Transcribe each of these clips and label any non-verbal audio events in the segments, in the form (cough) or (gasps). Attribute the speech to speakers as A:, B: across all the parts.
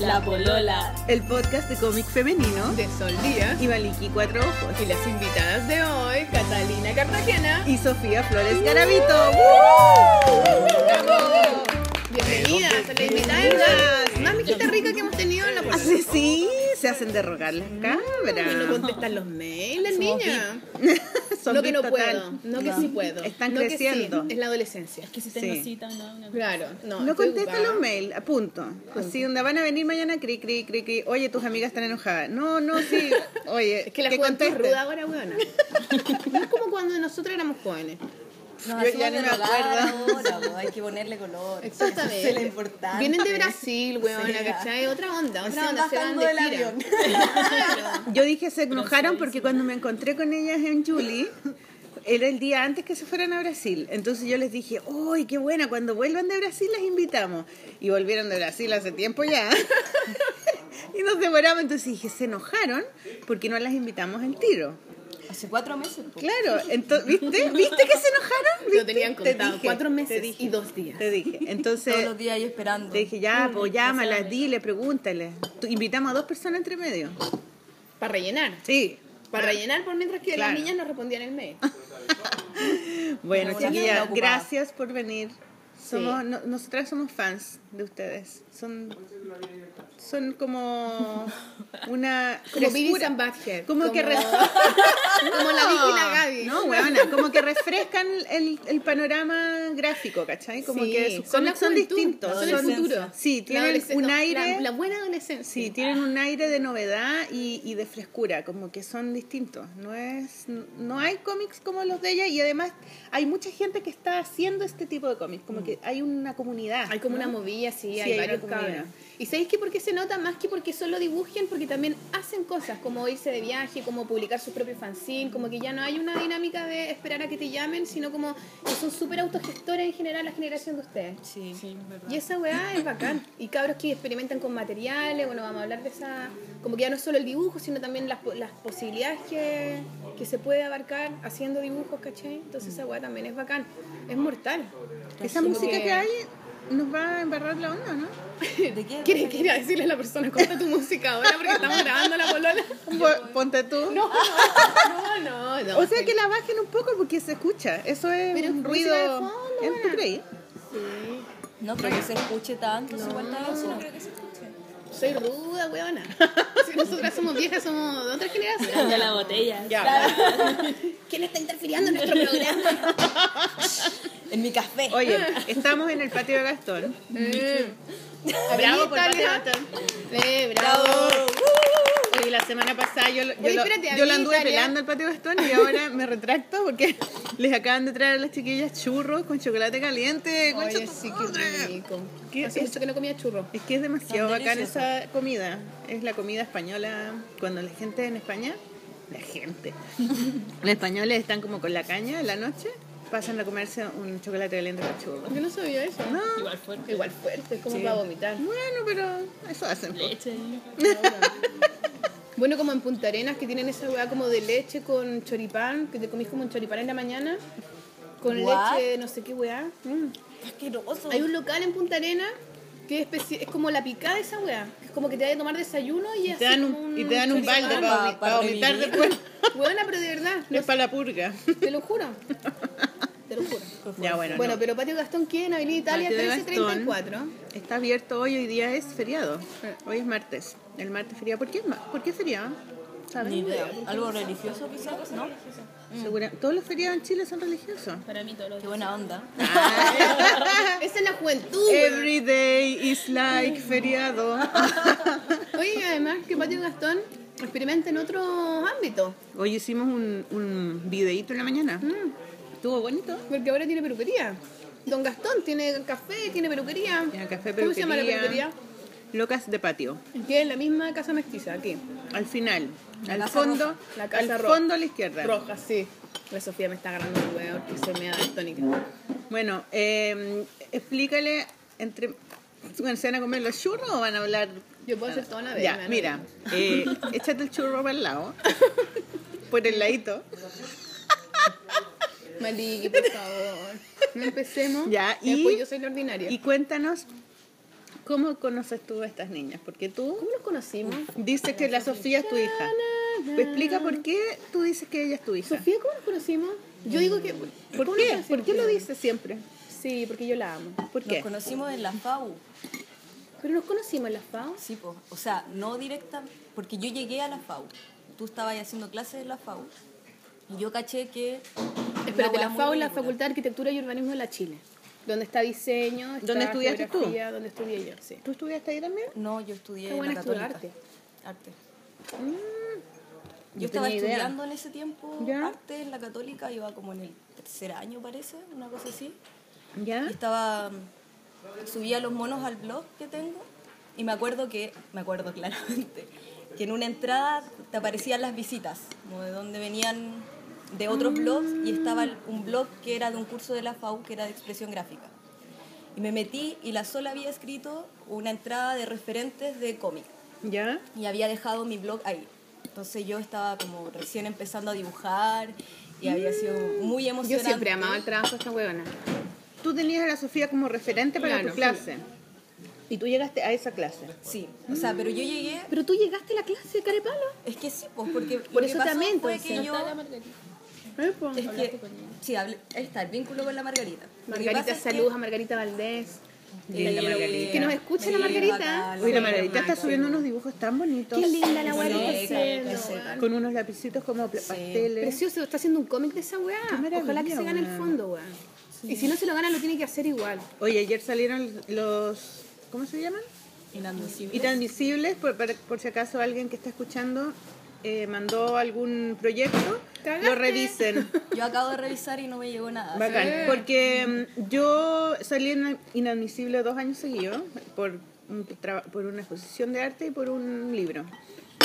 A: La Polola,
B: el podcast de cómic femenino
A: de Sol Díaz
B: y Valiki Cuatro Ojos
A: y las invitadas de hoy, Catalina Cartagena.
B: y Sofía
A: ¡Uh!
B: Flores Garavito.
A: ¡Bravo! Bienvenidas a la invitada más mijita rica que hemos tenido en la Polola.
B: Así Ah, sí, se hacen de rogar las
A: Y Mm, no
B: cabras.
A: contestan los mails, las niña.
B: Son
A: no que no
B: total.
A: puedo, no que sí puedo.
B: Están
A: no que sí,
B: creciendo.
A: es la adolescencia.
C: Que si tengo
B: Sí.
C: cita o no. una-
A: Claro, no.
B: No
A: estoy
B: contestan
A: ocupada.
B: los mails, a punto. Así, donde van a venir mañana, cri, cri, cri, cri. Oye, tus amigas están enojadas. No, no, sí.
A: (laughs)
B: Oye,
A: Es que la juventud es
B: contesten.
A: ruda ahora, weona. No es como cuando nosotros éramos jóvenes.
B: Yo ya
D: hacemos
B: ni
D: de
B: me
D: rogar
B: acuerdo.
D: ahora, po, hay que ponerle color.
A: Exactamente.
D: Eso es lo importante.
A: Vienen de Brasil, weona,
D: Sí.
A: ¿cachai? Otra onda,
D: Recién
A: otra onda. Se van
D: bajando
A: de
D: del
A: gira.
D: avión.
A: Claro.
B: Yo dije, se enojaron porque cuando me encontré con ellas en Julie, era el día antes que se fueran a Brasil. Entonces yo les dije, ¡ay, qué buena! Cuando vuelvan de Brasil las invitamos. Y volvieron de Brasil hace tiempo ya. (laughs) y nos demoramos. Entonces dije, se enojaron porque no las invitamos al tiro.
D: Hace cuatro meses. po.
B: Claro, entonces, ¿viste? ¿Viste que se enojaron?
A: Lo
B: ¿Viste?
A: tenían
B: Te
A: contado.
B: dije,
A: cuatro meses
B: Te dije,
A: y dos días.
B: te dije. Entonces...
D: Todos los días ahí esperando.
B: Te dije, ya, pues llámalas, dile, pregúntale. Tú- invitamos a dos personas entre medio.
A: Para rellenar.
B: Sí.
A: Para rellenar por mientras que
B: Claro.
A: las niñas no respondían el mail.
B: Bueno,
D: Una buena
B: chiquillas,
D: agenda ocupada.
B: gracias por venir. Somos, no- nosotras somos fans de ustedes. Son, son (laughs) como una
A: Como Bibi
B: frescura.
A: and Butthead.
B: Como que re-
A: (laughs) como la Vicky y la Gaby.
B: Ah, No, huevona, como que refrescan el, el panorama gráfico, ¿cachai? Como
A: Sí,
B: que sus
A: son la
B: cómics son
A: juventud,
B: distintos.
A: Son el
B: son-
A: futuro.
B: Sí,
A: La
B: tienen
A: adolesc-
B: un
A: no,
B: aire...
A: La, la buena adolescencia.
B: Sí, tienen un aire de novedad y, y de frescura, como que son distintos. No es, no hay cómics como los de ella y además hay mucha gente que está haciendo este tipo de cómics, como que hay una comunidad.
A: Hay como
B: ¿no?
A: una movida, sí,
B: Sí,
A: hay,
B: hay una
A: varios
B: comunidad.
A: cabros. ¿Y sabéis que por qué se nota más que porque solo dibujen? Porque también hacen cosas, como irse de viaje, como publicar su propio fanzine, como que ya no hay una dinámica de esperar a que te llamen, sino como que son súper autogestores en general la generación de ustedes.
D: Sí.
C: Sí, es verdad.
A: Y esa weá es bacán. Y cabros que experimentan con materiales, bueno, vamos a hablar de esa. Como que ya no es solo el dibujo, sino también las, po- las posibilidades que, que se puede abarcar haciendo dibujos, ¿cachai? Entonces esa weá también es bacán. Es mortal.
B: Esa
A: Como
B: música
A: que-
B: que hay nos va a embarrar la onda, ¿no?
D: ¿De qué?
A: (laughs) ¿Quieres que ir a decirle a la persona, corta tu música ahora porque estamos grabando la polola?
B: Po- Ponte tú.
A: (laughs) No, no, no, no. no.
B: o sea que la bajen un poco porque se escucha. Eso es
A: Pero
B: un
A: es música
B: ruido.
A: de fondo,
B: ¿eh? ¿Tú
A: buena.
B: creí?
A: Sí.
D: No creo que se escuche tanto. No. Igual está no creo que se escuche.
A: Oh, Soy ruda, weona. (laughs) Si nosotras somos viejas, somos de otra
C: De
A: generación.
C: la botella.
A: ¿Quién está interfiriendo en nuestro programa?
D: (laughs) En mi café.
B: Oye, estamos en el patio de Gastón.
A: Eh. Bravo
B: por Patio Gastón.
A: Eh, bravo.
D: Bravo.
B: Oye, la semana pasada yo, yo,
A: Oye,
B: lo-
A: espérate,
B: yo la
A: a mí
B: anduve
A: Italia-
B: pelando al patio Gastón y ahora me retracto porque (laughs) les acaban de traer a las chiquillas churros con chocolate caliente. concha
A: Oye,
B: tu
A: sí,
B: madre.
A: qué rico.
B: ¿Qué
A: Hace
B: es?
A: mucho que no comía churro.
B: Es que es demasiado
D: Son
B: bacán
D: deliciosos.
B: esa comida. Es la comida española. Cuando la gente en España, la gente, los españoles están como con la caña en la noche, pasan a comerse un chocolate caliente con churros.
A: Yo no sabía eso.
B: No,
C: Igual fuerte.
A: Igual fuerte, es como para vomitar.
B: bueno, pero eso hacen. po.
C: Leche.
A: Bueno, como en Punta Arenas, que tienen esa weá como de leche con choripán, que te comís como un choripán en la mañana, con
D: What?
A: leche de no sé qué weá. Mm.
D: Asqueroso.
A: Hay un local en Punta Arenas que es, especi- es como la picada de esa weá, que es como que te da a tomar desayuno y,
B: Y te dan un, y te dan un
A: Ah,
B: balde
D: choripán pa-
B: para
D: pa
B: vomitar
D: revivir.
B: después.
A: Buena, pero de (laughs) verdad, no
B: Es para la purga.
A: sé, te lo juro. Te lo juro.
B: Ya, bueno.
A: Bueno,
B: no.
A: pero Patio Gastón queda en Avenida Italia
B: Mateo Gastón
A: (laughs) 1334.
B: Está abierto hoy, hoy día es feriado. Hoy es martes. El martes feriado. ¿Por qué, ma- ¿por qué feriado?
D: Ni idea. Algo religioso quizás, ¿no?
B: Segura- Todos los feriados en Chile son religiosos.
C: Para mí todo lo
D: Qué buena onda.
A: Esa es la juventud. weón.
B: Every day is like feriado. (laughs)
A: Oye, además que Patio Gastón experimenta en otro ámbito,
B: Hoy hicimos un, un videíto en la mañana.
A: Mm.
B: Estuvo bonito.
A: porque ahora tiene peluquería. Don Gastón tiene café, tiene peluquería.
B: En el café
A: ¿Cómo se llama la
B: peluquería.
A: peluquería?
B: Locas de patio.
A: Que es la misma casa mestiza aquí.
B: Al final, al
D: casa
B: fondo,
D: roja.
A: La casa
B: al
A: roja.
B: fondo a la izquierda.
A: Roja, sí. La Sofía me está agarrando el huevo porque soy media daltónica.
B: Bueno, eh, explícale entre. bueno, ¿Se van a comer los churros o van a hablar?
A: Yo puedo hacer toda la vez.
B: ya,
A: me da
B: mira,
A: (laughs)
B: eh, échate el churro para el lado, por el ladito,
A: lo- Maliki, por favor. No empecemos.
B: Ya, y-
A: Después yo soy la ordinaria.
B: y cuéntanos ¿Cómo conoces tú a estas niñas? Porque tú
A: ¿Cómo nos conocimos?
B: dices que la Sofía es tu hija. ¿Me explica por qué tú dices que ella es tu hija?
A: Sofía, ¿cómo nos conocimos? Yo digo que.
B: ¿Por
A: ¿cómo nos
B: qué?
A: conocimos?
B: ¿Por qué lo dices siempre?
A: Sí, porque yo la amo.
B: ¿Por
D: Nos
B: qué?
D: conocimos en la FAU.
A: Pero nos conocimos en las FAO.
D: Sí, pues. O sea, no directa, porque yo llegué a la FAU. Tú estabas ahí haciendo clases en la FAU. Y yo caché que.
A: Espérate,
D: una
A: la
D: wea
A: FAO
D: muy
A: es la
D: ridícula.
A: Facultad de Arquitectura y Urbanismo de la Chile. Donde está diseño, está
B: ¿Dónde estudiaste tú?
A: geografía, Donde estudié yo, sí.
B: ¿Tú estudiaste ahí también?
D: No, yo estudié
A: Qué
D: en
A: buena
D: la
A: estudiar Mm,
D: Católica. Arte. Yo
B: no
D: estaba
B: tenía idea.
D: estudiando en ese tiempo
B: ¿Ya?
D: arte en la Católica, iba como en el tercer año, parece, una cosa así.
B: ¿Ya?
D: Y estaba. Subía los monos al blog que tengo. Y me acuerdo que. Me acuerdo (laughs) claramente. Que en una entrada te aparecían las visitas, como de dónde venían de
A: Mm.
D: otros blogs. Y estaba el- un blog que era de un curso de la FAU que era de expresión gráfica. Y me metí y la sola había escrito una entrada de referentes de cómic
B: ¿Ya?
D: y había dejado mi blog ahí. Entonces yo estaba como recién empezando a dibujar y había sido muy
A: Mm. Yo
D: emocionante.
A: siempre amaba el trabajo de esta huevona.
B: Tú tenías a la Sofía como referente para
A: Claro,
B: tu clase. Y tú llegaste a esa clase.
D: Sí, o sea, pero yo llegué,
A: Pero tú llegaste a la clase de Carepalo.
D: es que sí, pues porque
A: Por
D: lo
A: eso
D: que pasó
A: también,
D: fue
A: entonces,
D: que
A: no
D: yo
A: pues,
D: es que sí, hablé- ahí está el vínculo con la Margarita. Lo que pasa
A: Margarita,
D: es que-
A: saludos a Margarita Valdés.
B: Linda Margarita.
A: Que nos escuche la Margarita.
D: bacán,
B: Uy, la
D: sí,
B: Margarita está
D: bacán.
B: subiendo unos dibujos tan bonitos.
A: Qué linda la
D: Sí,
A: weá que
D: sí,
A: está haciendo.
D: sí.
A: weón.
B: Con unos lapicitos como pla- pasteles.
A: Precioso, está haciendo un cómic de esa weá.
B: Qué maravilla,
A: Ojalá que se gane el
B: weón.
A: fondo, weá. Y si no se lo gana, lo tiene que hacer igual.
B: Oye, ayer salieron los... ¿Cómo se llaman?
D: Inadmisible.
B: Y tan visibles, por, para- por si acaso alguien que está escuchando eh, mandó algún proyecto,
A: Cagaste.
B: lo revisen.
D: Yo acabo de revisar y no me llegó nada.
B: Bacán, porque mm, yo salí en inadmisible dos años seguidos por, un traba- por una exposición de arte y por un libro.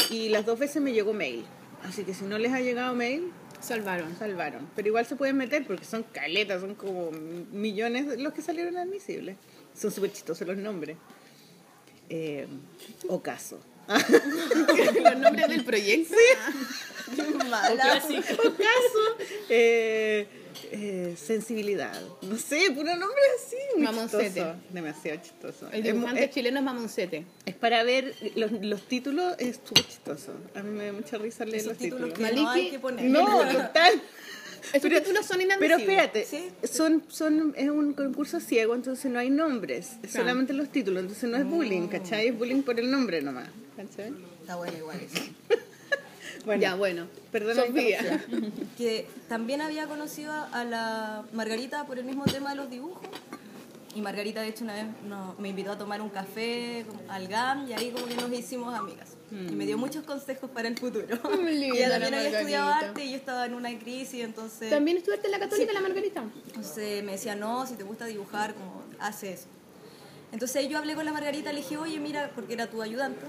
B: Y las dos veces me llegó mail. Así que si no les ha llegado mail,
A: Salvaron.
B: salvaron. Pero igual se pueden meter porque son caletas, son como millones los que salieron admisibles. Son súper chistosos los nombres. Eh, ocaso.
A: (laughs) Los nombres del proyecto.
D: (laughs) Mala.
B: Ocaso. Eh, eh, sensibilidad. No sé, puro nombre así. muy
A: Mamoncete.
B: chistoso, Demasiado chistoso.
A: El
B: Es mu-
A: dibujante
B: es-
A: chileno es Mamoncete.
B: Es para ver los, los títulos, es súper chistoso. A mí me da mucha risa leer
D: (laughs) Esos
B: los
D: títulos
B: títulos.
D: que no
A: Maliki-
D: hay que poner. (laughs)
B: No, total.
A: Esos títulos son
B: Pero
A: inadmisibles.
B: espérate,
D: Sí.
B: son, son, es un concurso ciego, entonces no hay nombres, es
A: Claro.
B: solamente los títulos, entonces no es bullying, ¿cachai? Es bullying por el nombre nomás. ¿cachai?
D: Está bueno igual. eso.
B: Bueno,
A: Ya, bueno.
B: perdón, la
A: Sofía.
B: interrupción.
D: que también había conocido a- a la Margarita por el mismo tema de los dibujos. Y Margarita, de hecho, una vez no- me invitó a tomar un café como al GAM y ahí como que nos hicimos amigas. Y me dio muchos consejos para el
A: (laughs)
D: futuro.
A: Muy linda
D: Ella
A: Mm. la
D: también había estudiado
A: Margarita.
D: arte y yo estaba en una crisis, entonces,
A: ¿También estudiaste en la Católica, la Margarita?
D: entonces me decía, no, si te gusta dibujar, como, hace eso. Entonces ahí yo hablé con la Margarita, le dije, oye, mira, porque era tu ayudante,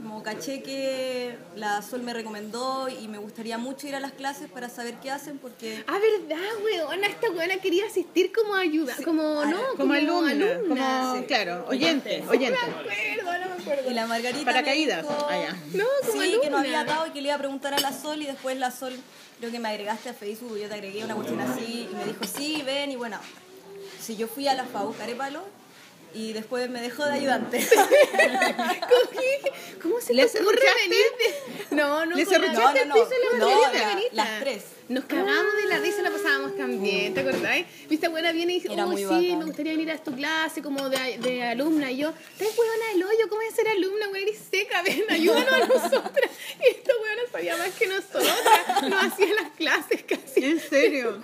D: como caché que la Sol me recomendó y me gustaría mucho ir a las clases para saber qué hacen porque...
A: Ah, verdad, weona. Esta weona quería asistir como ayuda.
D: Ah,
A: Como, no,
B: Como, alumna, como,
A: Sí.
B: claro, oyente, oyente.
A: No me acuerdo, no me acuerdo.
D: Y la Margarita.
B: Paracaídas,
D: me dijo-
A: Ah,
B: allá.
A: No, como
D: sí, que no
A: alumna.
D: había dado y que le iba a preguntar a la Sol y después la Sol, creo que me agregaste a Facebook, yo te agregué una cuestión así y me dijo, sí, ven y bueno. Si yo fui a la FAU, Carepalo, y después me dejó de ayudante.
A: ¿Cómo se
B: ¿Le
A: les ocurre
B: serruchaste?
A: venir de- No, no.
B: ¿Le
A: con la-
B: serruchaste
D: el piso
A: con
D: a la
A: la
D: Margarita?
A: Margarita.
D: No, la- las tres.
A: Nos cagamos de la risa, la pasábamos también, ¿te acordáis? Y esta buena viene y dice,
D: Era
A: oh,
D: muy
A: sí,
D: bacán.
A: me gustaría venir a tu clase como de, de alumna. Y yo, ¿estás huevona del hoyo? ¿Cómo vas a ser alumna? Buena eres
D: (laughs)
A: seca, ven, ayúdanos a nosotras. Y esta huevona sabía más que nosotras. Nos hacía las clases casi.
B: En serio.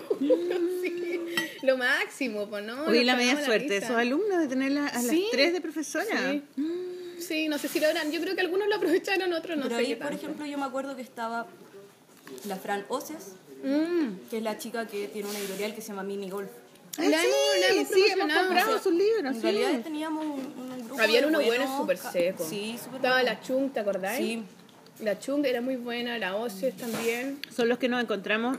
A: Sí. Lo máximo, pues, ¿no?
B: Oye,
A: Nos
B: la media
A: cagamos
B: suerte de
A: risa.
B: esos alumnos de tenerla a las
A: Sí.
B: tres de profesora.
A: Sí. Sí, no sé si lo habrán. Yo creo que algunos lo aprovecharon, otros (laughs) no
D: Pero
A: sé
D: ahí,
A: qué
D: por
A: tanto.
D: ejemplo, yo me acuerdo que estaba la Fran Oces,
A: Mm.
D: que es la chica que tiene una editorial que se llama Mini Golf.
B: Ah,
A: La
B: sí,
A: hemos- la hemos
B: sí, hemos
A: promocionado.
B: comprado sus libros.
D: En
B: sí.
D: realidad teníamos un, un grupo.
A: Había
D: de
A: unos buenos
D: buenos
A: súper
D: ca-
A: secos.
D: Sí, súper
A: Estaba
D: buenos.
A: la ¿eh? Chung, ¿te acordáis?
D: Sí.
A: La Chung era muy buena, la Oces también.
B: Son los que nos encontramos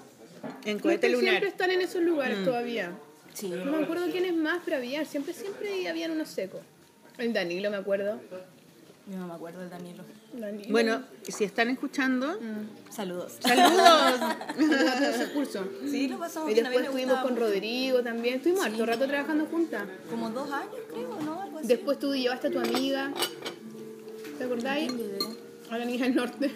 B: en
A: Creo
B: Cohete
A: que
B: Lunar. Mm.
A: siempre están en esos lugares todavía.
D: Sí.
A: No me acuerdo quiénes más, pero había. Siempre, siempre habían unos secos. El Danilo, me acuerdo.
D: Yo no me acuerdo del Danilo.
A: Danilo. (laughs)
B: Bueno, si están escuchando,
A: Mm.
D: Saludos.
B: saludos.
A: Tuvimos todo ese curso.
D: (laughs) Sí, lo pasamos
A: Y
D: bien. A mí
A: después
D: me
A: estuvimos
D: gustaba
A: con Rodrigo también. Estuvimos harto rato trabajando juntas.
D: como dos años, creo, ¿no? Algo así.
A: Después tú llevaste a tu amiga. ¿Te acordáis? A la niña del norte.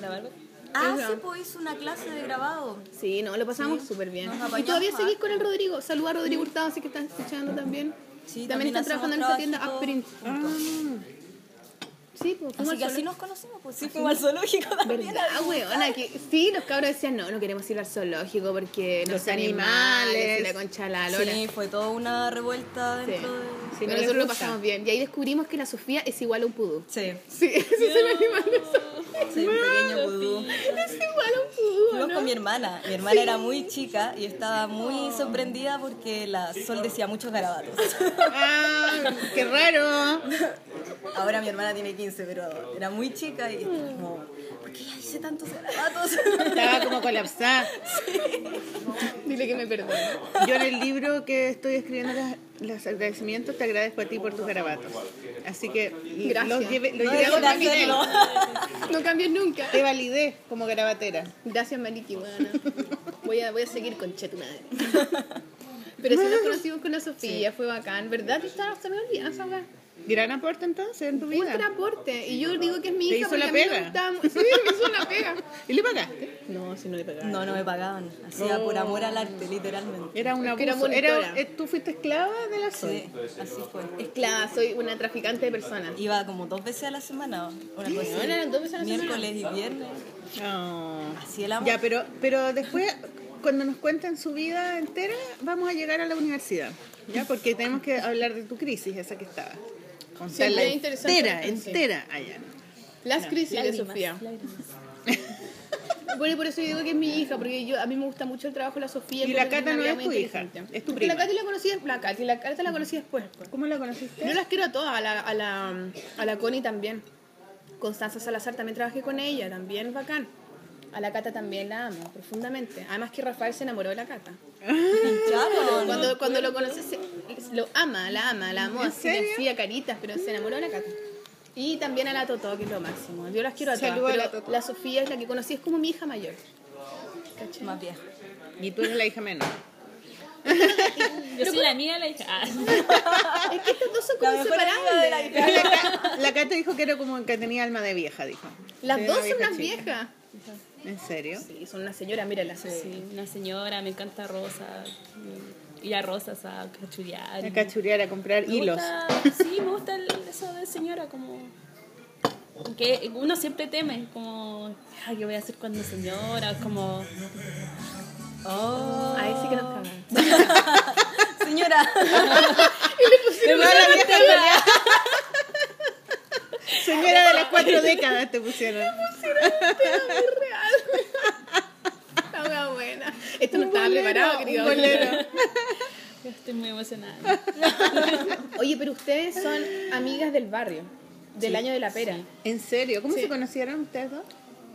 D: ¿La Bárbara? Ah,
A: Esa.
D: sí, pues hizo una clase de grabado.
A: Sí, no, lo pasamos
D: Sí.
A: súper bien.
D: Nos
A: Y
D: apañamos
A: todavía seguís
D: harto.
A: con el Rodrigo. Saluda a Rodrigo Hurtado, así que están escuchando también.
D: Sí,
A: también, están
D: hacemos Ah,
A: trabajando en esa tienda ah,
D: trabajitos
A: Upprint.
D: juntos.
A: Sí, pues fuimos
D: Así
A: al
D: que así
A: zoológico.
D: nos conocimos, pues sí, fuimos al zoológico también.
A: ¿Verdad, weona? Que, sí, los cabros decían, no, no queremos ir al zoológico porque no
B: Los
A: sé animales,
B: animales.
A: y la concha de la lora.
D: Sí, fue toda una revuelta
A: Sí.
D: dentro
A: Sí,
B: Si no les
A: pero nosotros lo
B: gusta.
A: pasamos bien. Y ahí descubrimos que la Sofía es igual a un pudú.
D: de... Sí. (laughs)
A: Sí, ese es el animal (laughs) de
D: Sí, un pequeño vudú.
A: Sofía. Es igual a un pudú.
D: Fuimos con mi hermana. Mi hermana era muy chica y estaba muy sorprendida porque la Sol decía muchos garabatos.
B: ¡Ah! ¡Qué raro!
D: Ahora mi hermana tiene 15, pero era muy chica y estaba como, ¿por qué ella dice tantos garabatos? (laughs)
B: Estaba como colapsada.
A: Dile que me perdone.
B: Yo en el libro que estoy escribiendo las- los agradecimientos te agradezco a ti por tus garabatos. Así que
A: Gracias.
B: los llevé, los
D: No
B: llevé
D: dejé
B: a
D: de
B: otro nivel.
D: hacerlo.
A: No cambies nunca.
B: Te validé como garabatera.
A: Gracias, Maliki, weona. Voy a, voy a seguir con Che tu madre. Pero sí nos conocimos con la Sofía, fue bacán. ¿Verdad? Te estaba- se me olvidaba esa weá.
B: Gran aporte entonces en tu vida.
A: Ultra aporte. Y yo digo que es mi
B: Te
A: hija
B: hizo
A: porque
B: la
A: a mí me
B: pega.
A: gustaba mu- Sí, me hizo la pega.
B: ¿Y le pagaste?
A: No, si no le pegaba.
D: No, no me pagaban. Hacía por amor al arte, literalmente.
B: Era una
A: Es que era
B: abuso. Era-
A: monitora.
B: eh, tú fuiste esclava de la sol.
D: Sí, así fue.
A: Esclava, soy una traficante de personas.
D: Iba como dos veces a la semana. Una cosa así.
A: Bueno, eran dos veces a la semana.
D: Miércoles y viernes.
B: No.
D: Así el amor.
B: Ya, pero, pero después, cuando nos cuenten su vida entera, vamos a llegar a la universidad. ¿Ya? Porque tenemos que hablar de tu crisis, esa que estaba. Contarla
A: es interesante
B: entera,
A: la crisis.
B: entera, allá.
A: Las crisis de Sofía. Bueno, y por eso yo digo que es mi hija, porque yo, a mí me gusta mucho el trabajo de la Sofía.
B: Y
A: creo
B: la
A: que
B: Cata
A: una
B: no
A: amiga
B: es
A: muy
B: tu
A: inteligente.
B: hija, es tu
A: Porque La
B: prima.
A: Cata la conocí, la Cata, y la Cata la conocí después. pues.
B: ¿Cómo la conociste?
A: Yo las quiero a todas, a la, a la, a la Connie también. Constanza Salazar también trabajé con ella, también bacán. A la Cata también la amo profundamente. Además que Rafael se enamoró de la Cata.
D: Pincharon.
A: Cuando, cuando lo conocí, se- lo ama, la ama, la amó así, le
B: serio?
A: hacía caritas, pero se enamoró de la Cata. Y también a la Totó, que es lo máximo. Yo las quiero a todas,
B: Saluda a
A: pero
B: la Totó.
A: la Sofía es la que conocí, es como mi hija mayor. ¿Cachai?
D: Más vieja.
B: Y tú eres la hija menor.
C: Yo soy la amiga de la hija. (laughs) Ah,
A: Es que estas dos son
D: La
A: como
D: mejor amiga de la
A: inseparables.
D: hija.
B: La Cata dijo que era como que tenía alma de vieja, dijo.
A: Las
B: Era
A: dos
B: una
A: son
B: vieja
A: unas
B: chica.
A: viejas.
B: ¿En serio?
A: Sí, son una señora, míralas.
C: sí, una señora, me encanta Rosa. Ir a Rosas a cachurear.
B: A cachurear, a comprar
C: Me
B: hilos.
C: gusta- sí, me gusta el- eso de señora, como. que uno siempre teme, como. Ay, ¿qué voy a hacer cuando señora? Como.
D: Oh.
A: Ahí sí que nos cagan.
D: Señora.
C: Me
B: Toda la
C: pusieron un
B: vieja culiá.
C: tema.
B: (laughs) Señora de las cuatro décadas te pusieron.
A: Está una buena. (laughs) Esto no
B: Un
A: estaba
B: bolero,
A: preparado,
B: un
A: querido.
B: bolero.
C: Estoy muy (laughs) emocionada.
A: (laughs) Oye, pero ustedes son amigas del barrio, del año de la pera.
B: ¿En serio? ¿Cómo se conocieron ustedes dos?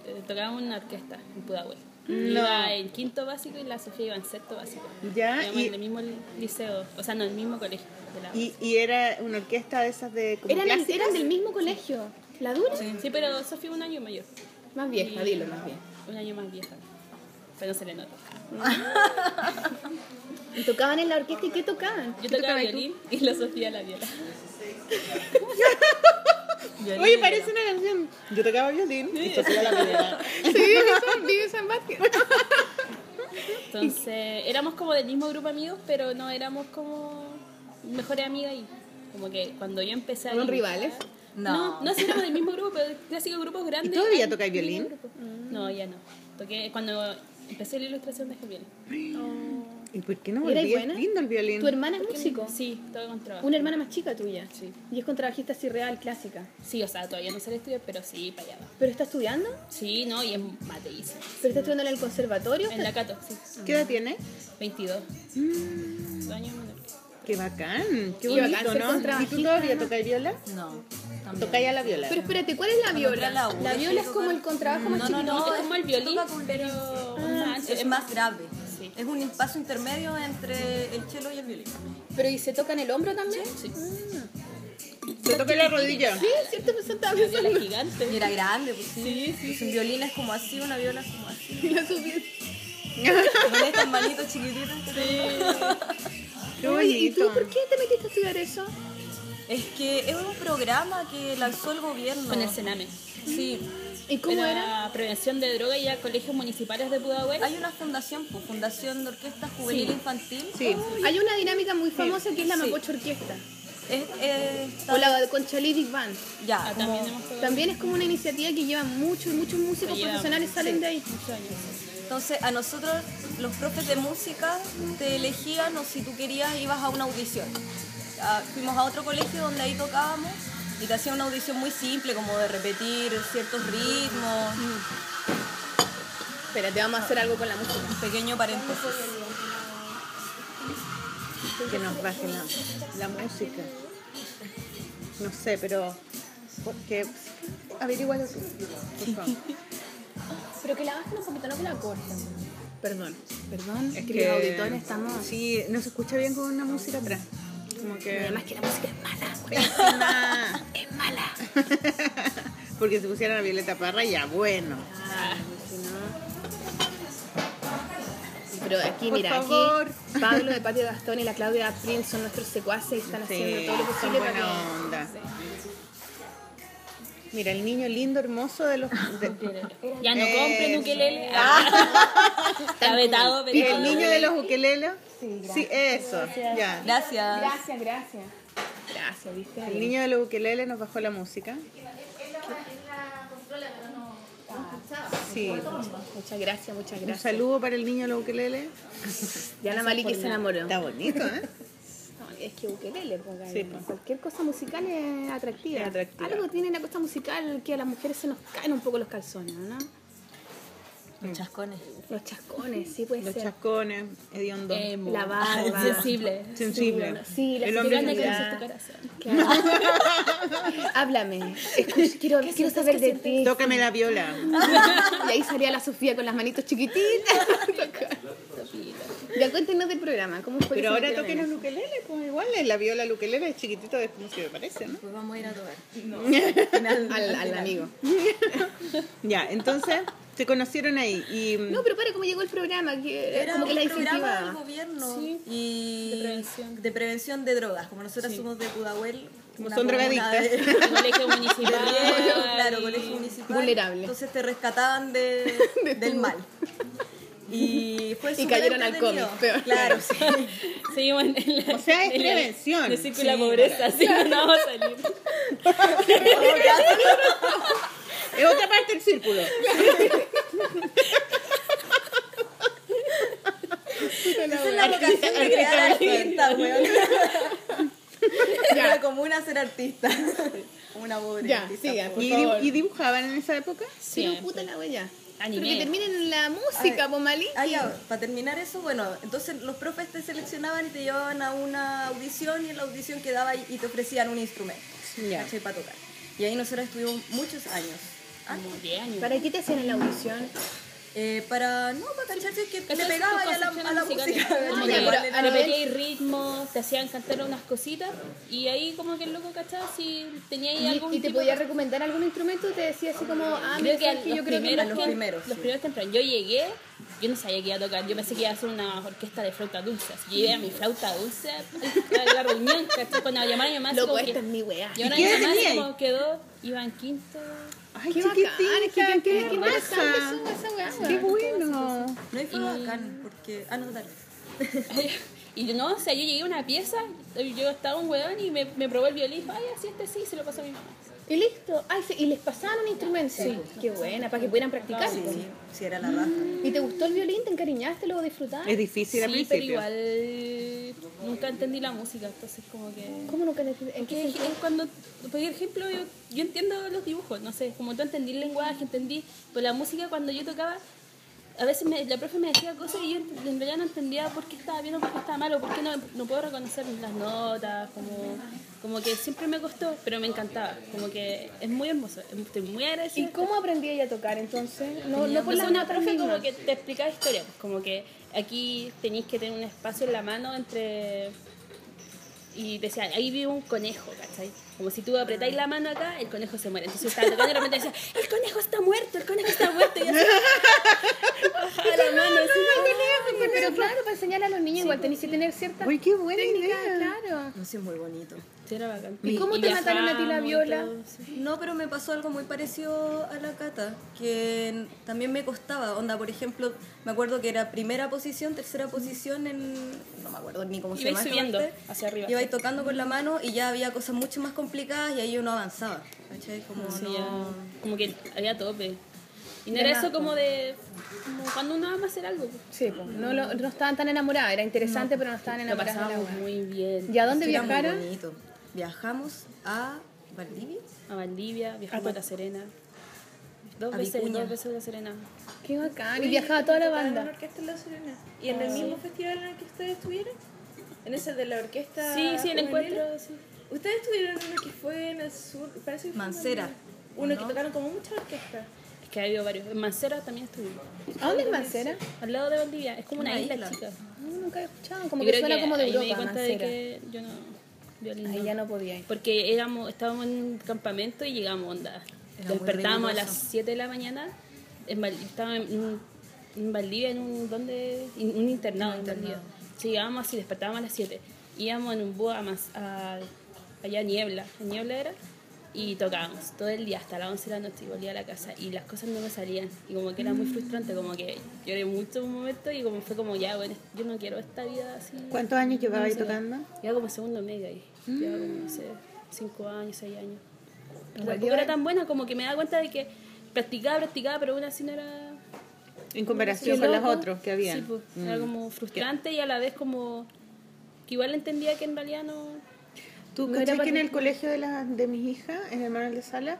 C: Eh, Tocaba una orquesta en Pudahuel.
B: No.
C: Iba en quinto básico y la Sofía iba en sexto básico.
B: Ya,
C: Íbamos
B: y-
C: en el mismo liceo, o sea, no, en el mismo colegio. De la...
B: Y, y era una orquesta de esas de como
A: Eran,
B: clásicas.
A: eran del mismo colegio. ¿La dura?
C: Sí, pero Sofía un año mayor,
A: Más vieja, dilo más bien.
C: un año más vieja. Pero no se le nota.
A: ¿Y tocaban en la orquesta y qué tocaban?
C: Yo tocaba
B: tocabas tú?
C: violín y la Sofía la viola.
B: Oye, parece
A: (laughs)
B: una canción. Yo tocaba violín. Y Sofía la primera.
A: Sí, vive San (laughs) Vázquez.
C: Entonces, éramos como del mismo grupo de amigos, pero no éramos como mejores amigas y como que cuando yo empecé a...
A: ¿Eran
C: ir-
A: rivales?
C: No, no sí, éramos del mismo grupo, del clásico grupos grandes.
B: ¿Y todavía
C: eran
B: tocáis
C: del
B: violín?
C: mismo grupo. No, ya no. Toqué cuando empecé la ilustración de violín.
B: ¿Y por qué no
A: ¿Y era
B: volví? Es
A: buena?
B: lindo el violín.
A: Oh. ¿Tu hermana es músico?
C: Sí, todo con trabajo.
A: Una hermana más chica tuya.
C: Sí.
A: Y es contrabajista así real, clásica.
C: Sí, o sea, todavía no sé el estudio, pero sí, para allá va.
A: ¿Pero está estudiando?
C: Sí, no, y es mateísimo.
A: ¿Pero está estudiando en el conservatorio?
C: En la Cato, sí.
B: ¿Qué edad tiene?
C: 22.
B: Mm.
C: Dos años menor.
B: Qué bacán. Qué
A: Y bacán
B: bonito,
A: ser
B: ¿no? ¿Y
A: contrabajista,
B: tú todavía
A: ¿no?
B: tocáis viola?
D: No.
B: Tocáis a la viola.
A: Pero espérate, ¿cuál es la viola?
D: la
A: La,
D: U, sí,
A: viola es como
D: tocar-
A: el contrabajo más
D: No,
A: chiquito.
D: no, no.
C: es como el
D: es-
C: violín,
D: toca con
C: pero una ancha-
D: Es más grave.
C: Sí.
D: Es un paso intermedio entre el chelo y el violín.
A: ¿Pero y se toca en el hombro también?
C: Sí.
B: Te toca la rodilla.
A: Sí, es cierto, pues estaba
C: Viola
A: pensando.
C: gigante.
D: Y (laughs) era grande, pues sí. Pues un violín es como así, una viola es como así.
A: Y la subí.
D: Con estas manitos chiquititas.
B: Qué
A: Oye, ¿y tú
B: bonito.
A: por qué te metiste a estudiar eso?
D: Es que es un programa que lanzó el gobierno.
C: Con el Sename.
D: Sí.
A: ¿Y cómo era?
C: Prevención de droga y a colegios municipales de Pudahuel.
D: Hay una fundación, pues, Fundación de Orquesta Juvenil
C: Sí.
D: Infantil.
B: Sí.
A: Hay una dinámica muy famosa que es la
D: Sí.
A: Mapocho Orquesta.
D: Es, eh, está-
A: O la Conchalí Big Band.
D: Ya,
C: Ah,
D: como-
C: también hemos probado
A: También es como una iniciativa que lleva muchos, muchos músicos
C: Lleva-
A: profesionales salen de ahí.
C: muchos años.
D: Entonces, a nosotros, los profes de música, te elegían o si tú querías ibas a una audición. Ah, fuimos a otro colegio donde ahí tocábamos y te hacían una audición muy simple, como de repetir ciertos ritmos,
A: Espérate, vamos a hacer algo con la música.
D: un pequeño paréntesis.
B: que nos baje la, la música. No sé, pero. Porque. Averígualo tú, por favor.
A: Pero que la bajen un poquito, no que la corten.
B: Perdón.
A: Perdón,
B: Es
A: es
B: que-
A: que auditores estamos.
B: Sí, no se escucha bien con una música atrás. Como que. (laughs)
A: Además que la música es mala, güey.
B: Pésima.
A: es mala.
B: (laughs) Porque si pusieran a Violeta Parra, ya bueno. Ah.
A: Pero aquí,
B: Por
A: mira,
B: favor.
A: aquí Pablo de Patio Gastón y la Claudia Prince son nuestros secuaces y están haciendo
B: Sí,
A: todo lo
B: son
A: posible para que...
B: buena onda. Mira, el niño lindo, hermoso de los. de-
A: (laughs)
C: Ya no
B: Eh,
C: compren ukelele. (laughs) Está vetado,
B: y
C: pero
B: el niño de los ukelelos. Sí, eso. Ya.
D: Gracias.
A: Gracias, gracias. Gracias, viste.
B: El niño de los ukeleles nos bajó la música. Sí.
A: Muchas gracias, muchas
B: Un
A: gracias.
B: saludo para el niño de los ukeleles.
A: Ya la Maliki se enamoró.
B: Está bonito, ¿eh?
A: No, es que ukelele, ponga ahí.
B: Sí, po.
A: Cualquier cosa musical es atractiva.
B: Es atractiva.
A: Algo tiene la cosa musical que a las mujeres se nos caen un poco los calzones, ¿no?
D: Los chascones.
A: Los chascones, sí puede
B: (laughs) Los
A: ser.
B: chascones, hediondo.
C: Emo.
A: La barba.
C: Sensible.
B: sensible.
A: Eh, Sí, la
B: el
A: sensibilidad
B: hombre
C: Grande que
A: Ya.
C: conoces tu corazón.
A: Claro.
B: (laughs)
A: Háblame. Escucha, quiero, quiero saber de ti.
B: Tócame la viola.
A: Y ahí salía la Sofía con las manitos
B: (laughs)
A: chiquititas. ya cuéntenos del programa. ¿Cómo fue?
B: Pero
A: ese
B: ahora
A: programa?
B: toquen los ukeleles, pues igual la viola el ukelele es chiquitito, es como se me parece, ¿no?
D: Pues vamos a ir a tocar. (laughs)
A: al, al amigo.
B: Ya, entonces se conocieron ahí y
A: No, pero para, ¿cómo llegó el programa? Que, eh,
D: Era
A: como que
D: un
A: la
D: programa del
A: incentivaba.
D: gobierno
C: Sí.
D: y
C: De prevención.
D: de prevención de drogas. Como nosotras somos de Pudahuel,
B: Como
D: una
B: son
D: comuna
B: drogadictas.
A: (laughs)
D: de-
C: Colegio municipal.
D: Claro, (laughs) claro, colegio municipal.
A: Vulnerable.
D: Entonces te rescataban de,
A: (laughs)
D: del mal. Y fue
A: Y cayeron al
D: superentretenido.
A: cómic, peor.
D: Claro,
A: (laughs)
D: sí.
C: Seguimos en en la.
B: O sea, es
C: en la-
B: prevención.
C: en el círculo de
B: Sí.
C: la pobreza, (laughs) así que no vamos a salir.
B: es otra parte del
A: (laughs)
B: círculo.
D: Esa es la
A: (laughs)
D: vocación de crear artistas, weón. (laughs) Era como una ser
A: (laughs)
D: artista. Una pobre
A: Ya,
D: artista,
A: sigan.
D: pobre.
B: ¿Y, dibu- y dibujaban en esa época?
A: Pero
C: Siempre.
A: puta la huella. Pero
C: Anime.
A: que terminen la música,
D: Ay.
A: po, Malí.
D: Ah, ya, para terminar eso, bueno, entonces los profes te seleccionaban y te llevaban a una audición y en la audición quedaba y y te ofrecían un instrumento.
B: Ya.
D: ¿cachai? Para tocar. Y ahí nosotros estuvimos muchos años. Ah,
C: Como 10 años.
A: ¿Para qué te hacían en la audición?
D: Eh, para no para cachar si es que le
C: Esas
D: pegaba ya a la, a la
C: musicales.
D: música
C: Como
A: Ya,
C: que
A: pero
C: le-
A: a
C: le
A: nivel-
C: pedíais ritmo, te hacían cantar unas cositas y ahí como que el loco cachaba si tenía ahí algún
A: ¿Y, y te
C: tipo
A: podía
C: de-
A: recomendar algún instrumento? Te decía así como, ah, mira,
C: Creo que a
A: sabes
C: los
A: que yo creo que
D: primeros,
A: mejor-
D: los primeros,
C: Los
D: sí.
C: primeros tempranos. Yo llegué, yo no sabía que iba a tocar, yo pensé que iba a hacer una orquesta de flauta dulce. Así que llevé a mi flauta dulce a la reunión, ¿cachai? Cuando llamaron a mi mamá, así
A: Loco,
C: como que...
A: esta es mi weá.
C: Y ahora
B: ¿Y
C: mi
B: qué
C: mamá así
B: teníais?
C: como quedó, iba en quinto.
B: Ay,
A: Qué
B: chiquitita,
A: bacán, es que te-
B: qué
A: qué
B: hermosa.
A: bacán, me subo a esa weá,
B: Qué
A: weón.
B: bueno.
D: No, y fue bacán, porque... Ah, no, dale.
C: Y yo, no, o sea, yo llegué a una pieza, yo estaba un weón y me, me probó el violín, ay, así este sí, se lo pasó a mi mamá.
A: Y listo. Ay, sí, y les pasaban un instrumento. Qué buena, para que pudieran practicar.
D: Ah, Sí,
A: po.
D: sí, sí, era la raja.
A: ¿Y te gustó el violín? ¿Te encariñaste? ¿Lo disfrutaste?
B: Es difícil al
C: sí, pero
B: principio.
C: igual nunca entendí la música, entonces como que...
A: ¿Cómo nunca le- en qué
C: Que es
A: sentido?
C: es cuando, por ejemplo, yo, yo entiendo los dibujos, no sé, como tú entendí el lenguaje, entendí, pero la música cuando yo tocaba, a veces me- la profe me decía cosas y yo en en realidad no entendía por qué estaba bien o por qué estaba mal o por qué no, no puedo reconocer las notas, como, como que siempre me costó, pero me encantaba, como que es muy hermoso, estoy muy agradecida.
A: ¿Y cómo aprendí ella a tocar entonces? No,
C: No,
A: no por la
C: una
A: nota
C: profe
A: misma.
C: como que te explicaba historia, pues como que aquí tenéis que tener un espacio en la mano entre... Y decía, ahí vive un conejo, ¿cachai? Como si tú apretáis la mano acá, el conejo se muere. Entonces yo estaba tocando y de repente decía, el conejo está muerto, el conejo está muerto. Y así, bajaba la mano. así,
A: Pero claro, para enseñar a los niños igual tenéis que tener cierta
B: Uy, qué buena
A: técnica,
B: idea.
A: claro.
D: No sé, muy bonito.
C: Sí, era bacán.
A: ¿Y cómo te mataron a ti la
C: viajamos y
A: viola?
C: todo, sí.
D: No, pero me pasó algo muy parecido a la cata, que también me costaba. Onda, por ejemplo, me acuerdo que era primera posición, tercera posición en. No me acuerdo ni cómo se
C: Ibais
D: llama. esta
C: subiendo
D: parte.
C: hacia arriba.
D: Ibais tocando con la mano y ya había cosas mucho más complicadas y ahí uno avanzaba. ¿Cachai? Como
C: Sí,
D: no-
C: ya. Como que había tope. Y no
A: De pues.
C: era
A: más,
C: eso como de. Como cuando uno ama hacer algo. pues.
A: Sí, pues, no, lo- no estaban tan enamoradas, era interesante, pero no estaban
C: Lo
A: enamoradas. de la
C: pasábamos
A: weá.
C: muy bien.
A: ¿Y a dónde
D: Era muy
A: viajaron?
D: bonito. Viajamos a Valdivia.
C: A Valdivia, viajamos a La Serena. Dos
D: A
C: veces,
D: Vicuña.
C: dos veces a La Serena.
A: Qué bacán. Y viajaba toda la banda.
E: orquesta en La Ah, Serena. ¿Y en el mismo festival en el que ustedes estuvieron? ¿En ese de la orquesta?
C: Sí, sí, en
E: juvenil?
C: encuentro. Sí.
E: Ustedes tuvieron uno que fue en el sur, parece que fue
D: Mancera,
E: en el- Uno
D: ¿no?
E: que tocaron como muchas orquestas.
C: Es que ha habido varios. En Mancera también estuvimos.
A: ¿A dónde es Mancera?
C: Al lado de Valdivia. Es como una,
D: Una
C: isla,
D: isla.
C: chica.
A: No, nunca he escuchado. Como
C: Yo
A: que
C: creo
A: suena como de
C: ahí
A: Europa,
C: me di cuenta de
A: Mancera.
C: que yo no. violín
A: Ahí
C: no.
A: ya no podía ir.
C: Porque éramos, estábamos en un campamento y llegamos, onda.
D: Era muy
C: Despertábamos a las
D: peligroso.
C: 7 de la mañana. En Val- estaba en, un- en Valdivia, en un, ¿dónde? In- un internado.
D: Un
C: en
D: internado.
C: Valdivia. Sí, llegábamos así, despertábamos a las 7. Íbamos en un bus a, Mas- a- allá a Niebla, en Niebla era, y tocábamos todo el día hasta las 11 de la noche y volvía a la casa y las cosas no me salían. Y como que era
D: Mm.
C: muy frustrante, como que lloré mucho un momento y como fue como, ya, bueno, yo no quiero esta vida así.
B: ¿Cuántos años llevaba ahí
C: No sé,
B: tocando?
C: Llevaba como segundo medio ahí. Llevaba como, no sé, cinco años, seis años. Pero tampoco era tan buena, como que me daba cuenta de que practicaba, practicaba, pero aún así no era...
B: En comparación
C: Sí,
B: con
C: loco.
B: las otras que habían. Mm.
C: Sí, pues, era como frustrante y a la vez como... Que igual entendía que en realidad no...
B: Tú
A: No
B: cachai
A: era
B: que en
A: para-
B: el colegio de, la, de mis hijas, en el Manuel de Sala,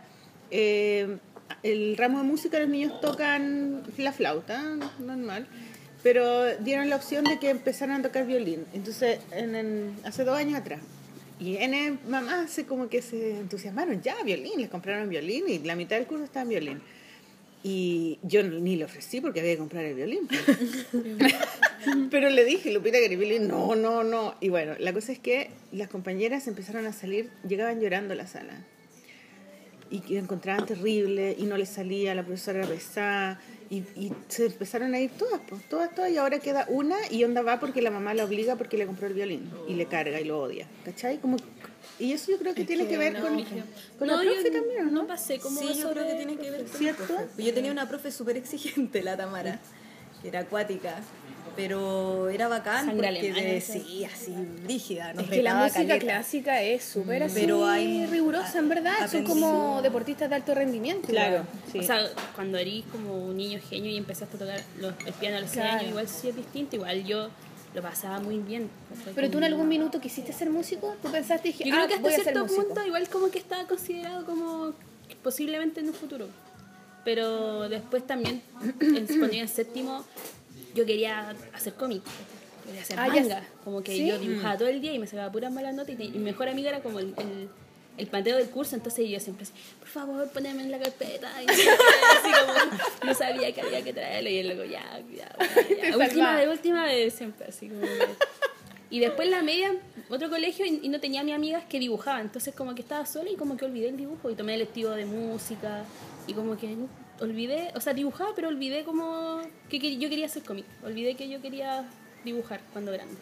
B: eh, el ramo de música los niños tocan la flauta, normal, pero dieron la opción de que empezaran a tocar violín. Entonces, en, en- hace dos años atrás. Y en mamá se como que se entusiasmaron, ya, violín, les compraron violín y la mitad del curso estaba en violín. Y yo ni le ofrecí porque había que comprar el violín. pues. (laughs) Pero le dije, Lupita Garibelli, no, no, no. Y bueno, la cosa es que las compañeras empezaron a salir, llegaban llorando a la sala. Y que la encontraban terrible, y no les salía, la profesora era pesada. Y, y se empezaron a ir todas, pues, todas, todas. Y ahora queda una, y onda va porque la mamá la obliga porque le compró el violín. Y le carga y lo odia. ¿Cachai? Como, y eso yo creo que tiene que ver con, con la
C: yo
B: profe también, ¿o ¿no?
C: no pasé como
D: Sí, yo
C: eso
D: creo que
C: de-
D: tiene que ver con
B: ¿Cierto?
D: la profe. Yo tenía una profe súper exigente, la Tamara, que era acuática, pero era bacán
C: Sangre
D: porque
C: alemana,
D: de-
C: esa.
D: sí, así rígida, nos
A: Es que la
D: retaba
A: música
D: caleta.
A: clásica es súper así
D: Pero hay-
A: rigurosa, en verdad. Son
D: aprendí-
A: como deportistas de alto rendimiento.
B: Claro, sí.
C: O sea, cuando eres como un niño genio y empezaste a tocar los, el piano a los seis
A: Claro.
C: años, igual sí es distinto, igual yo lo pasaba muy bien. ¿cachai?
A: Pero tú en
C: Como-
A: algún minuto quisiste ser músico, tú pensaste dije,
C: Yo creo
A: ah,
C: que hasta
A: voy a ser
C: cierto
A: músico.
C: punto igual como que estaba considerado como posiblemente en un futuro. Pero después también, en, cuando iba en séptimo, yo quería hacer cómic. Quería hacer
A: Ah, ya
C: manga.
A: sé.
C: Como que
A: ¿Sí?
C: yo dibujaba todo el día y me sacaba puras malas notas. Y, te- y mi mejor amiga era como el, el, el panteo del curso. Entonces yo siempre así, por favor, poneme en la carpeta. (laughs) Y así como, no sabía que había que traerlo. Y él luego, ya, ya,
A: (laughs)
C: ya,
A: Te
C: ya. Última
A: salvaba.
C: vez, última vez, siempre así como... que- y después en la media, otro colegio y, y no tenía ni amigas que dibujaban. Entonces como que estaba sola y como que olvidé el dibujo y tomé el estilo de música y como que no- olvidé, o sea, dibujaba, pero olvidé como que, que yo quería hacer cómic. Olvidé que yo quería dibujar cuando grande.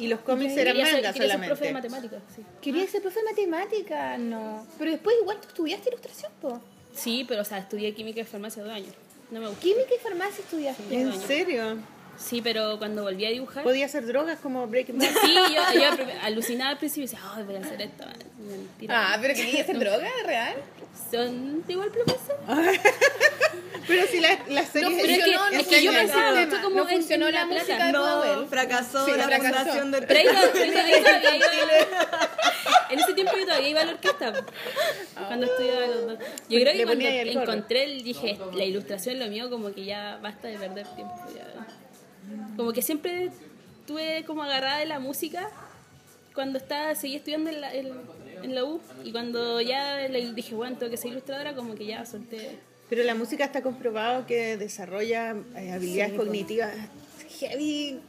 B: Y los cómics
C: Quería
B: eran
C: ser,
B: manga
C: quería ser profe de
B: solamente.
C: matemáticas, sí.
A: Quería ser profe de matemática, no. Pero después igual tú estudiaste ilustración, po.
C: Sí, pero o sea, estudié química y farmacia dos años. No me gustó.
A: Química y farmacia estudiaste.
B: ¿En serio?
C: Sí, pero cuando volví a dibujar...
B: Podía hacer drogas como
C: (laughs)
B: Breaking Bad.
C: Sí, yo, yo al prim- alucinaba al principio y decía, ay, voy a hacer esto. Mentira.
A: pero querías hacer droga, real.
C: Ah. Son de igual profesor.
B: Pero si la, la serie
A: No,
C: Pero es que,
A: Funcionó, no
C: es que yo
A: funcionó el
C: pensaba,
A: sistema,
C: esto como
A: no
C: en- en
A: funcionó la
C: Plata.
A: música.
D: No,
A: Powell.
D: fracasó
A: Sí,
D: la
A: fracasó.
D: fundación del
C: Pero ahí no- pero ahí todavía iba- En ese tiempo yo todavía iba a la orquesta. po. Cuando estudiaba los dos. Yo creo
B: Le
C: que cuando
B: ponía ahí el gorro.
C: encontré, el- dije, la ilustración lo mío, como que ya basta de perder tiempo. ya. Como que siempre estuve como agarrada de la música cuando estaba, seguí estudiando en la, en, en la U. Y cuando ya le dije, bueno, tengo que ser ilustradora, como que ya solté.
B: Pero la música está comprobado que desarrolla eh, habilidades cognitivas heavy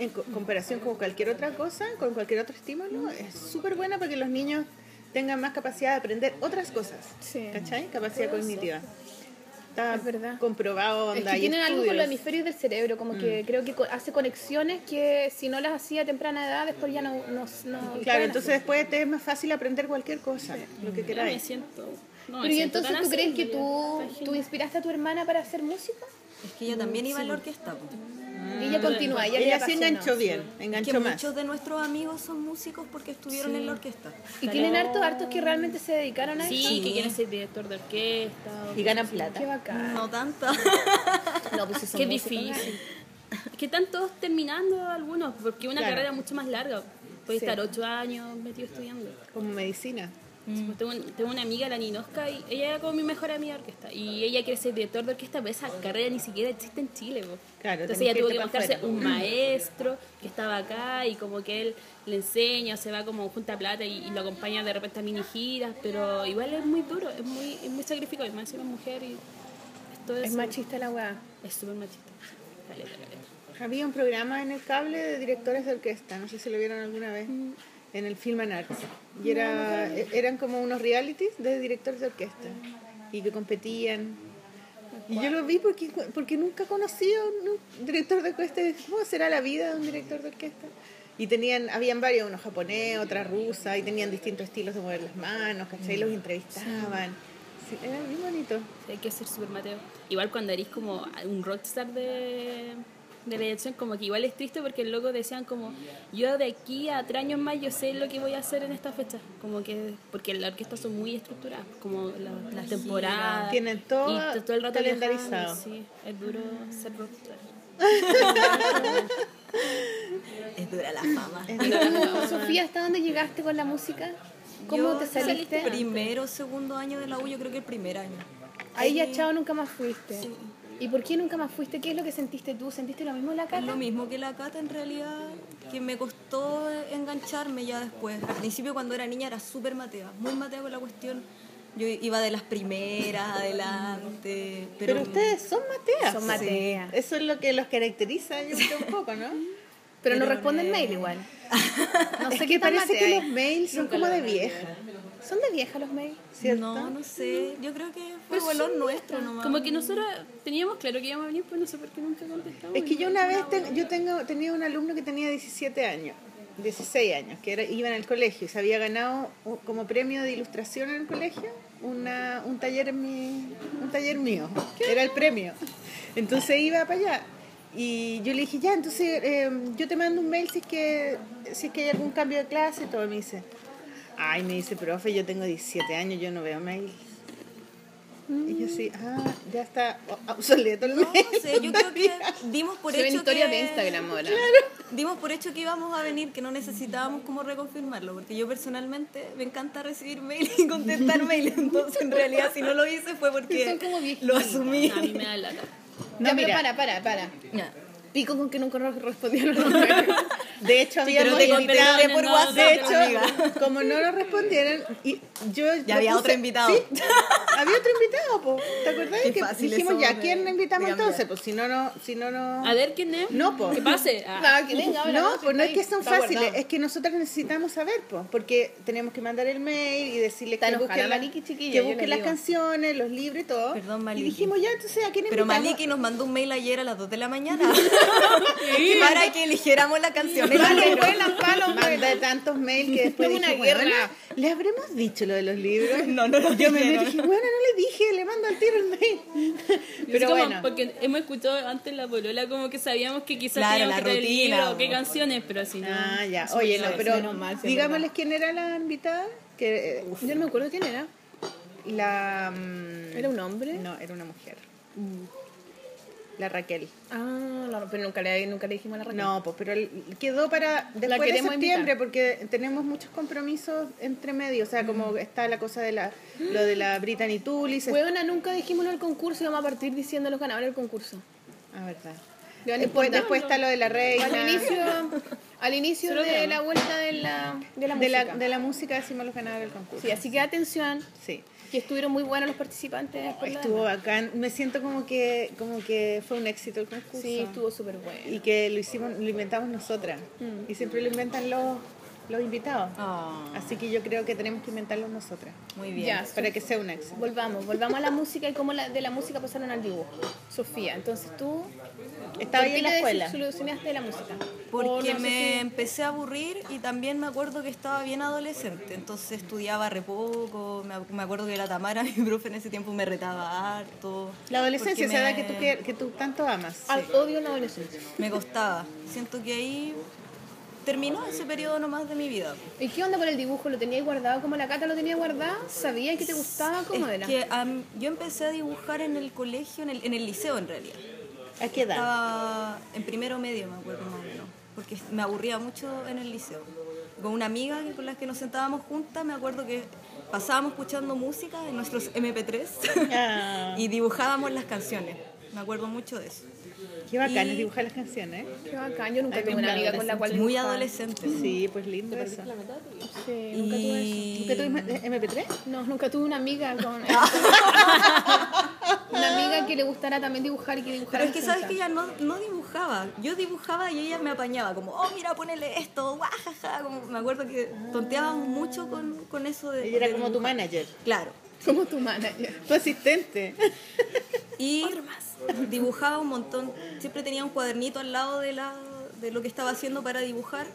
B: en co- comparación con cualquier otra cosa, con cualquier otro estímulo. Es súper buena para que los niños tengan más capacidad de aprender otras cosas.
A: Sí.
B: ¿Cachai? Capacidad cognitiva. está
A: Es verdad.
B: comprobado.
A: Es
B: Onda,
A: que
B: hay
A: tienen algo con los
B: estudios.
A: hemisferios del cerebro, como que creo que co- hace conexiones que si no las hacía a temprana edad, después ya no. no, no
B: Claro,
A: pueden
B: entonces
A: hacer.
B: después te es más fácil aprender cualquier cosa, lo que
C: Yo no me
B: queráis.
C: siento. No me
A: Pero y
C: siento
A: entonces
C: tan
A: tú
C: así,
A: crees que
C: yo-
A: tú,
C: tan
A: tú
C: genial.
A: inspiraste a tu hermana para hacer música?
D: Es que ella también iba a la orquesta. po.
A: Y ella continúa, ella, le
B: Ella se
A: apasiona.
B: enganchó bien, enganchó
D: que
B: más.
D: muchos de nuestros amigos son músicos porque estuvieron en la orquesta.
A: Y tienen hartos, hartos que realmente se dedicaron a
C: Sí,
A: eso.
C: que quieren ser director de orquesta. o-
B: Y ganan
A: Qué
B: plata.
A: bacán.
D: No
A: (laughs)
D: tanta.
A: No, pues si son
C: Qué
A: músicos,
C: difícil. Es que están todos terminando algunos, porque una
B: Claro.
C: carrera mucho más larga. Puedes
A: Sí.
C: estar ocho años metido estudiando.
B: Como medicina.
C: Sí, pues Tengo, un- tengo una amiga, la Ninoska, y ella era como mi mejor amiga de orquesta. Y ella quiere ser director de orquesta, pero esa carrera ni siquiera existe en Chile. po.
B: Claro, tenés
C: Entonces ella
B: que
C: tuvo
B: irte
C: que
B: pa'
C: buscarse
B: afuera.
C: un maestro que estaba acá y como que él le enseña, se va como junta plata y, y lo acompaña de repente a mini giras, pero igual es muy duro, es muy, es muy sacrificado, y más encima es mujer y esto
A: Es
C: es
A: machista
B: (laughs)
A: la weá.
C: es súper machista. Caleta, caleta.
B: Había un programa en el cable de directores de orquesta, no sé si lo vieron alguna vez, en el Film and Arts. Y era, e- eran como unos realities de directores de orquesta y que competían. Y yo lo vi porque, porque nunca conocí a un director de orquesta. y dije, ¿Cómo será la vida de un director de orquesta? Y tenían, habían varios, unos japonés, otra rusa, y tenían distintos estilos de mover las manos, ¿cachai? Y los entrevistaban. Sí, era muy bonito.
C: Sí, Hay que ser súper mateo. Igual cuando eres como un rockstar de, de la dirección, como que igual es triste porque el loco decían como, yo de aquí a tres años más yo sé lo que voy a hacer en esta fecha. Como que, porque las orquestas son muy estructuradas, como la- las temporadas.
B: Tienen todo
C: y t- todo el rato
B: calendarizado.
C: viajando, Sí, es duro ser rockstar.
D: es dura la fama.
A: ¿Y tú, Sofía, hasta dónde llegaste con la música? ¿Cómo
D: Yo
A: te saliste?
D: Primero, segundo año de la U, yo creo que el primer año.
A: Ahí ya chao, nunca más fuiste. ¿Y por qué nunca más fuiste? ¿Qué es lo que sentiste tú? ¿Sentiste lo mismo en la
D: Es lo
A: cata?
D: mismo que la cata en realidad, que me costó engancharme ya después. Al principio cuando era niña era súper matea, muy matea con la cuestión. Yo iba de las primeras adelante, pero,
B: Pero, ustedes son mateas.
A: Son
B: Sí.
A: mateas.
B: Eso es lo que los caracteriza, yo creo, un (laughs) poco, ¿no?
A: Pero no responden mail igual. No
B: es
A: sé
B: que
A: qué tan
B: parece
A: mate
B: que
A: hay.
B: los mails son como de vieja,
A: ¿Son de vieja los mails?
B: ¿cierto?
D: no, no sé, yo creo que
A: Pues
D: fue valor nuestro nomás.
C: Como que nosotros teníamos claro que íbamos a venir, pues no sé por qué nunca
B: (laughs)
C: contestamos.
B: Es que yo una vez ten- yo tengo, tenía un alumno que tenía 17 años, 16 años, que era, iba en el colegio y se había ganado u- como premio de ilustración en el colegio una, un, taller en mi, un taller mío, que era el premio. Entonces iba para allá y yo le dije, ya, entonces eh, yo te mando un mail si es, que, si es que hay algún cambio de clase y todo. Y me dice, ay, me dice, profe, yo tengo 17 años, yo no veo mail. Y yo así, ah, ya está obsoleto el mail.
D: No sé, yo creo que dimos por
A: Soy una
D: hecho
A: historia
D: que...
A: de Instagram ahora.
D: Dimos por hecho que íbamos a venir, que no necesitábamos como reconfirmarlo, porque yo personalmente me encanta recibir mail y contestar mail, entonces en realidad si no lo hice fue porque
A: Son como viejitas.
D: lo asumí.
C: A mí me da lata.
B: No,
A: ya, pero
B: mira.
A: para, para, para.
D: Ya.
A: Pico con que nunca nos respondieron los mails.
B: De hecho, habíamos
D: te
B: invitado-
D: contesté por
C: no,
D: WhatsApp,
B: De hecho,
D: amiga.
B: como no nos respondieron, y yo
D: Ya
B: lo
D: había otro invitado.
B: Sí, había otro invitado, po. ¿te acordás?
D: Qué
B: que
D: fácil
B: dijimos
D: eso
B: ya,
D: de-
B: ¿quién invitamos
D: de cambiar.
B: entonces? Pues si no, no, si no, no.
C: A ver quién es.
B: No, po. (laughs)
C: Que pase. Ah.
A: Claro, que venga ahora,
B: No,
A: si
B: pues no es
A: está
B: que
A: ahí,
B: son
A: está
B: fáciles,
A: guardado.
B: es que nosotros necesitamos saber, po, porque tenemos que mandar el mail y decirle
A: Está
B: que
A: enojada
B: busquen, la-
A: Maliki, chiquilla,
B: que
A: yo
B: busquen
A: le
B: las
A: digo.
B: canciones, los libros y todo.
D: Perdón, Maliki.
B: Y dijimos ya, entonces, ¿a quién
D: Pero
B: invitamos?
D: Maliki nos mandó un mail ayer a las 2 de la mañana (laughs) para que eligiéramos la canción.
B: Vale, buenas, palo, Mandé tantos mails que después
A: Tuve una
B: dije, bueno,
A: guerra.
B: ¿le habremos dicho lo de los libros?
D: No, no lo
B: Yo me
D: dijeron.
B: dije, bueno, no le dije, le mando al tiro el
A: (laughs)
B: mail. Pero
C: Así como,
B: bueno,
C: Porque hemos escuchado antes la polola, como que sabíamos que quizás
D: Claro, la
C: teníamos que traer el
D: rutina,
C: libro,
D: o-
C: qué canciones, pero así no.
B: ah, ya, oye, no, pero digámosles quién era la invitada, que eh,
A: Yo no me acuerdo quién era.
B: la... mm,
A: ¿Era un hombre? Mm.
B: No, era una mujer. La Raquel.
A: Ah, no, pero nunca le, nunca le dijimos a la Raquel.
B: No, pues, pero el- quedó para después de
A: queremos
B: septiembre
A: invitar.
B: porque tenemos muchos compromisos entre medio. O sea,
A: Mm.
B: como está la cosa de la, lo de la Brittany Tulis.
A: Huevona, nunca dijimos el concurso y vamos a partir diciendo los ganadores del concurso.
B: Ah, verdad.
A: Le van a
B: Después,
A: importar.
B: después está lo de la reina.
A: Al inicio, al inicio
C: Solo
A: de
C: vean.
A: la vuelta de la, de la
B: de,
A: música.
B: la, de la música decimos los ganadores del concurso.
A: Sí, así que atención,
B: Sí.
A: que estuvieron muy buenos los participantes. por lo
B: Estuvo
A: demás.
B: bacán. Me siento como que, como que fue un éxito el concurso.
A: Sí, estuvo súper bueno.
B: Y que lo hicimos, lo inventamos nosotras. Y siempre lo inventan los, los invitados.
D: Mm. Ah.
B: Así que yo creo que tenemos que inventarlos nosotras.
D: Muy bien.
A: Ya,
B: Para que sea un éxito.
A: volvamos, volvamos a la música y cómo la- de la música pasaron al dibujo. Sofía, entonces tú...
B: Estaba
A: ¿por
B: ahí
A: qué
B: en la
A: te
B: escuela.
A: desilusionaste de la música? O
D: Porque
A: no sé
D: me
A: si-
D: empecé a aburrir y también me acuerdo que estaba bien adolescente, entonces estudiaba re poco, me, ac- me acuerdo que la Tamara, (laughs) mi profe en ese tiempo, me retaba harto.
B: La
D: porque
B: adolescencia, esa edad
D: me-
B: que tú, que, que tú tanto amas.
A: Ah, Odio la adolescencia.
D: Me costaba. Siento que ahí terminó ese periodo nomás de mi vida.
A: ¿Y qué onda con el dibujo? ¿Lo tenías guardado como la cata lo tenía guardado? ¿Sabías que te gustaba? ¿Cómo
D: Es
A: era?
D: que am, yo empecé a dibujar en el colegio, en el, en el liceo en realidad.
B: ¿A qué
D: Ah.
B: edad?
D: Estaba en primero medio, me acuerdo más o menos, porque me aburría mucho en el liceo. Con una amiga que- con las que nos sentábamos juntas, me acuerdo que pasábamos escuchando música en nuestros MP3
B: Ah,
D: (laughs) y dibujábamos las canciones. Me acuerdo mucho de eso.
B: qué bacán
D: y-
B: es dibujar las canciones. ¿eh?
A: Qué bacán, yo nunca
B: Ay,
A: tuve
B: muy
A: una amiga con la cual
D: Muy
A: dibujaba.
D: adolescente.
B: Sí, pues lindo eso.
A: Sí, nunca tuve eso.
D: Y-
B: ¿Nunca tuviste MP3?
A: No, nunca tuve una amiga con... una amiga que le gustara también dibujar y que dibujara
D: Pero es que
A: juntas.
D: sabes que ella no, no dibujaba. Yo dibujaba y ella me apañaba, como, oh, mira, ponele esto, guajaja. Como, me acuerdo que tonteábamos mucho con, con eso de.
B: Ella era
D: de
B: como tu
D: dibujar.
B: manager,
D: Claro.
A: (laughs) Como tu manager.
B: tu asistente.
D: Y dibujaba un montón. Siempre tenía un cuadernito al lado de, la, de lo que estaba haciendo para dibujar.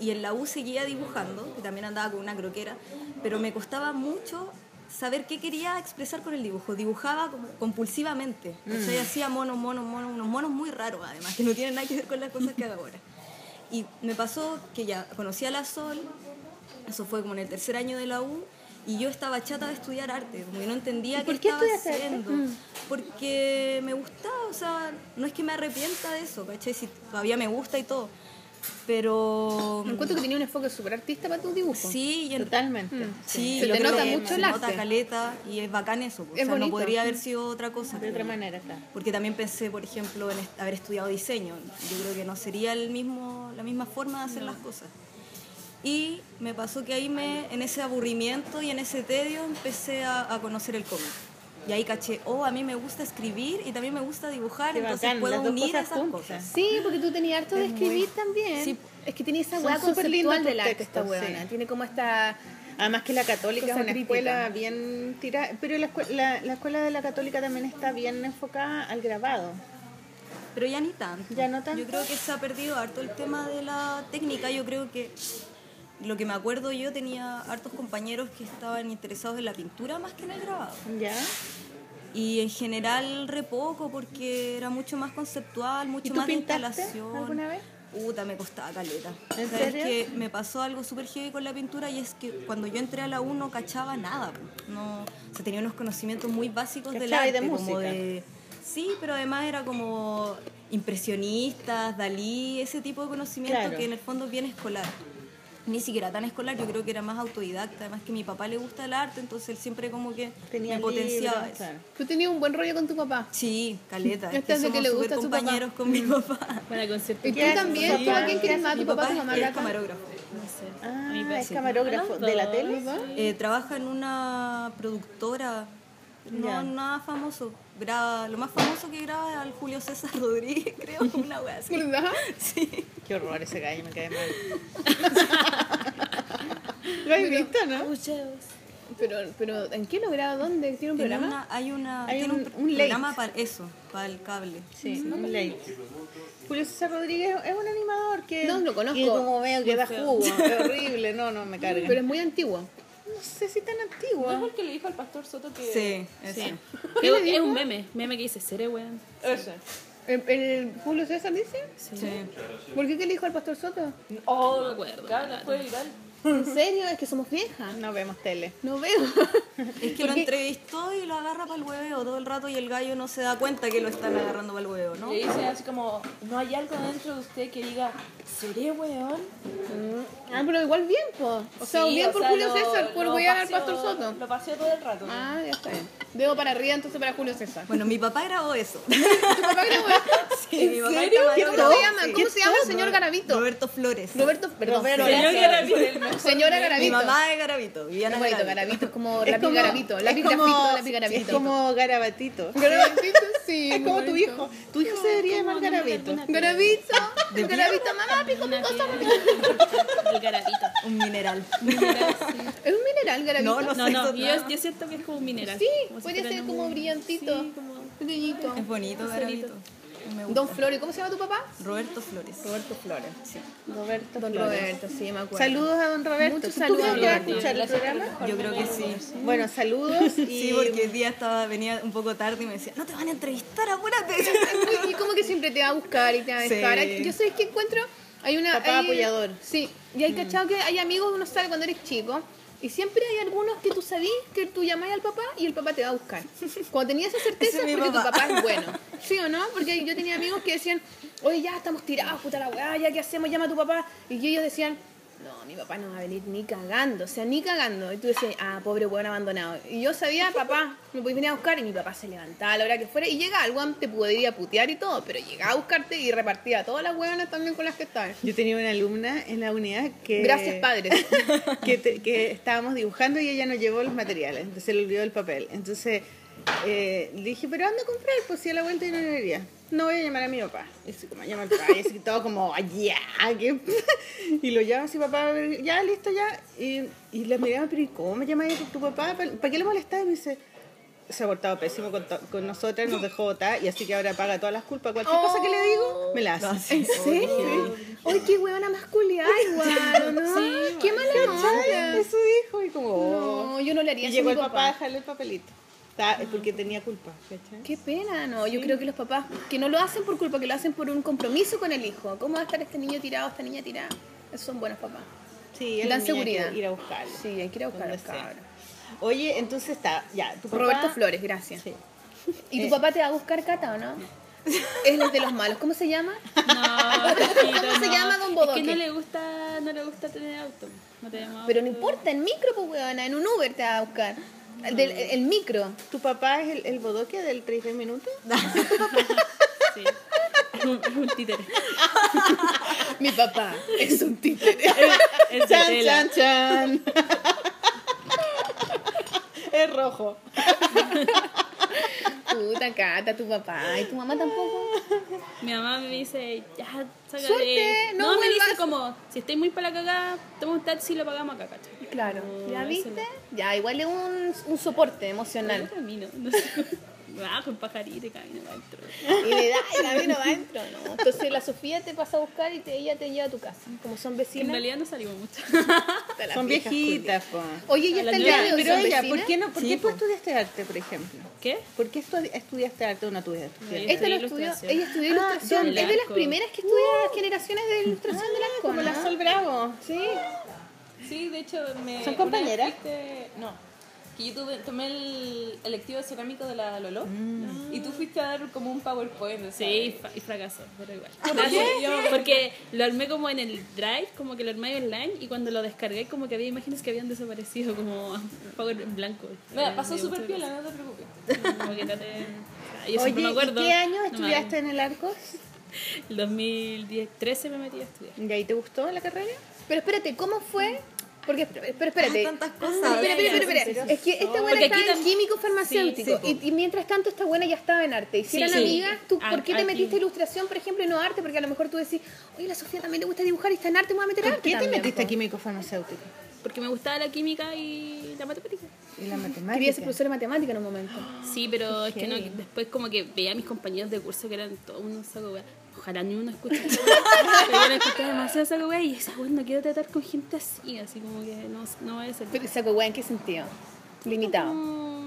D: Y en la U seguía dibujando, que también andaba con una croquera. Pero me costaba mucho saber qué quería expresar con el dibujo. Dibujaba como compulsivamente.
B: Mm.
D: ¿cachai? hacía monos, monos, monos, unos monos muy raros además, que no tienen nada que ver con las cosas que hago ahora. Y me pasó que ya conocí a la Sol, eso fue como en el tercer año de la U, y yo estaba chata de estudiar arte, como que no entendía qué,
B: por qué
D: estaba
B: estudiaste arte?
D: haciendo. Porque me gustaba, o sea, no es que me arrepienta de eso, ¿cachai? Si todavía me gusta y todo. Pero.
A: Me encuentro que tenía un enfoque súper artista para tus dibujos.
D: Sí, y en-
B: Totalmente.
D: Mm, Sí,
A: Se
D: yo
A: te
D: creo
A: nota
D: que
A: mucho
D: se
A: el
D: nota
A: arte.
D: caleta y es bacán eso. pues, O sea,
A: Es
D: no
A: bonito.
D: podría haber sido otra cosa.
B: De otra manera, está.
D: Porque también pensé, por ejemplo, en est- haber estudiado diseño. Yo creo que no sería el mismo, la misma forma de hacer las cosas. Y me pasó que ahí me, en ese aburrimiento y en ese tedio empecé a, a conocer el cómic. Y ahí caché, oh, a mí me gusta escribir y también me gusta dibujar,
B: Qué
D: entonces
B: bacán,
D: puedo
B: las dos
D: unir
B: cosas
D: esas
B: juntas.
D: cosas.
A: Sí, porque tú tenías harto de escribir también.
D: Sí.
A: Es que tiene esa
B: Son
A: hueá
B: súper lindos
A: conceptual
B: tus
A: del arte esta
B: textos,
A: hueona.
B: sí.
A: Tiene como esta...
B: Además que la católica
A: Cosa
B: es una
A: crítica.
B: escuela bien tirada, pero la, escue- la, la escuela de la católica también está bien enfocada al grabado.
D: Pero ya ni tanto.
B: Ya no tanto.
D: Yo creo que se ha perdido harto el tema de la técnica. Yo creo que lo que me acuerdo yo tenía hartos compañeros que estaban interesados en la pintura más que en el grabado.
B: ¿Ya?
D: Y en general re poco porque era mucho más conceptual, mucho
B: tú
D: más de
B: pintaste
D: instalación.
B: alguna vez?
D: Puta, me costaba caleta.
B: ¿En
D: O sea, es
B: serio?
D: que me pasó algo súper heavy con la pintura y es que cuando yo entré a la U no cachaba nada. po. No, o sea, tenía unos conocimientos muy básicos del
B: Cachaba y
D: arte,
B: de
D: como
B: música.
D: de Sí, pero además era como impresionistas, Dalí, ese tipo de conocimiento
B: Claro.
D: que en el fondo es bien escolar. Ni siquiera tan escolar, yo creo que era más autodidacta, además que a mi papá le gusta el arte, entonces él siempre como que
B: Tenía
D: me potenciaba
B: libros,
D: eso.
B: claro.
A: Tú tenías un buen rollo con tu papá.
D: Sí, caleta.
A: Este es de
D: somos
A: que le
D: súper
A: gusta a tu papá.
D: compañeros con mi papá.
C: Para concierto.
A: ¿Y tú
B: ¿Qué hace tu
A: también? ¿Tú
B: papá?
A: a
B: ¿Qué
A: quién quieres
B: hace
A: más?
D: mi
A: ¿Tu papá, tu
D: papá
A: mamá,
D: es,
A: la
D: es
A: Cata?
D: camarógrafo.
B: Ah,
C: parece
B: es
C: que-
B: camarógrafo de la tele.
D: Eh, trabaja en una productora, no
B: Ya.
D: nada famoso. Graba, lo más famoso que graba es al Julio César (laughs) Rodríguez, creo, una wea así.
A: (laughs) ¿Verdad?
D: Sí.
B: Qué horror ese gallo, me cae mal.
A: (laughs)
B: Lo has visto, ¿no?
C: Muchos.
A: Pero, pero ¿en qué logrado? ¿Dónde? ¿Tiene un
D: Tiene
A: programa?
D: una, hay una,
B: Hay
D: tiene un,
B: un-
D: pr-
B: un late.
D: programa para eso, para el cable.
B: Sí, un late. Julio César Rodríguez es un animador que.
A: No, lo conozco.
B: que como veo que da
A: (laughs)
B: jugo. Es horrible, no, no, me carga.
A: Pero es muy antiguo.
B: no sé si tan
E: ¿No es
B: antiguo.
E: el que le dijo al pastor Soto que.?
D: Sí, eso.
C: Sí.
A: ¿Qué
C: Es,
A: le dijo?
C: es un meme, meme que dice, seré weón.
E: Ese.
A: ¿El, el Julio César dice?
D: Sí.
A: ¿Por qué qué le dijo al pastor Soto?
E: Oh,
C: me acuerdo.
E: Claro, fue viral.
A: ¿En serio? Es que somos viejas.
B: No vemos tele.
A: No veo. (laughs)
D: Es que lo entrevistó y lo agarra para el hueveo todo el rato y el gallo no se da cuenta que lo están agarrando para el hueveo, ¿no?
E: Le dice así como: No hay algo dentro de usted que diga, seré weón.
A: Ah, pero igual bien, po. O sea,
E: Sí,
A: bien
E: o
A: por
E: sea,
A: Julio
E: lo-
A: César, por
E: lo
A: huear al
E: paseó-
A: pastor Soto.
E: Lo paseó todo el rato.
A: Ah, ya está bien. Dedo para arriba entonces para Julio César.
D: Bueno, mi papá grabó eso. (laughs)
A: ¿Tu papá grabó?
D: Sí, mi papá
A: ¿Cómo
D: grabó
A: se
D: eso.
A: llama? ¿Cómo se llama el señor Garavito?
D: Roberto Flores.
A: Roberto, perdón,
B: Roberto.
A: Flores.
E: Gracias, el
A: Señora
D: Mi
A: Garavito.
D: mamá de Garavito, Viviana
A: Es bonito,
D: Garavito.
A: Garavito es como lápiz Garavito, lápiz
B: es como-
A: grafito, lápiz Garavito.
B: es
A: (laughs)
B: como garabatito.
A: Garabito, sí.
B: Es como tu hijo. Tu hijo se debería llamar garabito.
A: Garabito, Garabito, mamá, pico,
C: Una
A: pico, toma.
C: piedra. El garabito.
D: Un mineral.
A: Es un mineral, Garabito.
D: No, no
C: No, no,
D: Eso
C: yo, yo siento que es como un mineral.
A: Sí,
C: si
A: puede
C: fuera
A: ser
C: un-
A: como brillantito.
C: Sí, como-
A: Brillito.
D: Es bonito Garavito. Me gusta.
A: Don Flores, ¿cómo se llama tu papá?
D: Roberto Flores. Roberto Flores. Sí.
B: Roberto
A: Don Roberto, sí, me acuerdo.
B: Saludos a don Roberto.
A: Muchos
B: ¿Tú crees
A: saludos,
B: que va a
A: Roberto.
B: escuchar el programa?
D: Yo creo que sí.
B: Bueno, saludos (laughs) y
D: Sí, porque el día estaba, venía un poco tarde y me decía, no te van a entrevistar,
A: (laughs)
D: apúrate.
A: Y como que siempre te va a buscar y te va a
D: Sí.
A: dejar. Ay, Yo sé que encuentro. Hay una.
B: Papá
A: hay-
B: apoyador.
A: Sí, y
D: Mm.
A: hay cachado que hay amigos que uno sabe cuando eres chico. Y siempre hay algunos que tú sabís que tú llamás al papá y el papá te va a buscar. Cuando tenías esa certeza
D: (laughs) Ese es
A: es
D: mi
A: porque tu
D: papá. (laughs)
A: papá es bueno. ¿Sí o no? Porque yo tenía amigos que decían, oye, ya estamos tirados, puta la weá, ya qué hacemos, llama a tu papá. Y ellos decían, no, mi papá no va a venir ni cagando, o sea, ni cagando. Y tú decías, ah, pobre weón abandonado. Y yo sabía, papá, me podías venir a buscar. Y mi papá se levantaba a la hora que fuera y llegaba. El weón te podía putear y todo, pero llegaba a buscarte y repartía a todas las weonas también con las que estaban.
B: Yo tenía una alumna en la unidad que...
A: Gracias, (laughs) Oh, padres.
B: (laughs) que, te- que estábamos dibujando y ella nos llevó los materiales, entonces se le olvidó el papel. Entonces eh, le dije, pero anda a comprar, pues si a la vuelta hay una librería. No voy a llamar a mi papá. Y así como llama al papá, y así todo como, allá. (laughs) Y lo llama así, papá, ya, listo, ya. Y, y la miraba, pero ¿y cómo me llamas a tu papá? ¿Para para qué le molestas? Y me dice, se ha portado pésimo con, to- con nosotras, nos dejó votar, y así que ahora paga todas las culpas. Cualquier cosa que le digo, me la hace.
A: ¿En serio? Ay, qué huevona más culiada igual, ¿no? qué mala
B: ¿Cachai?
A: onda.
B: Es su hijo, y como... oh.
A: No, yo no le haría
B: Y
A: eso a
B: llegó
A: mi
B: el papá a
A: papá.
B: dejarle el papelito. Está- es porque tenía culpa, ¿cachai?
A: Qué pena, no. Yo creo que los papás que no lo hacen por culpa, que lo hacen por un compromiso con el hijo. ¿Cómo va a estar este niño tirado, esta niña tirada? Esos son buenos papás.
B: Sí,
A: él
B: la
A: Dan tenía que seguridad.
B: ir
A: ir
B: a
A: a
B: buscarlo.
A: Sí, hay que ir a buscar a los
B: Donde sea.
A: cabros.
B: Oye, entonces está, ya, tu papá-
A: Roberto Flores, gracias.
B: Sí.
A: ¿Y tu papá te va a buscar Cata o no? Él es de los malos. ¿Cómo se llama?
C: No, tranquilo,
A: ¿Cómo se
C: no.
A: llama Don
C: Es
A: Bodoque?
C: que no le gusta, no le gusta tener auto. No tenemos
A: Pero no
C: auto.
A: importa, en micro, pues, huevona, en un Uber te va a buscar. El, del- el micro.
B: ¿Tu papá es el, el bodoque del 30 minutos?
C: Sí. Es un, es un títere.
A: Mi papá es un títere.
C: Es de
B: ¡Chan,
C: tela.
B: chan, chan! es rojo.
A: Puta Cata, tu papá. ¿Y tu mamá tampoco?
C: Mi mamá me dice, ya, sácale.
A: Suerte, no
C: me
A: vuelvas.
C: dice como, si estoy muy para la cagada, toma un taxi y lo pagamos acá, ¿cachai?
A: Claro.
C: No,
A: ¿Ya
C: eso
A: viste?
C: no.
A: Ya, igual es un, un soporte
C: Yo
A: emocional.
C: camino, no sé. Bajo un pajarito y camino para adentro.
A: Y le da el camino va adentro, ¿no? Entonces la Sofía te pasa a buscar y te- ella te lleva a tu casa. Como son
C: Que en
A: vecinas.
C: realidad no salimos mucho.
A: hasta las
B: Son
A: viejas
B: viejitas, po.
A: culias. Oye, ya
C: A
A: está
C: la
A: el
C: nueva.
A: día de hoy.
B: Pero
A: ¿Son
B: ella, ¿por
A: vecinas?
B: qué, no, por
D: Sí,
B: qué tú
D: po.
B: estudiaste arte, por ejemplo?
C: ¿Qué?
B: ¿Por qué estu- estudiaste arte o no tú
C: No,
B: estudiaste?
C: yo
A: Esta lo
C: estudié
A: estudió,
C: ilustración.
A: ella estudió
B: Ah,
A: ilustración.
C: del
A: es de las
C: arco.
A: primeras que estudia generaciones de ilustración del arco.
B: Como la
A: ¿no?
B: Sol Bravo.
A: Sí.
E: Sí, de hecho, me.
B: ¿Son compañeras?
E: una vez fuiste- No. Que yo tuve, tomé el electivo cerámico de la Lolo y tú fuiste a dar como un PowerPoint. ¿sabes?
C: Sí, y fa- y fracasó, pero igual. Así, yo- porque lo armé como en el Drive, como que lo armé online, y cuando lo descargué, como que había imágenes que habían desaparecido, como Power en blanco. Eh,
E: Mira, pasó
C: Me dio
E: súper
C: mucha
E: piola, no te preocupes.
C: gracia. Como que traté- Ah, Yo
B: Oye,
C: siempre me
B: ¿y
C: acuerdo.
B: qué año
C: No me
B: estudiaste
C: acuerdo.
B: en el Arcos?
C: El 2013 me metí a estudiar.
B: ¿Y ahí te gustó la carrera?
A: Pero espérate, ¿cómo fue? Porque, pero espérate.
D: Tantas cosas.
A: No, espera, espera, espera, espera. Es que esta buena
C: Porque
A: estaba
C: aquí
A: en
C: tam-
A: químico farmacéutico.
D: Sí, sí,
A: y, y mientras tanto, esta buena ya estaba en arte. Hicieran
C: Sí, sí.
A: amigas, ¿tú
B: Ah,
A: por
C: Ar-
A: qué te
C: aquí.
A: metiste ilustración, por ejemplo, y no arte? Porque a lo mejor tú decís, oye, la Sofía también le gusta dibujar y está en arte, me voy a meter a
B: ¿Por
A: arte.
B: qué te
A: también,
B: metiste
A: po".
B: a químico farmacéutico?
C: Porque me gustaba la química y la matemática.
B: Y la matemática.
A: Quería ser profesora de matemática en un momento.
C: Sí, pero es que no, después como que veía a mis compañeros de curso que eran todos unos saco wea. Ojalá ni uno escuche. esa wea. (laughs) pero yo la escuchaba demasiado saco wea y esa wea no quiero tratar con gente así, así como que no, no vaya a ser.
A: Pero saco weá, ¿en qué sentido? Limitado.
C: Como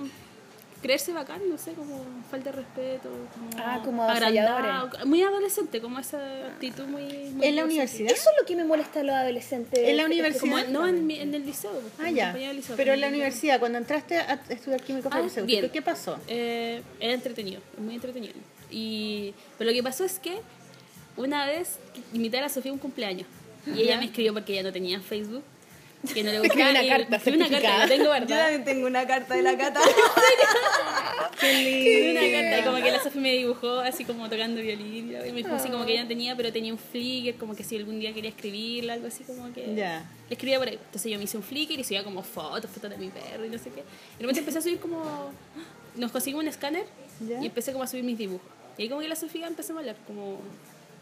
C: creerse bacán, no sé, como falta de respeto. Como
A: Ah, como
C: agrandado, Muy adolescente, como esa actitud muy... muy
B: ¿En la
C: adolescente.
B: universidad?
A: Eso es lo que me molesta a los adolescentes.
B: ¿En la
A: Es que
C: Como,
B: universidad?
C: no, en, mi- en el liceo. pues, con
B: Ah,
C: mi
B: ya.
C: compañera del liceo,
B: Pero en la
C: como-
B: universidad, cuando entraste a estudiar químico
C: Ah,
B: farmacéutico,
C: bien.
B: ¿qué pasó?
C: Eh, era entretenido, muy entretenido. Y, pero lo que pasó es que una vez invité a la Sofía a un cumpleaños y ella me escribió porque ella no tenía Facebook que
A: (laughs)
C: no le
A: Escribí
C: gustaba.
A: una
C: y-
A: carta
C: escribí una carta,
A: certificada.
C: la tengo
D: Yo
C: guardada.
D: también tengo una carta de la
A: (laughs)
D: cata.
C: Escribí una carta y como que la Sofi me dibujó así como tocando violín. ya, Y me dijo así como que ella no tenía, pero tenía un flicker, como que si algún día quería escribirla, algo así como que.
B: Ya.
C: Le escribía por ahí. Entonces yo me hice un flicker y subía como fotos, fotos de mi perro y no sé qué. Y de repente empecé a subir como. Nos conseguimos un escáner y empecé como a subir mis dibujos. Y ahí como que la Sofía empezó a hablar, como.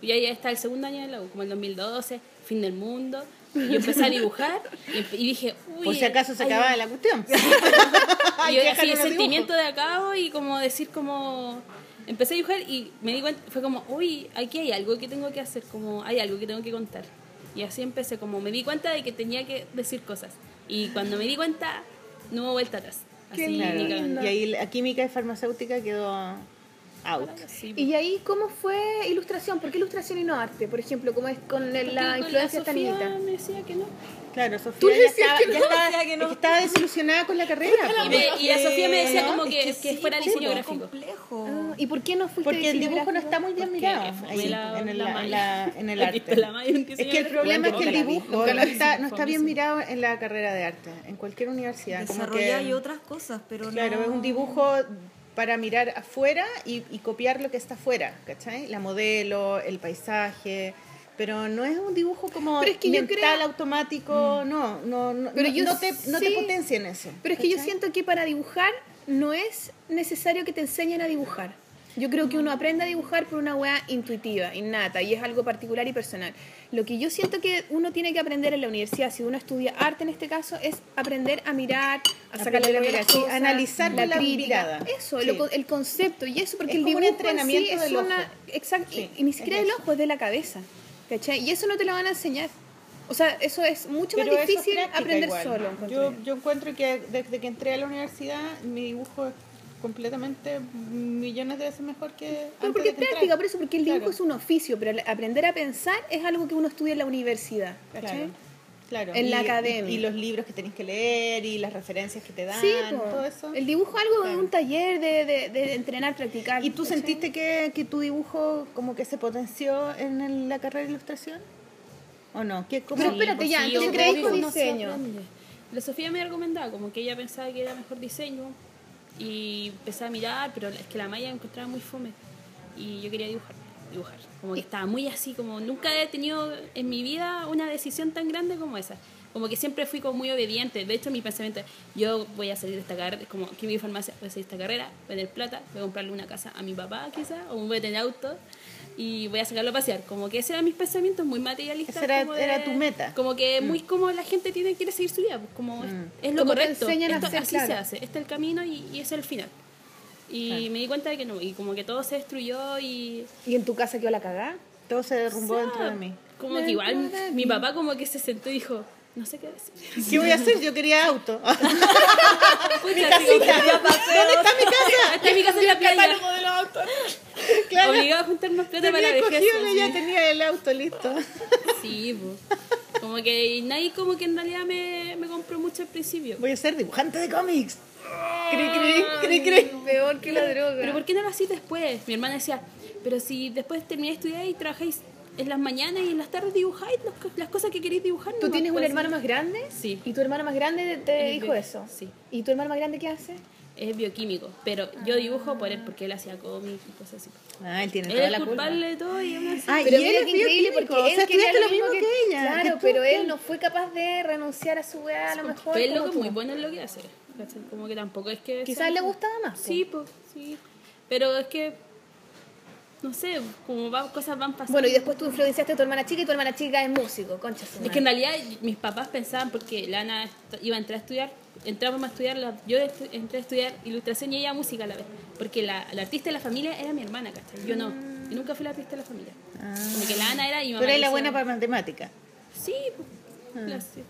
C: Y ya, ya está el segundo año de la U, como el 2012, fin del mundo. Y yo empecé a dibujar y, empe- y dije, uy.
B: Por si acaso se
C: ay,
B: acababa la cuestión.
C: y yo
B: que dejar
C: así, el
B: unos
C: sentimiento de acabo y como decir como... Empecé a dibujar y me di cuenta, fue como, uy, aquí hay algo que tengo que hacer, como hay algo que tengo que contar. Y así empecé, como me di cuenta de que tenía que decir cosas. Y cuando me di cuenta, no hubo vuelta atrás. Así, ni
B: Claro,
C: cagando.
B: Y ahí la química y farmacéutica quedó out.
C: Sí,
A: Y ahí, ¿cómo fue ilustración? ¿Por qué ilustración y no arte? Por ejemplo, ¿cómo es con el- la
C: porque
A: influencia de esta
C: Sofía
A: niñita?
C: me decía que no.
B: Claro, Sofía
A: Tú le
B: ya
A: decías
B: estaba,
A: que
B: ya
A: no,
B: estaba-
D: decía que no.
B: es que estaba desilusionada con Ah, la carrera.
C: Y,
B: po.
C: me- y la Sofía me decía como que,
D: Es
C: que
D: sí,
C: fuera
D: po,
C: diseño
D: es
C: gráfico.
D: complejo.
A: Ah, ¿Y por qué no fuiste
B: Porque el
A: diseño
B: dibujo no
A: gráfico?
B: está muy bien mirado
C: fue
B: ahí,
C: la-
B: en, el,
C: la
B: en
C: Maya.
B: la- en el
C: (laughs) Ahí está
B: arte.
C: la Maya, un
B: es
C: diseño
B: que el
C: gráfico.
B: problema es que el
A: Nunca la vi,
B: dibujo
A: nunca
B: no
A: la vi.
B: está, no está bien
C: Fomísimo.
B: mirado en la carrera de arte, en cualquier universidad. como que-
D: Desarrollar y otras cosas, pero
B: Claro,
D: no.
B: es un dibujo para mirar afuera y, y copiar lo que está afuera, ¿cachai? La modelo, el paisaje, pero no es un dibujo como
A: Pero es que yo
B: mental,
A: creo-
B: automático, no, no, no,
A: Pero
B: no-
A: yo
B: no te, no te
A: sí-
B: potencia en eso.
A: Pero es que yo siento que para dibujar no es necesario que te enseñen a dibujar. Yo creo que uno aprende a dibujar por una weá intuitiva, innata, y es algo particular y personal. Lo que yo siento que uno tiene que aprender en la universidad, si uno estudia arte en este caso, es aprender a mirar, a sacar
B: Aprender a
A: la
B: mirar, sí, analizar con la mirada.
A: Eso,
B: Sí.
A: lo con- el concepto, y eso, porque
B: Es
A: el
B: como un
A: dibujo en
B: entrenamiento
A: sí es
B: del ojo.
A: una- Exacto,
B: Sí,
A: y, y ni siquiera
B: es
A: del
B: eso.
A: ojo, es de la cabeza. ¿Cachai? Y eso no te lo van a enseñar. O sea, eso es mucho
B: Pero eso
A: más
B: es
A: difícil
B: práctica
A: aprender
B: igual.
A: solo. encuentro
B: Yo, yo encuentro que desde que entré a la universidad mi dibujo es completamente millones de veces mejor que
A: Pero
B: antes
A: porque
B: de
A: es
B: que entrara.
A: práctica, por eso, porque el dibujo
B: Claro.
A: es un oficio, pero el aprender a pensar es algo que uno estudia en la universidad. ¿cachai?
B: Claro. claro.
A: En la
B: Y- y-
A: academia.
B: Y, los libros que tenés que leer y las referencias que te dan,
A: Sí, po.
B: todo eso.
A: el dibujo es algo
B: Claro.
A: de un taller de, de- de entrenar, practicar.
B: ¿Y tú
A: ¿cachai?
B: sentiste que, que tu dibujo como que se potenció en el- la carrera de ilustración? ¿O no? ¿Qué, cómo-
A: Pero espérate, ya,
C: Sí,
A: entonces
C: obvio,
A: crees
C: obvio,
A: con
C: no se
A: diseño.
C: aprende. La Sofía me recomendaba como que ella pensaba que era mejor diseño y empecé a mirar, pero es que la malla me encontraba muy fome y yo quería dibujar, dibujar. Como que estaba muy así, como nunca he tenido en mi vida una decisión tan grande como esa. Como que siempre fui como muy obediente. De hecho, mi pensamiento es, yo voy a salir de esta carrera, como que mi farmacia, voy a salir de esta carrera, voy a tener plata, voy a comprarle una casa a mi papá quizá, o voy a tener auto y voy a sacarlo a pasear. Como que ese eran mis pensamientos muy materialistas.
B: Esa era-
C: como de-
B: era tu meta.
C: como que muy como la gente tiene quiere seguir su vida, pues, como es, es lo
A: Como te
C: correcto.
A: enseñan a
C: Esto-
A: hacer,
C: así
A: claro.
C: se hace, este es el camino y, y ese es el final. Y me di cuenta de que no, y como que todo se destruyó y
A: ¿Y en tu casa quedó
B: (laughs)
A: la cagada?
B: Todo se derrumbó dentro de mí.
C: como que igual mi papá como que se sentó y dijo, no sé qué decir.
B: ¿Qué voy a hacer? Yo quería auto. (laughs) ¿Dónde
C: Mi casita.
B: está mi
C: (laughs)
B: casa?
C: Hasta mi casa en la playa.
B: Claro.
C: Obligado a juntarnos plata para la
B: Tenía
C: vejez.
B: cogido y
C: así.
B: ya tenía el auto listo. (laughs)
C: Sí, pues. Como que y nadie como que en realidad me, me compró mucho al principio.
B: Voy a ser dibujante de cómics. Cri, cri, cri, cri.
A: Peor que la droga.
C: ¿Pero por qué no lo hacís después? Mi hermana decía, pero si después terminé de estudiar y trabajáis en las mañanas y en las tardes dibujáis los co- las cosas que queréis dibujar.
A: ¿Tú
C: nomás,
A: tienes un
C: pues,
A: hermano
C: así.
A: más grande?
C: Sí.
A: ¿Y tu hermano más grande te
C: Es
A: dijo
C: de-
A: eso?
C: sí.
A: ¿Y tu hermano más grande qué hace?
C: Es bioquímico, pero yo dibujo por él porque él hacía cómics y cosas así.
B: Ah, él tiene
C: Él
B: toda
C: es
B: la culpa.
C: culpable de todo y aún así.
B: Ah,
A: Pero
B: y
A: mira
B: él es
A: qué increíble
B: bioquímico,
A: porque
B: o
A: él
B: sea,
A: quería
B: estudiaste lo mismo que, ella.
A: Claro,
B: que tú,
A: pero él
B: claro.
A: no fue capaz de renunciar a su weá a lo mejor.
C: Pero el
A: como
C: loco es
A: tú.
C: muy bueno en lo que hace. ¿cachai? Como que tampoco es que. sea-
A: Quizás le gustaba más. po.
C: Sí, pues, sí. Pero es que. No sé, como va- cosas van pasando.
A: Bueno, y después tú influenciaste a tu hermana chica y tu hermana chica es músico, concha su
C: Es que en realidad mis papás pensaban porque Lana est- iba a entrar a estudiar, entramos a estudiar, la- yo estu- entré a estudiar ilustración y ella música a la vez, porque la, la artista de la familia era mi hermana, ¿cachai? Yo no, yo nunca fui la artista de la familia. Como que Lana era y mi
B: Ah.
C: mamá.
B: Pero él
C: decía-
B: es buena Ah. para matemáticas.
C: Sí, pues, la- sí,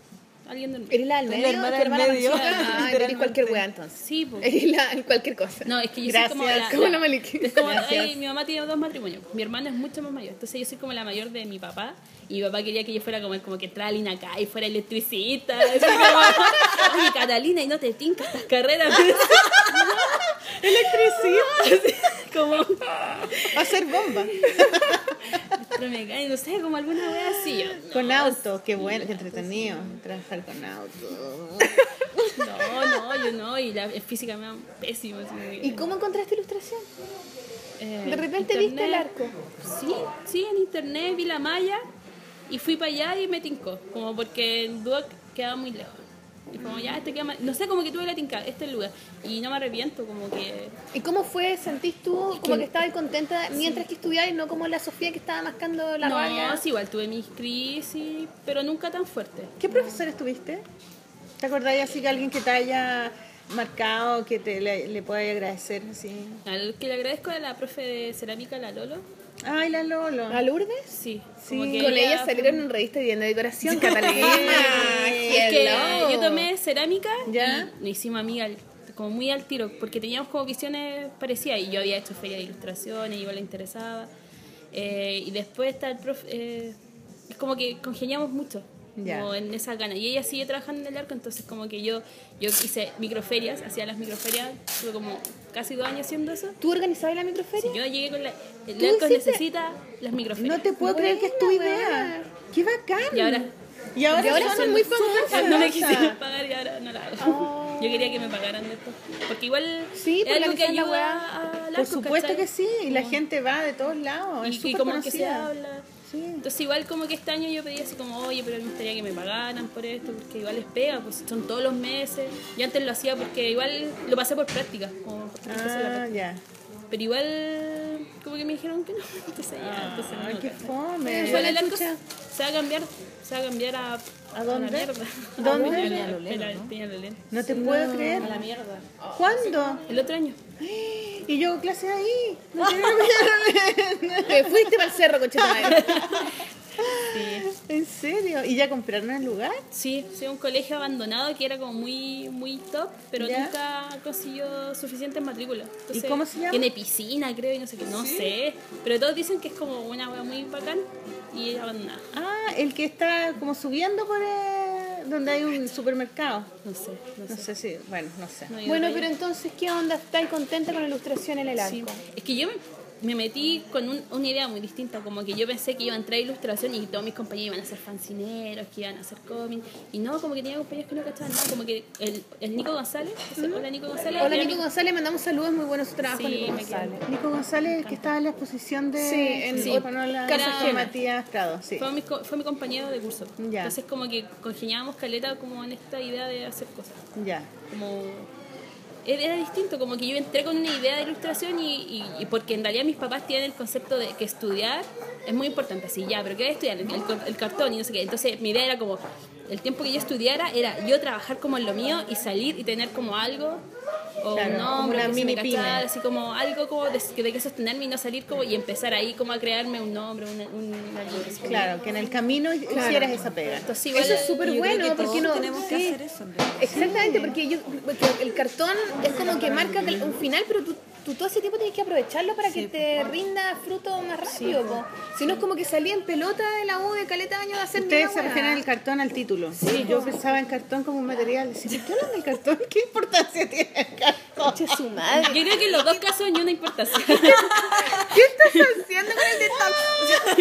C: alguien del
A: Eres la del
D: Soy
A: medio,
D: la hermana
A: ¿eh? tu
D: del
A: hermana más
D: medio, (laughs)
A: chica. Ah, pero eres
D: literalmente.
A: cualquier weá entonces.
C: Sí, pues.
A: Eres la, cualquier cosa.
C: No, es que yo
B: Gracias.
C: soy como la...
A: ¿Cómo
C: la-
A: no me liquidé?
C: es como,
B: Gracias.
C: ay, mi mamá tiene dos matrimonios. Mi hermana es mucho más mayor. Entonces yo soy como la mayor de mi papá. Y mi papá quería que yo fuera como, como que entrara Lina acá y fuera electricista. Así como, (laughs) Oye, Catalina, y no te tincas estas carreras. (laughs)
B: Electricidad.
C: (laughs) como,
B: Hacer bomba.
C: Pero me cae, no sé, como alguna wea así. yo,
B: Con auto, qué bueno, qué entretenido trabajar con auto.
C: No, no, yo no, y la física me da pésimo. así,
A: ¿Y cómo encontraste ilustración?
C: eh,
A: De repente viste el
C: internet.
A: arco.
C: Sí, sí, en internet vi la malla y fui para allá y me tincó, como porque el Duoc quedaba muy lejos. Y como ya, este queda más- no sé, como que tuve la tinca, este es el lugar. Y no me arrepiento, como que
A: ¿Y cómo fue? ¿Sentís tú como que estabas contenta mientras que estudiabas y no como la Sofía que estaba mascando la
C: no,
A: rabia?
C: sí, igual tuve mis crisis, pero nunca tan fuerte.
B: ¿Qué profesores tuviste? ¿Te acordáis así que alguien que te haya marcado, que te le, le podáis agradecer así?
C: Al que le agradezco a la profe de cerámica, la Lolo.
B: Ay, la Lolo.
A: ¿A Lourdes?
C: Sí,
B: Sí.
C: como que
A: Con
C: ella
A: ella
C: fue-
A: salieron en revista Vivienda de Decoración, Catalina.
C: (laughs) Es que
A: Hello.
C: yo tomé cerámica
B: ¿Ya?
C: y nos hicimos amigas al- como muy al tiro, porque teníamos como visiones parecidas y yo había hecho feria de ilustraciones, igual le interesaba. Eh, y después está el profe, eh, es como que congeniamos mucho.
B: Ya.
C: Como en esas ganas. Y ella sigue trabajando en el arco, entonces como que yo, yo hice microferias, hacía las microferias, tuve como casi dos años haciendo eso.
A: ¿Tú organizabas la
C: Si
A: microferia?
C: yo llegué con la... El
A: ¿Tú
C: arco
A: hiciste?
C: necesita las microferias.
B: No te puedo creer que es tu
A: Buena,
B: idea.
A: buena.
B: ¡Qué bacán!
C: Y ahora-
B: y ahora,
A: y ahora son muy famosas.
C: no me quisieron pagar y ahora no la hago.
A: Oh.
C: Yo quería que me pagaran después. Porque igual
A: Sí,
C: es algo que
A: popularizar la
C: ayuda al
B: Por
C: arco,
B: supuesto
C: ¿cachai?
B: que sí, y la
C: Como-
B: gente va de todos lados. es
C: Y, y
B: súper
C: como que se
B: conocida.
C: habla.
B: Sí.
C: Entonces igual como que este año yo pedí así como, oye, pero me gustaría que me pagaran por esto, porque igual les pega, pues son todos los meses. Yo antes lo hacía porque igual lo pasé por práctica, como por tener que hacer la
B: Ah,
C: práctica.
B: ya.
C: Pero igual como que me dijeron que no, (laughs) entonces ya, entonces no.
B: Ay, Ah, qué
C: ¿cachai?
B: fome.
C: Igual el arco se se va a cambiar, se va a cambiar a... ¿A
B: dónde?
C: la mierda.
B: ¿Dónde?
C: A
D: Peñalolén,
C: Peñalolén, Peñalolén.
B: No te puedo creer. ¿Cuándo?
C: El otro año.
B: Y yo clase
C: (laughs)
B: ahí. No te
A: Te fuiste para el
B: (laughs)
A: cerro, conchetumadre.
B: ¿En serio? ¿Y ya compraron el lugar?
C: Sí, sí, un colegio abandonado que era como muy, muy top, pero
B: ¿Ya?
C: nunca consiguió suficientes matrículas. Entonces,
B: cómo se llama?
C: Tiene piscina, creo, y no sé qué, no sé. Pero todos dicen que es como una wea muy bacán y abandonada.
B: Ah, el que está como subiendo por eh, donde hay un supermercado.
C: No sé, no
B: No
C: sé.
B: sé si, bueno, no sé.
C: No he ido
A: Bueno,
C: para
A: pero
C: allá.
A: entonces, ¿qué onda? ¿Estás contenta con la ilustración en el arco?
C: Sí. Es que yo me, me metí con un- una idea muy distinta, como que yo pensé que iba a entrar a ilustración y todos mis compañeros iban a ser fancineros, que iban a hacer cómics, y no, como que tenía compañeros que no cachaban nada, como que el, el Nico González, ese- hola Nico González,
A: Hola,
C: era
A: Nico
C: mi-
A: González, mandamos saludos, muy bueno su trabajo,
C: Sí,
A: Nico
C: me
A: González.
B: Nico González, que estaba en la exposición de
A: Sí, en-
B: sí, con la-
C: Cara
B: con
C: ajena.
B: Matías Prado, sí.
C: Fue mi, co- fue mi compañero de curso.
B: Ya.
C: Entonces como que congeniábamos caleta como en esta idea de hacer cosas.
B: Ya.
C: Como era, era distinto, como que yo entré con una idea de ilustración y, y- y porque en realidad mis papás tienen el concepto de que estudiar es muy importante, así ya, pero ¿qué voy a estudiar? El, el cor- el cartón y no sé qué. Entonces mi idea era como, el tiempo que yo estudiara era yo trabajar como en lo mío y salir y tener como algo. O
B: Claro,
C: un
B: como
C: nombre,
B: una
C: que se me
B: mini pyme.
C: cachara, así como algo como de, de que sostenerme y no salir como y empezar ahí como a crearme un nombre, un, un, algo.
B: Claro, que en el camino hicieras esa pega.
C: Entonces, igual-
A: Eso es súper bueno, porque no...
D: tenemos que
A: sí.
D: hacer eso. en realidad.
A: Exactamente, porque, yo, porque el cartón es como que marca el- un final, pero tú, tú todo ese tiempo tienes que aprovecharlo para que te
B: pues.
A: rinda fruto más rápido. po. Si no es como que salí en pelota de la U de caleta de años de hacer
B: Ustedes
A: mega
B: se
A: weá.
B: refieren al cartón al título. Sí. Yo pensaba en cartón como un material. Si ¿Por qué hablan del cartón? ¿Qué importancia tiene el cartón?
A: Che,
B: (laughs)
A: su madre.
C: Yo creo que en los dos casos ni una importancia.
B: ¿Qué estás haciendo con el detalle?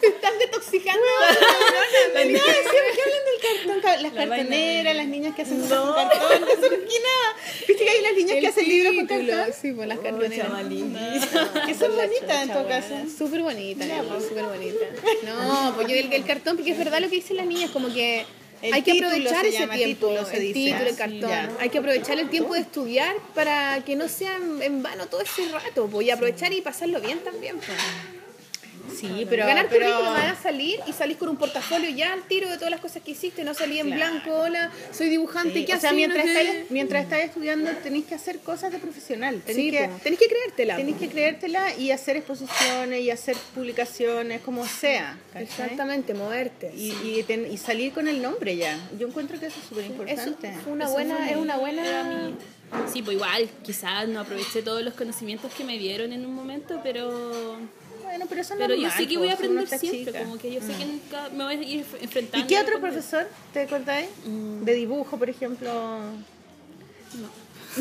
A: Te están detoxicando.
B: No, no, siempre que hablan del cartón, ca- las cartoneras, las niñas que hacen cosas con cartón, no son ni nada. Viste que hay las niñas que hacen libros con cartón, Oh,
A: Sí, por las cartoneras.
B: (laughs) que son bonitas en todo caso. pues.
A: Súper bonita, Lili,
B: (laughs)
A: súper bonita. No, pues yo el, el cartón, porque es verdad lo que dicen las niñas, como que
B: El
A: hay que
B: título
A: aprovechar
B: se
A: ese
B: llama,
A: tiempo,
B: título se
A: el
B: dice,
A: título,
B: ah,
A: el
B: sí,
A: cartón.
B: ya.
A: Hay que aprovechar el tiempo de estudiar para que no sea en en vano todo ese rato, pues, y aprovechar y pasarlo bien también. pues.
B: Sí, pero.
A: Ganar
B: pero-
A: currículum, van a salir y salís con un portafolio ya al tiro de todas las cosas que hiciste, no salí en
B: Claro.
A: blanco, hola, soy dibujante,
B: Sí,
A: ¿qué
B: o sea,
A: haces?
B: mientras
A: No sé.
B: estáis, mientras estáis estudiando tenéis que hacer cosas de profesional. Tenéis
A: Sí,
B: que,
A: pues, tenés que creértela.
B: tenéis que creértela y hacer exposiciones y hacer publicaciones, como sea. ¿cachai?
A: Exactamente, moverte.
B: Y, y ten- y salir con el nombre ya. Yo encuentro que eso es súper
A: Eso
B: importante.
A: fue una buena, es una buena...
C: Sí, pues igual, quizás no aproveché todos los conocimientos que me dieron en un momento, pero
B: Bueno, pero eso es
C: pero yo
B: normal,
C: sé que
B: po,
C: voy a
B: si uno
C: aprender
B: está
C: siempre,
B: chica. Mm.
C: como que yo sé que nunca me voy a ir enfrentando.
B: ¿Y qué otro
C: con-
B: profesor te acordáis? De dibujo, por ejemplo.
A: ¿No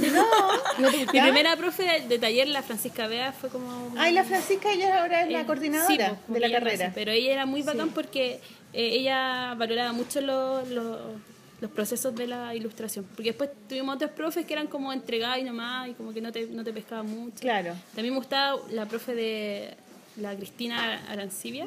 A: te
C: Mi
A: gustaba?
C: primera profe de, de taller, la Francisca Bea, fue como...
B: Ay, la Francisca ella ahora Ah, es
C: Eh,
B: la
C: sí,
B: coordinadora
C: pues, como
B: de la
C: ella lo hace,
B: carrera.
C: pero ella era muy bacán porque eh, ella valoraba mucho lo- lo- los procesos de la ilustración. Porque después tuvimos otros profes que eran como entregados y nomás y como que no te, no te pescaban mucho.
B: Claro.
C: También me gustaba la profe de la Cristina Arancibia.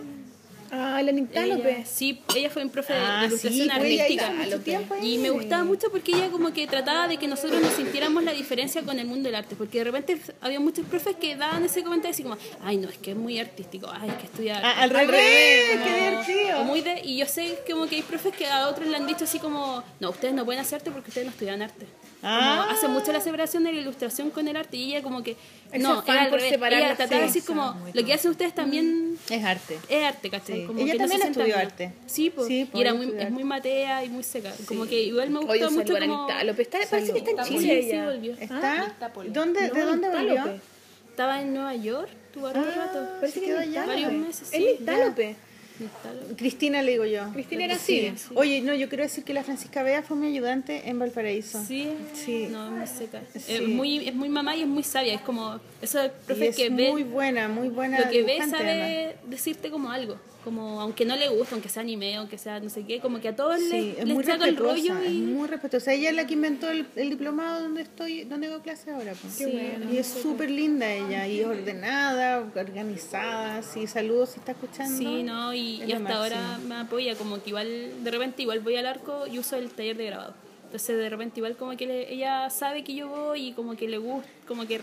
A: Ah, la
C: Ella,
A: Nictálope.
C: sí, ella fue un profe
B: Ah,
C: de ilustración
B: sí, pues, ella hizo
C: artística.
B: mucho tiempo
C: Y me
B: ahí.
C: gustaba mucho porque ella como que trataba de que nosotros nos sintiéramos la diferencia con el mundo del arte, porque de repente había muchos profes que daban ese comentario así como, ay no, es que es muy artístico, ay es que estudia... arte".
B: Ah, al revés,
C: Como-
B: qué divertido.
C: o muy de- y yo sé como que hay profes que a otros le han dicho así como, no, ustedes no pueden hacer arte porque ustedes no estudian arte. Como
B: Ah.
C: hace mucho la separación de la ilustración con el arte y ella como que...
A: Ese
C: no,
A: afán
C: era al
A: por
C: revés.
A: separar
C: ella
A: las
C: trataba de decir
A: cosas,
C: como, lo que hacen ustedes también
B: Es arte.
C: es arte, ¿cachai?
B: Sí.
C: Como
B: Ella
C: que
B: también
C: no se sientan
B: estudió
C: mal.
B: arte.
C: Sí, pues.
B: Sí, pues,
C: y era
B: ella
C: muy,
B: estudió
C: es muy matea y muy seca. Como que igual me gustó
A: Oye,
C: mucho
A: saludo a la
C: como...
A: Nictálope. Está- Parece que está en
C: Está
A: Chile
C: volvió, sí,
A: ella.
C: volvió.
B: ¿Está?
E: Nictápoli.
B: ¿Dónde, ¿De
A: No,
B: dónde
A: Nictálope.
B: volvió?
C: Estaba en Nueva York, tuvo harto
B: Ah,
C: rato.
B: parece
A: Sí,
B: que
A: es
B: allá.
A: Nictálope.
C: Varios meses,
A: Es
C: sí,
A: Nictálope.
C: Nictálope.
B: Cristina le digo yo.
A: Cristina era así.
B: Oye, no, yo quiero decir que la Francisca Bea fue mi ayudante en Valparaíso.
C: Sí,
B: Sí.
C: no, es muy seca.
B: Sí.
C: Es, muy, es muy mamá y es muy sabia. Es como, eso es el
B: Y
C: profe
B: es
C: que ve
B: muy buena, muy buena.
C: lo que ve
B: dibujante, además.
C: sabe decirte como algo, como aunque no le guste, aunque sea anime, aunque sea no sé qué, como que a todos
B: Sí,
C: les,
B: es
C: les
B: muy
C: saca el rollo
B: respetuosa, es
C: y
B: muy respetuosa. Ella es la que inventó el, el diplomado donde estoy, donde hago clase ahora. pues. y es súper linda ella, y es ordenada, organizada, sí, saludos si está escuchando.
C: Sí, no, y,
B: Es
C: y
B: lo
C: hasta ahora
B: máximo.
C: me apoya, como que igual, de repente igual voy al arco y uso el taller de grabado. Entonces de repente igual como que le- ella sabe que yo voy y como que le gusta, como que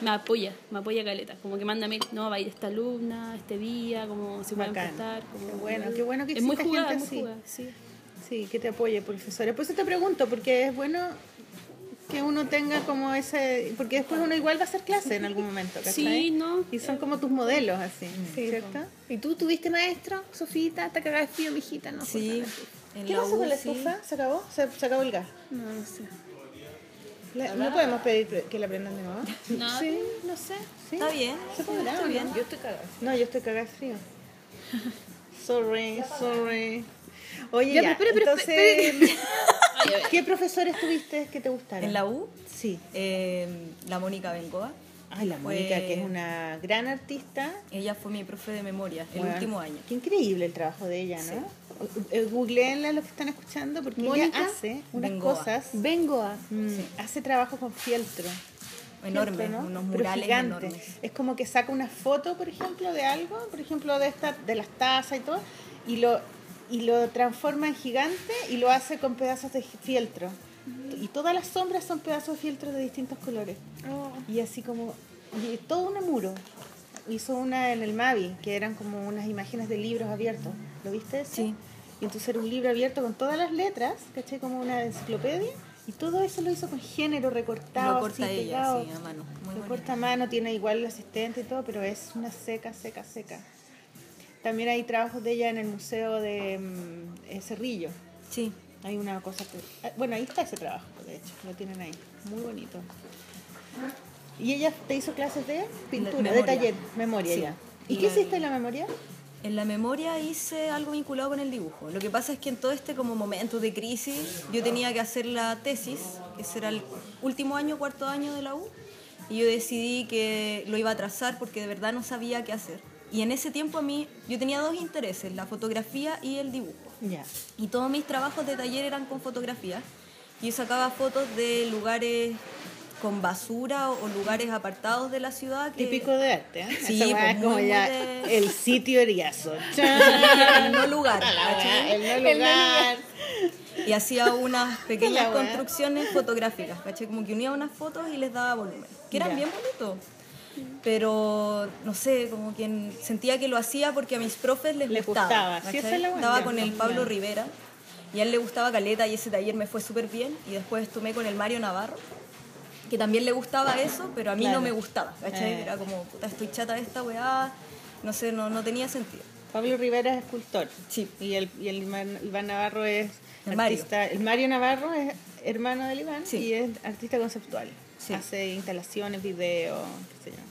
C: me apoya, me apoya Caleta, como que mándame, no, va a ir esta alumna, este día, como si pueden
B: Bacán.
C: prestar. Como,
B: Qué bueno, qué bueno que
C: es muy
B: exista
C: jugada,
B: gente
C: es
B: así.
C: muy jugada, sí.
B: Sí, que te apoye, profesora. Por eso te pregunto, porque es bueno que uno tenga como ese. Porque después uno igual va a hacer clase en algún momento, ¿cachai?
C: Sí, no.
B: Y son como tus modelos, así, ¿cierto?
A: ¿Y tú tuviste maestro, Sofita? Te cagada de frío, mijita, ¿no?
D: Sí. en
B: ¿Qué
D: la
B: pasó con la
D: UCI.
B: estufa? ¿Se acabó? ¿Se, se acabó el gas?
A: No, no sé.
B: La- ¿No podemos pedir pre- que la prendan de nuevo?
C: No,
B: Sí, no sé. Sí.
D: Está bien.
B: ¿Se podrá o
D: Está
B: no?
D: bien.
E: Yo estoy cagada.
B: No, yo estoy cagada de frío. Sorry, sorry. Oye,
A: Ya,
B: ya,
A: pero espera,
B: entonces,
A: pero
B: ¿qué profesores tuviste que te gustaron?
D: En la U,
B: Sí.
D: eh, la Mónica Bengoa.
B: Ay, la Mónica,
D: Fue-
B: que es una gran artista.
D: Ella fue mi profe de memoria el
B: Bueno,
D: último año.
B: Qué increíble el trabajo de ella, ¿no? Eh, Googleenla los que están escuchando porque
A: Mónica
B: ella hace unas
D: Bengoa.
B: cosas.
A: Vengo a.
B: Mm, Hace trabajo con fieltro.
D: Enorme,
B: Fieltro, ¿no?
D: unos
B: Pero
D: murales
B: gigante.
D: enormes.
B: Es como que saca una foto, por ejemplo, de algo, por ejemplo, de esta, de las tazas y todo, y lo, y lo transforma en gigante y lo hace con pedazos de fieltro. Y todas las sombras son pedazos de fieltro de distintos colores.
D: Oh.
B: Y así como, y todo un muro. Hizo una en el Mavi, que eran como unas imágenes de libros abiertos. ¿Lo viste ese?
D: Sí.
B: Y entonces era un libro abierto con todas las letras, ¿cachai? Como una enciclopedia. Y todo eso lo hizo con género recortado,
D: Lo corta
B: así,
D: ella,
B: pegado.
D: sí, a mano. Muy
B: lo
D: bonito.
B: corta a mano, tiene igual el asistente y todo, pero es una seca, seca, seca. También hay trabajos de ella en el Museo de mm, eh, Cerrillo.
D: Sí.
B: Hay una cosa que... ah, Bueno, ahí está ese trabajo, de hecho, lo tienen ahí. Muy bonito. ¿Y ella te hizo clases de pintura, de
D: memoria.
B: taller, memoria
D: Sí.
B: ya? ¿Y
D: Y
B: qué
D: la-
B: hiciste en la memoria?
D: En la memoria hice algo vinculado con el dibujo. Lo que pasa es que en todo este como momento de crisis yo tenía que hacer la tesis, que será el último año, cuarto año de la U, y yo decidí que lo iba a trazar porque de verdad no sabía qué hacer. Y en ese tiempo a mí yo tenía dos intereses, la fotografía y el dibujo.
B: Ya.
D: Y todos mis trabajos de taller eran con fotografías. Yo sacaba fotos de lugares con basura o lugares apartados de la ciudad. que- (laughs)
B: Típico de arte, ¿eh?
D: Sí,
B: Esa weá
D: pues,
B: es como
D: muy
B: ya
D: de-
B: el
D: (laughs)
B: sitio eriazo.
D: El no lugar. ¿cachai?
B: el no lugar.
D: y hacía
B: (laughs)
D: unas
B: La
D: pequeñas
B: weá.
D: construcciones fotográficas, ¿cachai? Como que unía unas fotos y les daba volumen, que eran
B: Ya.
D: bien bonitos. Pero, no sé, como quien sentía que lo hacía porque a mis profes les,
B: Les
D: gustaba.
B: gustaba, sí,
D: ¿cachai?
B: esa es la weá.
D: Estaba con el
B: Ya.
D: Pablo Rivera y a él le gustaba Caleta y ese taller me fue súper bien. Y después tomé con el Mario Navarro, que también le gustaba eso, pero a mí
B: Claro.
D: no me gustaba, ¿cachai?
B: Eh.
D: Era como, puta, estoy chata de esta weá, no sé, no, no tenía sentido.
B: Pablo Rivera es escultor.
D: Sí.
B: Y el, y el Iván Iván Navarro es
D: El Mario.
B: artista. El Mario Navarro es hermano del Iván
D: Sí.
B: y es artista conceptual.
D: Sí.
B: Hace instalaciones, video, qué sé yo.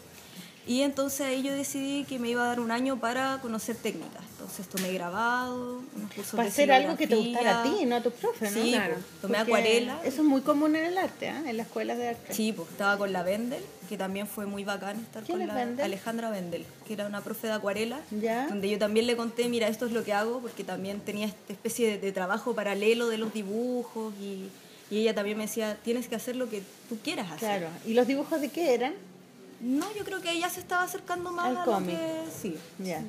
D: Y entonces ahí yo decidí que me iba a dar un año para conocer técnicas. Entonces tomé grabado, unos cursos
B: Para
D: de
B: hacer algo que te gustara a
D: escenografía.
B: ti, no a tus profes, ¿no?
D: Sí,
B: Claro.
D: pues, tomé
B: Porque
D: acuarela.
B: Eso es muy común en el arte, ¿ah? en las escuelas de arte.
D: Sí, pues estaba con la Wendel, que también fue muy bacán estar
B: ¿Quién
D: con
B: es
D: la
B: Wendel?
D: Alejandra Wendel, que era una profe de acuarela,
B: Ya.
D: donde yo también le conté, mira, esto es lo que hago, porque también tenía esta especie de, de trabajo paralelo de los dibujos y, y ella también me decía, tienes que hacer lo que tú quieras hacer.
B: Claro. ¿Y los dibujos de qué eran?
D: No, yo creo que ella se estaba acercando más
B: Al
D: a lo
B: cómic.
D: que- sí.
B: Ya.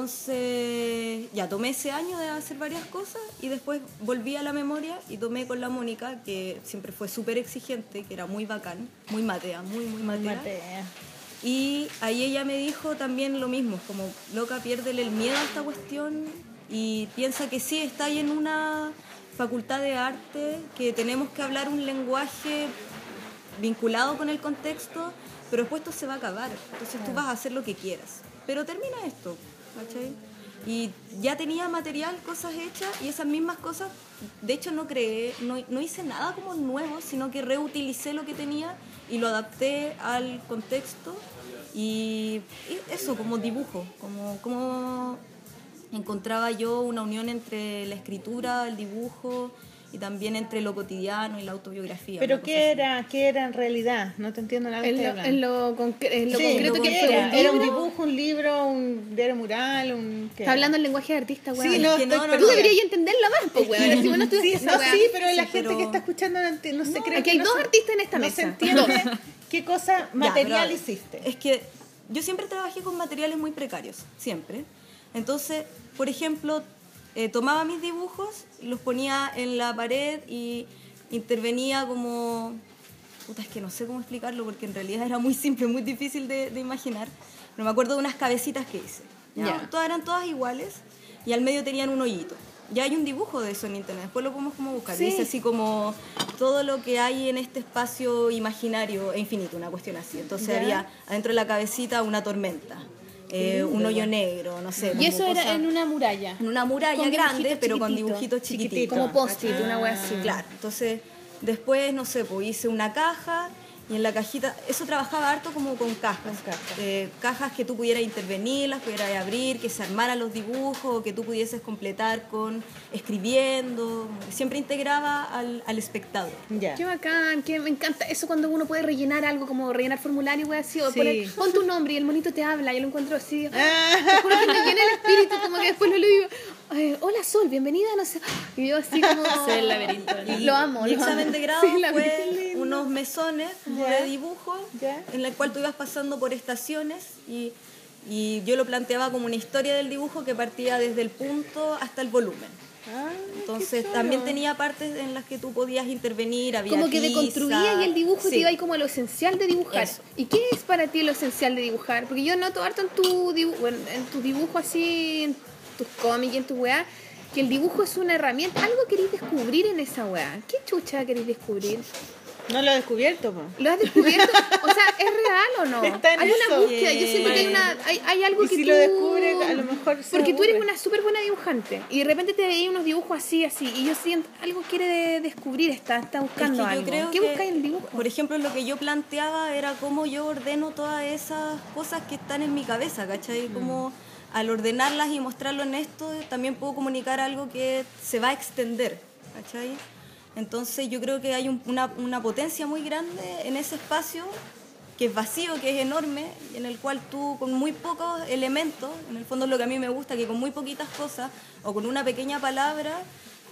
D: Entonces, ya tomé ese año de hacer varias cosas y después volví a la memoria y tomé con la Mónica, que siempre fue súper exigente, que era muy bacán, muy matea, muy, muy matea.
B: Matea.
D: Y ahí ella me dijo también lo mismo, como, loca, piérdele el miedo a esta cuestión y piensa que sí, está ahí en una facultad de arte, que tenemos que hablar un lenguaje vinculado con el contexto, pero después esto se va a acabar, entonces tú vas a hacer lo que quieras. Pero termina esto, ¿cachai? Y ya tenía material, cosas hechas, y esas mismas cosas, de hecho no creé, no, no hice nada como nuevo, sino que reutilicé lo que tenía y lo adapté al contexto. Y, y eso, como dibujo, como, como encontraba yo una unión entre la escritura, el dibujo, y también entre lo cotidiano y la autobiografía.
B: ¿Pero
D: una cosa
B: qué
D: así.
B: era, qué era en realidad? No te entiendo nada. que
A: En
B: estoy
A: lo,
B: Ah, hablando.
A: en lo concre- en lo
B: Sí, lo
A: concreto que
B: que
A: fue
B: era,
A: un
B: era un
A: libro.
B: dibujo, un libro, un diario mural, un... ¿qué
A: Está
B: era?
A: hablando el lenguaje de artista, weón.
B: Sí,
D: Es
B: no,
D: que
B: estoy
D: no, no,
A: Pero
D: no.
A: tú
B: perdida.
A: deberías entenderla más, pues, weón. Si vos no
B: Sí,
A: estudias
B: no,
A: esa weá.
B: sí, pero la
D: Sí,
B: gente
D: pero-
B: que está escuchando no, enti- no se cree
A: aquí
B: que
A: hay
B: no
A: dos
B: se-
A: artistas en esta
B: no
A: mesa.
B: se entiende
A: (laughs)
B: qué cosa material
D: pero
B: hiciste.
D: Es que yo siempre trabajé con materiales muy precarios, siempre. Entonces, por ejemplo, eh, tomaba mis dibujos, los ponía en la pared y intervenía como... Puta, es que no sé cómo explicarlo porque en realidad era muy simple, muy difícil de, de imaginar. Pero me acuerdo de unas cabecitas que hice. ¿ya?
B: Ya.
D: Todas eran todas iguales y al medio tenían un hoyito. Ya hay un dibujo de eso en internet, después lo podemos como buscar.
B: Sí.
D: Dice así como todo lo que hay en este espacio imaginario e infinito, una cuestión así. Entonces
B: Ya.
D: había adentro de la cabecita una tormenta, eh, un hoyo negro, no sé.
C: Y
D: como
C: eso era
D: cosa-
C: en una muralla.
D: en una muralla
C: Con
D: grande,
C: dibujitos
D: pero con
C: chiquititos,
D: dibujitos chiquititos.
B: chiquititos. Ah.
A: Como post-it, una weá
D: Sí,
A: así.
D: claro. Entonces, después, no sé, pues hice una caja y en la cajita, eso trabajaba harto como con cajas.
B: cajas.
D: Eh, cajas que tú pudieras intervenir, las pudieras abrir, que se armaran los dibujos, que tú pudieses completar con escribiendo. Siempre integraba al, al espectador.
B: Ya.
A: Qué bacán, que me encanta. Eso cuando uno puede rellenar algo, como rellenar formulario, wey, así, o
B: Sí.
A: poner, pon tu nombre y el monito te habla, yo lo encuentro así.
D: (laughs)
B: Ah,
A: Te juro que me viene el espíritu, como que después lo leo y digo, eh, hola Sol, bienvenida, no sé. (gasps) Y yo
D: (laughs)
A: así como...
C: Se ve el laberinto, ¿no?
A: Lo amo,
D: Mi
A: lo amo.
D: examen de grado
A: Sí, el laberinto.
D: fue unos mesones como
B: Ya.
D: de dibujo
B: Ya.
D: en la cual tú ibas pasando por estaciones y, y yo lo planteaba como una historia del dibujo que partía desde el punto hasta el volumen.
B: ah, qué
D: Entonces
B: chulo.
D: también tenía partes en las que tú podías intervenir, había
A: Como que
D: tiza.
A: deconstruía y el dibujo
D: Sí.
A: te iba ahí como a lo esencial de dibujar.
D: Eso.
A: ¿Y qué es para ti lo esencial de dibujar? Porque yo noto harto en tu dibujo, bueno, en tu dibujo así, en tus cómics y en tu weá, que el dibujo es una herramienta. Algo queréis descubrir en esa weá. ¿Qué chucha queréis descubrir?
B: No lo he descubierto, po.
A: ¿Lo has descubierto? O sea, ¿es real o no?
B: (laughs) Está en
A: hay una
B: eso.
A: búsqueda, yo siento que hay, una, hay, hay algo
B: Y
A: que
B: si
A: tú...
B: lo descubre, a lo mejor se
A: Porque tú eres
B: aburre.
A: una súper buena dibujante y de repente te veía unos dibujos así, así, y yo siento, algo quiere de- descubrir, está, está
D: Es que
A: buscando
D: yo
A: algo.
D: creo
A: ¿Qué
D: que,
A: buscáis en el dibujo?
D: Por ejemplo, lo que yo planteaba era cómo yo ordeno todas esas cosas que están en mi cabeza, ¿cachai? Como al ordenarlas y mostrarlo en esto, también puedo comunicar algo que se va a extender, ¿cachai? Entonces yo creo que hay un- una, una potencia muy grande en ese espacio que es vacío, que es enorme, y en el cual tú con muy pocos elementos, en el fondo es lo que a mí me gusta, que con muy poquitas cosas o con una pequeña palabra,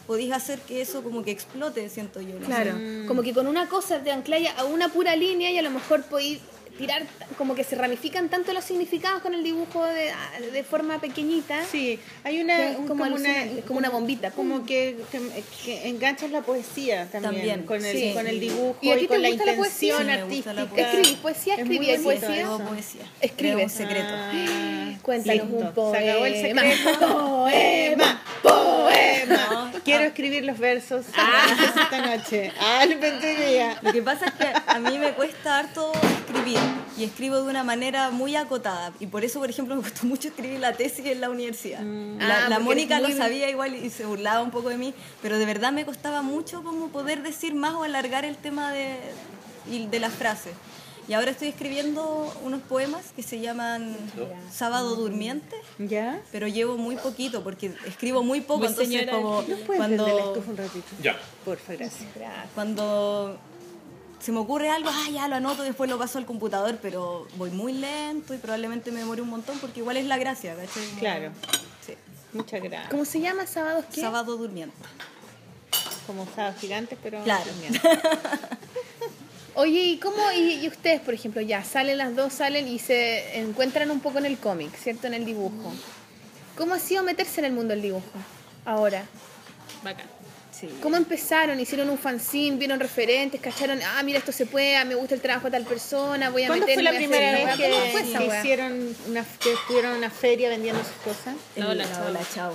D: podís hacer que eso como que explote, siento yo. ¿no?
A: Claro,
D: Mm.
A: como que con una cosa te ancláis a una pura línea y a lo mejor podéis tirar, t- como que se ramifican tanto los significados con el dibujo de, de forma pequeñita.
B: Sí, hay
A: que
B: una...
A: es
B: un-
A: como,
B: como una
A: alucinante, como una bombita. pum.
B: como que, que- que enganchas la poesía también,
D: También,
B: con el
D: sí.
B: con el dibujo
A: ¿Y a ti te
B: con la
A: gusta la poesía?
B: intención
A: Sí,
D: me gusta la
B: artística.
D: poesía.
A: Escribís poesía,
B: Es muy
A: escribí, hay
B: bonito
A: poesía.
B: eso.
D: Todo poesía.
A: Escribes.
D: Era un secreto.
B: Ah,
A: Cuéntanos
B: listo.
A: un poema.
B: Se acabó el secreto. (laughs) Poema, poema. Quiero escribir los versos (laughs) esta noche. Ah, lo pensé que ya.
D: Lo que pasa es que a mí me cuesta harto escribir y escribo de una manera muy acotada y por eso, por ejemplo, me costó mucho escribir la tesis en la universidad. La,
A: Ah,
D: la
A: porque eres
D: Mónica lo
A: muy-
D: sabía igual y se burlaba un poco de mí, pero de verdad me costaba mucho como poder decir más o alargar el tema de, y de las frases. Y ahora estoy escribiendo unos poemas que se llaman Sábado Durmiente,
B: ¿Ya?
D: pero llevo muy poquito porque escribo muy poco,
C: Muy
D: entonces
C: señora.
D: como
B: ¿Nos puedes
D: cuando
B: prender la estufa un ratito?
F: Ya.
B: Porfa, gracias.
D: cuando se me ocurre algo, ah, ya lo anoto, después lo paso al computador, pero voy muy lento y probablemente me demore un montón porque igual es la gracia, ¿cachai? Como-
B: Claro.
D: Sí.
B: Muchas gracias.
A: ¿Cómo se llama? ¿Sábados qué?
D: Sábado durmiendo.
B: Como sábados gigantes, pero...
D: Claro.
A: Oye, ¿y cómo? Y, y ustedes, por ejemplo, ya salen las dos, salen y se encuentran un poco en el cómic, ¿cierto? En el dibujo. ¿Cómo ha sido meterse en el mundo del dibujo? Ahora.
C: Bacán.
D: Sí.
A: ¿Cómo empezaron? ¿Hicieron un fanzine? ¿Vieron referentes? ¿Cacharon? Ah, mira, esto se puede, ah, me gusta el trabajo de tal persona, voy a
B: ¿Cuándo fue
A: meterme
B: la
A: a hacer
B: primera
A: una
B: vez
A: weá? ¿Cómo fue
B: que,
A: esa
B: que
A: weá?
B: hicieron una, que estuvieron en una feria vendiendo sus cosas?
C: La hola, chao.
D: hola, chao.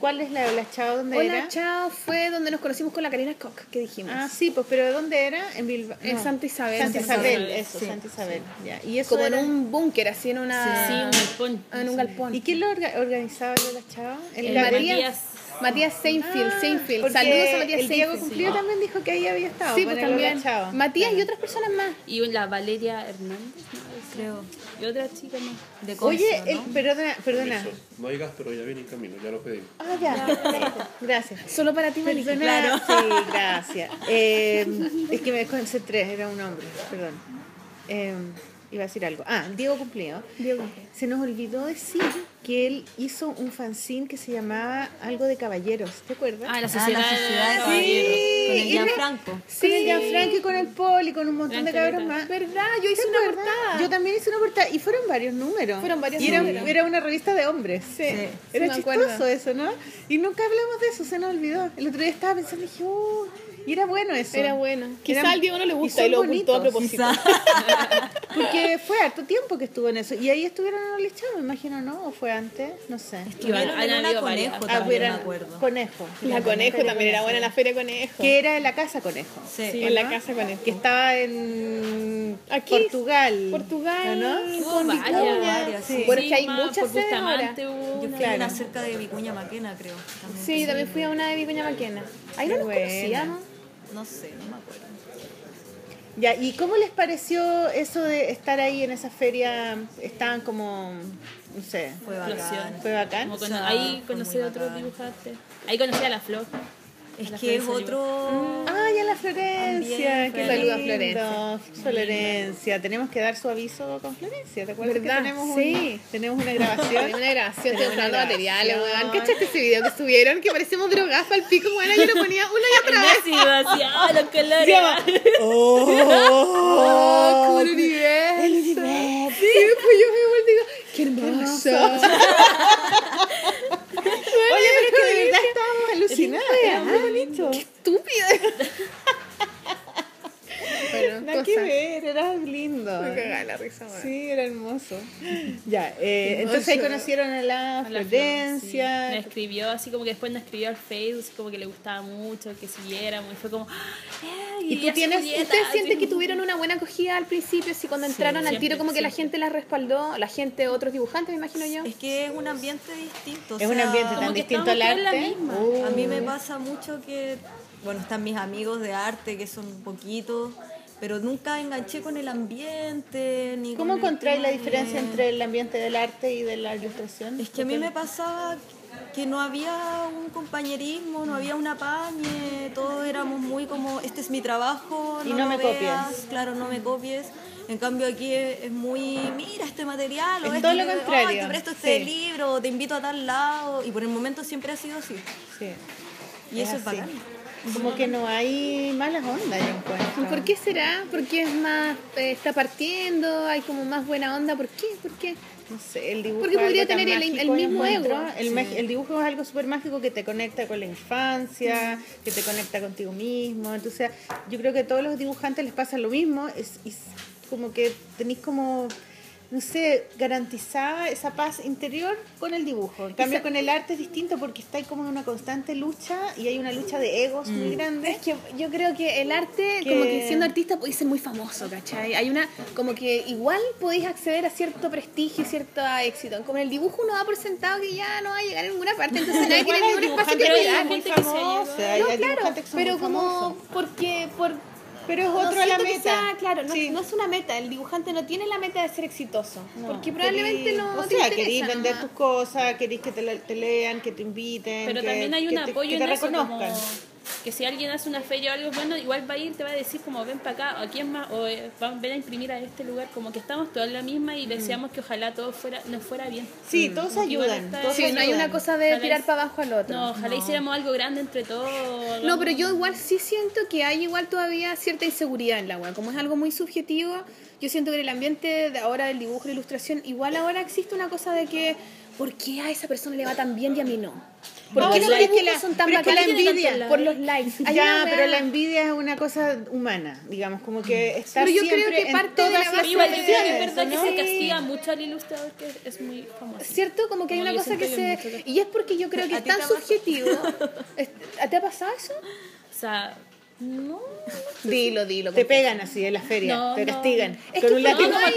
B: ¿Cuál es la de Hola Chao? ¿Dónde
A: Hola,
B: era?
A: chao, fue donde nos conocimos con la Karina Koch, que dijimos.
B: Ah, sí, pues, pero ¿dónde era? En Bilbao.
A: En Santa Isabel.
B: Santa
A: Santa
B: Isabel,
C: Isabel,
B: eso, Santa Isabel. Ya. Y eso
A: Como en
B: era-
A: un búnker, así en una...
C: Sí, un galpón.
A: Ah.
C: Eh,
A: En un galpón.
B: ¿Y quién lo orga- organizaba el Hola Chao?
A: El
B: Gabriel.
A: Matías. Matías Seinfeld,
B: Ah,
A: Seinfeld.
B: porque
A: Saludos a Matías
B: El Diego
A: Seinfeld.
B: cumplió también dijo que ahí había estado.
A: Sí,
B: con el
A: pues
B: Hola
A: también.
B: Ah, Chao.
A: Matías y otras personas más.
C: Y la Valeria Hernández, ¿no?
D: Creo.
C: Y otra chica más. Ah,
D: De Conce,
B: Oye,
D: ¿no?
B: eh, perdona, perdona.
F: Permiso. No digas, pero ya viene en camino, ya lo
B: (laughs)
F: pedimos.
B: Ah, ya. Gracias.
A: Solo para ti, Maliki.
B: Perdona, sí, gracias. (laughs) Eh, es que me desconcentré, era un hombre, perdón. Eh, iba a decir algo. Ah, Diego Cumplido. Se nos olvidó decir que él hizo un fanzine que se llamaba Algo de Caballeros, ¿te acuerdas?
C: Ah, la
D: Ah,
C: sociedad.
D: la sociedad de
C: Sí.
D: Caballeros, con el
B: y era-
D: Gianfranco.
B: Sí, con el Gianfranco y con el Poli, con un montón
C: Gran
B: de cabros
C: caleta.
B: más.
A: ¿Verdad? Yo
B: ¿Te
A: hice una
B: acuerdas?
A: portada.
B: Yo también hice una portada y fueron varios números.
A: Fueron varios
B: y era,
A: números.
B: Era una revista de hombres. Sí. Era
A: sí me
B: chistoso
A: acuerdo.
B: eso, ¿no? Y nunca hablamos de eso, se nos olvidó. El otro día estaba pensando y dije, "Oh", y era bueno eso.
A: Era bueno. Quizá
B: Eran-
A: al Diego no le gusta
B: son
A: y lo ocultó a
B: bonitos.
A: propósito.
D: (laughs)
B: (laughs) Porque fue harto tiempo que estuvo en eso. Y ahí estuvieron en el me imagino, ¿no? O fue antes, no sé.
C: Iván,
D: Tuvieron
C: han
D: en una
C: habido varias.
D: conejo
B: Ah,
D: también, me
B: eran
D: acuerdo.
B: Conejo.
A: La conejo también era buena, la feria conejo.
B: Que era en la casa conejo.
D: Sí.
A: Sí, en la casa conejo.
B: Que estaba en
A: Aquí,
B: Portugal.
A: Portugal.
B: ¿O ¿No?
C: Hubo varias.
D: varias, sí.
A: Bueno, es que hay
C: más,
A: muchas
C: por
A: sedes
C: Bustamante
A: ahora.
C: hubo
D: Yo
C: una.
D: fui a una cerca de Vicuña Maquena, creo. También.
A: Sí, también fui a una de Vicuña Maquena. Ahí no nos
B: Buena.
A: conocíamos.
D: No sé, no me acuerdo.
B: Ya, ¿y cómo les pareció eso de estar ahí en esa feria? Estaban como, no sé,
D: Fue bacán.
C: Explosión.
B: fue bacán.
C: Como
D: O
C: cono-
D: sea,
C: ahí
D: fue
C: conocí
D: muy
C: a otros
D: bacán.
C: dibujantes. Ahí conocí a la Flor.
D: Es
C: La
D: que es
C: Florencia
D: otro...
B: Ah, ya la Florencia,
D: También,
B: qué
D: Florencia.
B: saludo a
A: Florencia.
B: Florencia. Florencia, tenemos que dar su aviso con Florencia, ¿te acuerdas?
A: ¿Verdad?
B: Que tenemos,
A: Sí.
B: un, tenemos una
A: Tenía
B: grabación.
A: una grabación, estoy
B: Tenía una
A: buscando materiales,
B: grabación.
A: weón. ¿Cachaste ese video que subieron? Que parecemos drogas al pico, weón. Yo lo ponía una y otra vez.
C: Sí, decía, ah, los colores. (laughs)
A: ¡Oh, como el universo! ¡El universo! Sí, pues yo me volteo y digo, ¡qué hermoso! (laughs)
B: Oye, pero es que de verdad estábamos alucinadas. Era muy bonito.
A: ¡Estúpido! bueno,
B: Nada que
A: cosa.
B: ver, era lindo.
A: Me cagaba la risa, weón.
B: Sí, era hermoso. Ya, eh, entonces ahí conocieron a la
C: A la Flor,
B: Florencia.
C: sí. Me escribió así como que después nos escribió al Facebook, así como que le gustaba mucho, que siguiéramos. Y fue como, ¡ay!
A: ¿Y tú
C: ya
A: tienes,
C: Julieta,
A: ustedes
C: así
A: sienten que
C: como-
A: tuvieron una buena acogida al principio, si cuando entraron al
C: siempre,
A: tiro como que la gente
C: siempre.
A: las respaldó, la gente, otros dibujantes, me imagino yo.
D: Es que es un ambiente distinto. o
B: es un
D: sea,
B: ambiente tan
C: que
B: distinto al
C: estamos
B: arte.
C: todos en la misma.
B: Uh.
D: A mí me pasa mucho que, bueno, están mis amigos de arte, que son poquitos, pero nunca enganché con el ambiente. Ni con
B: ¿Cómo
D: el
B: encontráis la
D: tema.
B: diferencia entre el ambiente del arte y de la ilustración?
D: Es que a mí me pasaba que no había un compañerismo, no había un apañe, todos éramos muy como, este es mi trabajo,
B: Y
D: no,
B: no
D: lo
B: me
D: veas,
B: copies.
D: Claro, no me copies. En cambio aquí es es muy, mira este material, o
B: Es
D: este,
B: todo lo
D: "Ay,
B: contrario".
D: te presto este
B: Sí.
D: libro, o te invito a tal lado, y por el momento siempre ha sido así.
B: Sí,
D: Y eso es
B: así.
D: bacán.
B: Como que no hay malas ondas, yo encuentro.
A: ¿Por qué será? ¿Por qué es más, eh, está partiendo, hay como más buena onda? ¿Por qué? ¿Por qué?
B: No sé, el dibujo
A: Porque
B: es algo
A: podría
B: tan
A: tener el-
B: mágico,
A: el
B: yo
A: mismo
B: encuentro.
A: ego.
B: El, ma- el dibujo es algo súper mágico que te conecta con la infancia, que te conecta contigo mismo. Entonces, yo creo que a todos los dibujantes les pasa lo mismo. Es, es como que tenéis como, no sé, garantizada esa paz interior con el dibujo. En cambio, con el arte es distinto porque está ahí como en una constante lucha y hay una lucha de egos muy grande.
A: Es que yo creo que el arte,
B: Que-
A: como que siendo artista, podéis ser muy famoso, ¿cachai? Hay una, como que igual podéis acceder a cierto prestigio y cierto éxito. Como en el dibujo uno va por sentado que ya no va a llegar a ninguna parte, entonces (laughs) nadie tiene ningún espacio que
C: pero
A: cuidar.
C: hay gente
B: gente
C: que
B: que
C: se
B: se
C: ha llegado.
A: No, claro, pero como porque por
B: Pero es otro a la
A: siento que
B: meta.
A: sea- claro, no,
B: Sí.
A: no es una meta. El dibujante no tiene la meta de ser exitoso.
B: No,
A: porque probablemente
B: querís-
A: no
B: O
A: te
B: sea,
A: interesa
B: querís vender
A: nomás.
B: tus cosas, querís que te, la- te lean, que te inviten.
C: Pero
B: que-
C: también hay un
B: que te-
C: apoyo
B: que
C: en
B: te
C: eso, como
B: reconozcan.
C: que si alguien hace una feria o algo bueno, igual va a ir, te va a decir como ven para acá, o a quién más, o eh, van, ven a imprimir a este lugar, como que estamos todos en la misma y deseamos que ojalá todo fuera, nos fuera bien.
B: Sí, todos
C: Igual
B: ayudan.
C: está-
B: todos
A: Sí, no hay
B: ayudan.
A: una cosa de
C: Ojalá
A: tirar
C: es-
A: para abajo al otro.
C: No, ojalá hiciéramos algo grande entre todos.
A: No, pero yo igual sí siento que hay igual todavía cierta inseguridad en la web. Como es algo muy subjetivo, yo siento que en el ambiente de ahora del dibujo y la ilustración, igual ahora existe una cosa de que, ¿por qué a esa persona le va tan bien y a mí no? ¿Por
B: No,
A: qué
B: pero
A: los
B: es que
A: dibujos
B: la-
A: son tan
B: pero es que la
A: bacanes
B: envidia.
A: por los likes? Hay
B: Ya,
A: una
B: pero
A: weá-
B: la envidia es una cosa humana, digamos, como que está
A: Pero yo creo
B: siempre
A: que
B: en
A: parte de
B: todas
A: la
B: las
A: base
C: Igual yo creo que
B: sociedades,
C: es verdad
B: ¿no?
C: que se castiga mucho al ilustrador, que es- es muy famoso.
A: ¿Cierto? Como que hay
C: No,
A: una
C: yo
A: cosa que
C: siento que
A: se...
C: mucho que-
A: Y es porque yo creo que
D: ¿A
A: es
D: ti te
A: tan
D: ha pasado?
A: subjetivo. Es- ¿A ¿Te ha pasado eso?
C: O sea, no.
A: Dilo, dilo.
B: Te pegan así en la feria,
C: No,
B: te
C: no.
B: castigan
A: Es
B: con
A: que
B: un
A: no,
B: látigo.
A: no hay-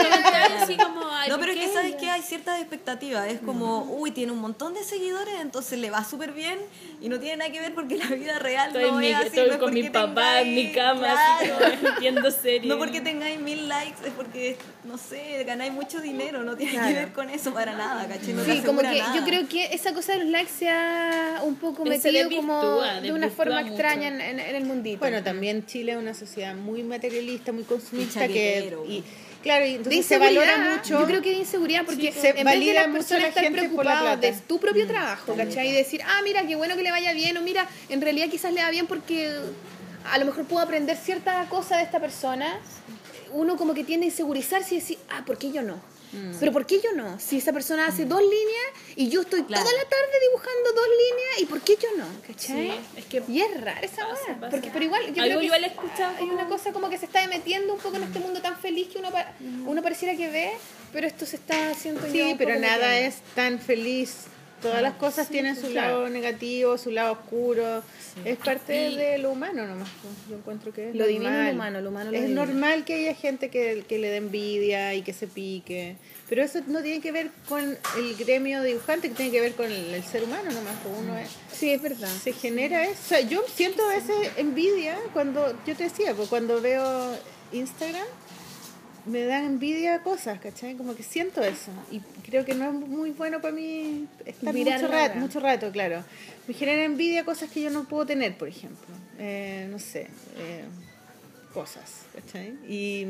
D: No, pero es que sabes que hay ciertas expectativas. Es como, uy, tiene un montón de seguidores, entonces le va súper bien y no tiene nada que ver porque la vida real
C: Estoy,
D: no
C: en mi-
D: es así.
C: estoy
D: no es
C: con mi
D: porque
C: papá en mi
D: tengáis-
C: cama, así
D: Claro.
C: como (laughs) viendo series.
D: No porque tengáis mil likes, es porque, no sé, ganáis mucho dinero, no tiene que ver con eso para nada, ¿cachai? No te
A: Sí, como
D: asegura
A: que
D: nada.
A: yo creo que esa cosa de los likes se ha un poco
C: Pero se
A: metido
C: desvirtúa,
A: como de una
C: desvirtúa
A: forma
C: mucho.
A: extraña en, en- en el mundito.
B: Bueno, también Chile es una sociedad muy materialista, muy consumista,
D: Y
B: que
D: chaquetero.
B: y, claro, y
A: de
B: entonces se
A: inseguridad,
B: valora mucho.
A: Yo creo que de inseguridad, porque
B: Sí, se
A: en vez de
B: valida
A: las
B: mucho
A: personas
B: la
A: estar
B: gente por la
A: preocupadas de
B: plata. Mm,
A: tu propio trabajo, ¿cachai? Y decir, ah, mira, qué bueno que le vaya bien, o mira, en realidad quizás le va bien porque a lo mejor puedo aprender cierta cosa de esta persona. Uno como que tiende a insegurizarse y decir, ah, ¿por qué yo no?
B: Mm.
A: Pero ¿por qué yo no? Si esa persona hace dos líneas y yo estoy toda la tarde dibujando dos líneas, ¿y por qué yo no? ¿Cachai?
C: es que
A: Y es rara esa weá,
C: pasa.
A: porque pero igual yo creo
C: Algo
A: que
C: igual he
A: es-
C: escuchado
A: hay una cosa como que se está metiendo un poco en este mundo tan feliz que uno pa- uno pareciera que ve, pero esto se está haciendo yo
B: Sí,
A: un
B: pero
A: poco
B: nada
A: metiendo.
B: es tan feliz. Todas las cosas tienen su lado negativo, su lado oscuro. Es parte de lo humano nomás. pues. Yo encuentro que es
A: Lo divino y lo
B: normal.
A: humano, lo humano, lo
B: es
A: divino.
B: normal que haya gente que, que le dé envidia y que se pique. Pero eso no tiene que ver con el gremio dibujante, que tiene que ver con el, el ser humano nomás. pues. Uno
A: Mm.
B: es-
A: Sí, es verdad.
B: se genera eso. O sea, yo siento a veces envidia cuando, yo te decía, pues, cuando veo Instagram, me dan envidia cosas, ¿cachai? Como que siento eso. Y creo que no es muy bueno para mí estar
A: Mirar
B: mucho
A: la
B: rato,
A: wea.
B: mucho rato, claro. Me genera envidia cosas que yo no puedo tener, por ejemplo. Eh, no sé. eh, cosas, ¿cachai? Y,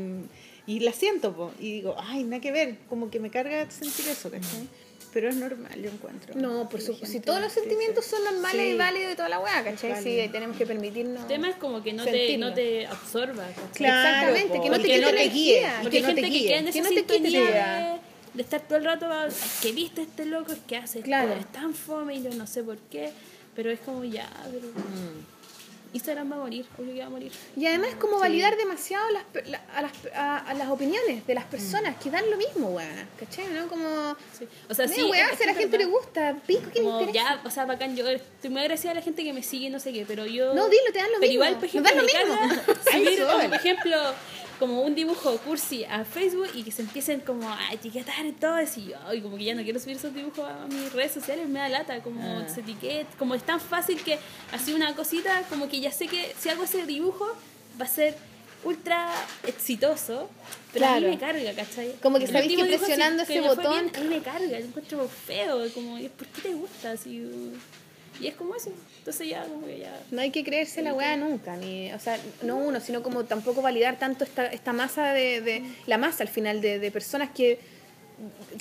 B: y las siento, po, y digo, ay, nada que ver, como que me carga sentir eso, ¿cachai? Pero es normal, yo encuentro.
A: Mm. No, por
B: Que la
A: supuesto. Si
B: gente
A: todos los
B: empiece-
A: sentimientos son normales
B: Sí.
A: y válidos de toda la weá, ¿cachai?
B: Es
A: Sí,
B: válido.
A: tenemos que permitirnos.
C: El tema es como que no, te,
A: Sentirlo.
C: no te absorba. ¿cachai?
B: Claro,
A: Exactamente, que
B: po,
A: no
B: y
A: te
B: que
A: quite
B: no
A: la
B: te
A: energía,
B: guíe,
A: y
B: y que
C: Porque hay
B: no te
C: gente que queda en
B: guíe.
A: Ah, que
C: esa
A: no te quite
C: sintonía
A: la idea.
C: de, de estar todo el rato, "Ah, ¿qué viste este loco? ¿Qué hace?
A: Claro.
C: Es tan fome y yo no sé por qué, pero es como ya, pero...
A: Mm.
C: Instagram va a morir, obvio que va a morir.
A: Y además es como validar demasiado las, pe- la- a, las, a, a las opiniones de las personas que dan lo mismo, weá. ¿Cachai? ¿No? Como.
C: Sí. O sea,
A: "Mira,
C: sí,
A: weá,
C: es-
A: si a
C: es
A: la gente le
C: verdad.
A: gusta, pico, ¿qué le
C: Como,
A: interesa?
C: ya, o sea, bacán, yo estoy muy agradecida a la gente que me sigue, no sé qué, pero yo...
A: No, dilo, te dan lo mismo.
C: Pero igual, por
A: Nos
C: ejemplo,
A: dan lo
C: me
A: mismo. (laughs)
C: carga subir,
B: Ay,
C: como,
B: sol.
C: por ejemplo, como un dibujo cursi a Facebook y que se empiecen como a etiquetar y todo, y yo, ay, como que ya no quiero subir esos dibujos a mis redes sociales, me da lata, como
A: Ah.
C: se etiqueta, como es tan fácil que así una cosita, como que ya sé que si hago ese dibujo va a ser ultra exitoso, pero a mí
A: Claro.
C: me carga, ¿cachai?
A: Como que
C: El
A: sabéis que
C: último dibujo, si-
A: presionando
C: que
A: ese
C: me fue
A: botón-
C: bien, a mí me carga, lo encuentro feo, como, ¿por qué te gusta? Así, y es como eso, entonces ya, como que ya...
A: No hay que creerse la weá nunca, ni, o sea, no uno, sino como tampoco validar tanto esta, esta masa de, de- la masa al final de, de personas que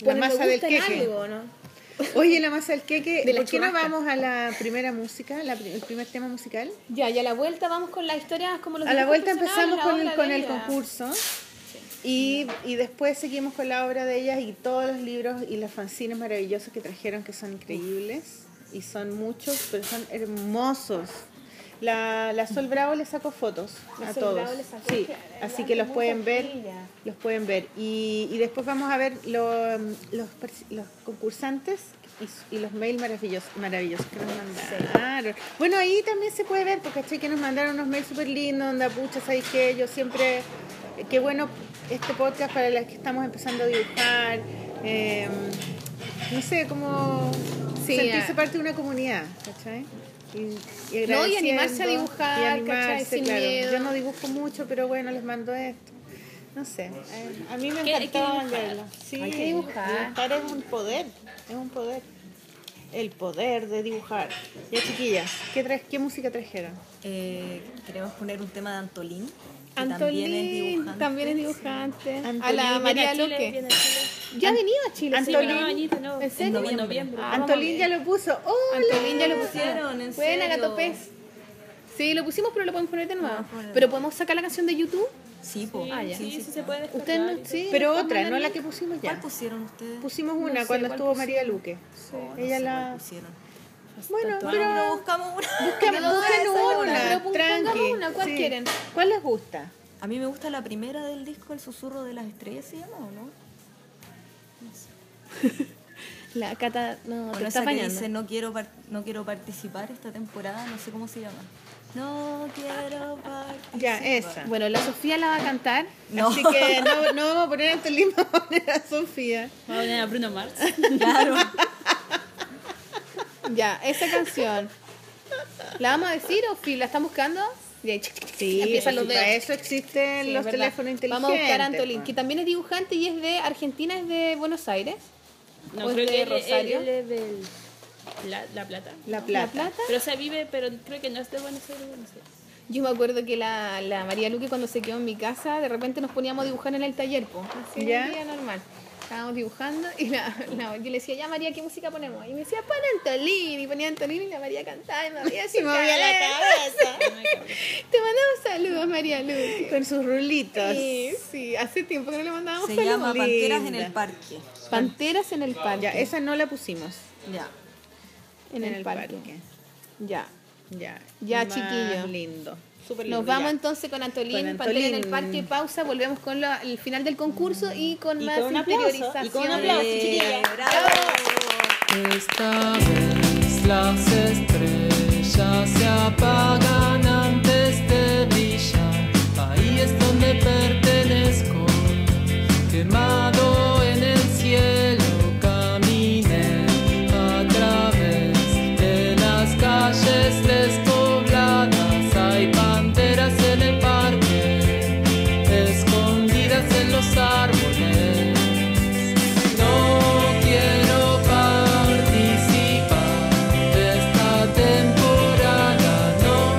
A: ponen
B: masa
A: me
B: del
A: gusta en
B: queque.
A: algo, ¿no?
B: Oye, la masa del queque,
A: De la
B: ¿por qué no
A: churrasca.
B: vamos a la primera música, la pri- el primer tema musical?
A: Ya, y a la vuelta vamos con las historias como los
B: A la
A: dibujos
B: vuelta empezamos
A: personales,
B: con el,
A: la
B: con
A: obra
B: el
A: de ella.
B: concurso y, y después seguimos con la obra de ellas y todos los libros y los fanzines maravillosos que trajeron que son increíbles y son muchos, pero son hermosos. La, la Sol Bravo le sacó fotos
A: La
B: a
A: Sol
B: todos.
A: Bravo le sacó
B: sí,
A: que-
B: así que los
A: muchas
B: pueden ver.
A: pillas.
B: Los pueden ver. Y, y después vamos a ver lo- los, par- los concursantes y, s- y los mails maravillosos, maravillosos que nos mandaron. Bueno, ahí también se puede ver, porque estoy que nos mandaron unos mails súper lindos, onda pucha, ¿sabéis qué? Yo siempre, eh, qué bueno este podcast para las que estamos empezando a dibujar. eh, no sé, como
A: Sí,
B: sentirse
A: ah.
B: parte de una comunidad, ¿cachai? Y,
A: eh. No, y
B: agradeciendo,
A: animarse a dibujar,
B: y
A: ¿cachai? Sin miedo.
B: Yo no dibujo mucho, pero bueno, les mando esto. No sé, eh, a mí me
C: que- hay que
B: encantaba
C: dibujar.
B: verlo. Sí,
A: Hay que dibujar.
B: dibujar es un poder, es un poder. El poder de dibujar. Ya chiquillas, ¿qué, tra- ¿qué música trajeron?
A: Ah,
D: Eh, queremos poner un tema de Antolín. que
A: Antolín también es dibujante. A la
B: Antolín
A: María Luque. Ya ha venido a Chile.
C: Sí,
A: Antolín.
C: pero no, Anita, no.
A: ¿En serio?
C: En
A: Ah, vamos
C: noviembre.
A: a
B: Antolín
A: ver.
B: ya lo puso. Oh, ¡Hola!
A: Antolín ya lo
G: pusieron,
A: pusieron.
G: en
A: Buena,
G: serio.
A: Gato Pez. Sí, lo pusimos, pero lo podemos poner de nuevo. Pero podemos sacar la canción de YouTube.
D: Sí, po.
A: Ah, ya.
C: Sí, sí se puede descargar.
A: Ustedes no, sí.
B: Pero
A: nos
B: otra,
A: mandan
B: no la
A: link.
B: que pusimos
D: ¿Cuál
B: ya.
D: pusieron ustedes?
B: Pusimos una
A: No sé
B: cuando
A: cuál
B: estuvo María Luque.
D: Oh, no
B: Ella
D: sé cuál
B: la.
D: pusieron.
B: Bueno,
D: Vamos,
B: pero.
D: pero buscamos una.
B: Busquen,
A: No,
B: busquen
A: esa
B: una,
A: no, pero pon-
B: tranqui.
A: pongamos una, ¿cuál quieren?
B: ¿Cuál les gusta?
D: A mí me gusta la primera del disco, El susurro de las estrellas, ¿se llama o no?
A: La Cata,
D: O
A: no, te
D: no
A: está
D: esa que
A: apañando.
D: dice no quiero, par- no quiero participar esta temporada, no sé cómo se llama. No quiero participar.
B: Ya, esa.
A: Bueno, la Sofía la va a cantar.
D: No.
B: Así que no, no vamos a poner a Antolín, (laughs) vamos a poner a Sofía.
C: Vamos a poner a Bruno
A: (laughs)
C: Mars.
D: Claro.
A: Ya, esa canción. ¿La vamos a decir o Phil? ¿La están buscando? Y ahí,
B: Sí,
A: empiezan los dedos.
B: para eso existen
A: Sí,
B: los
A: es verdad.
B: teléfonos inteligentes. pues.
A: Vamos a buscar a Antolín,
B: po.
A: que también es dibujante y es de Argentina, es de Buenos Aires.
C: No,
A: ¿O es
C: creo
A: de
C: que él-
A: Rosario?
C: él es del- La, La Plata.
B: La plata.
A: La Plata.
C: Pero o sea, vive, pero creo que no es de Buenos Aires, Buenos Aires.
A: Yo me acuerdo que la, la María Luque cuando se quedó en mi casa, de repente nos poníamos a dibujar en el taller, po. Así
B: Ya.
A: un día normal. Estábamos dibujando y la, la- yo le decía, ya María, ¿qué música ponemos? Y me decía, pon Antolín. Y ponía Antolín y la María cantaba (laughs) y me movía,
B: Se
A: su
B: movía la cabeza
A: Te mandamos saludos, María Luque.
B: (laughs) con sus rulitos.
A: Sí, sí, hace tiempo que no le mandábamos
D: Se
A: saludos.
D: llama Panteras en
B: Linda.
D: el Parque.
A: Panteras en el parque.
B: Ya, esa no la pusimos
D: Ya.
A: en, el, parque. Ya.
B: Ya,
A: Ya,
B: más
A: chiquillo.
B: lindo. Súper lindo.
A: Nos vamos
B: ya.
A: entonces con Antolín,
B: Con
A: Pantera en el
B: Antolín.
A: parque, pausa, volvemos con la- el final del concurso y con
B: Y
A: más
B: con un aplauso,
A: interiorización.
B: y con un aplauso,
D: Eh,
B: chiquillas.
D: bravo.
H: Esta vez las estrellas se apagan antes de brillar. Ahí es donde pertenezco. Quemado en el cielo, caminé a través de las calles despobladas. Hay panteras en el parque, escondidas en los árboles. No quiero participar de esta temporada, no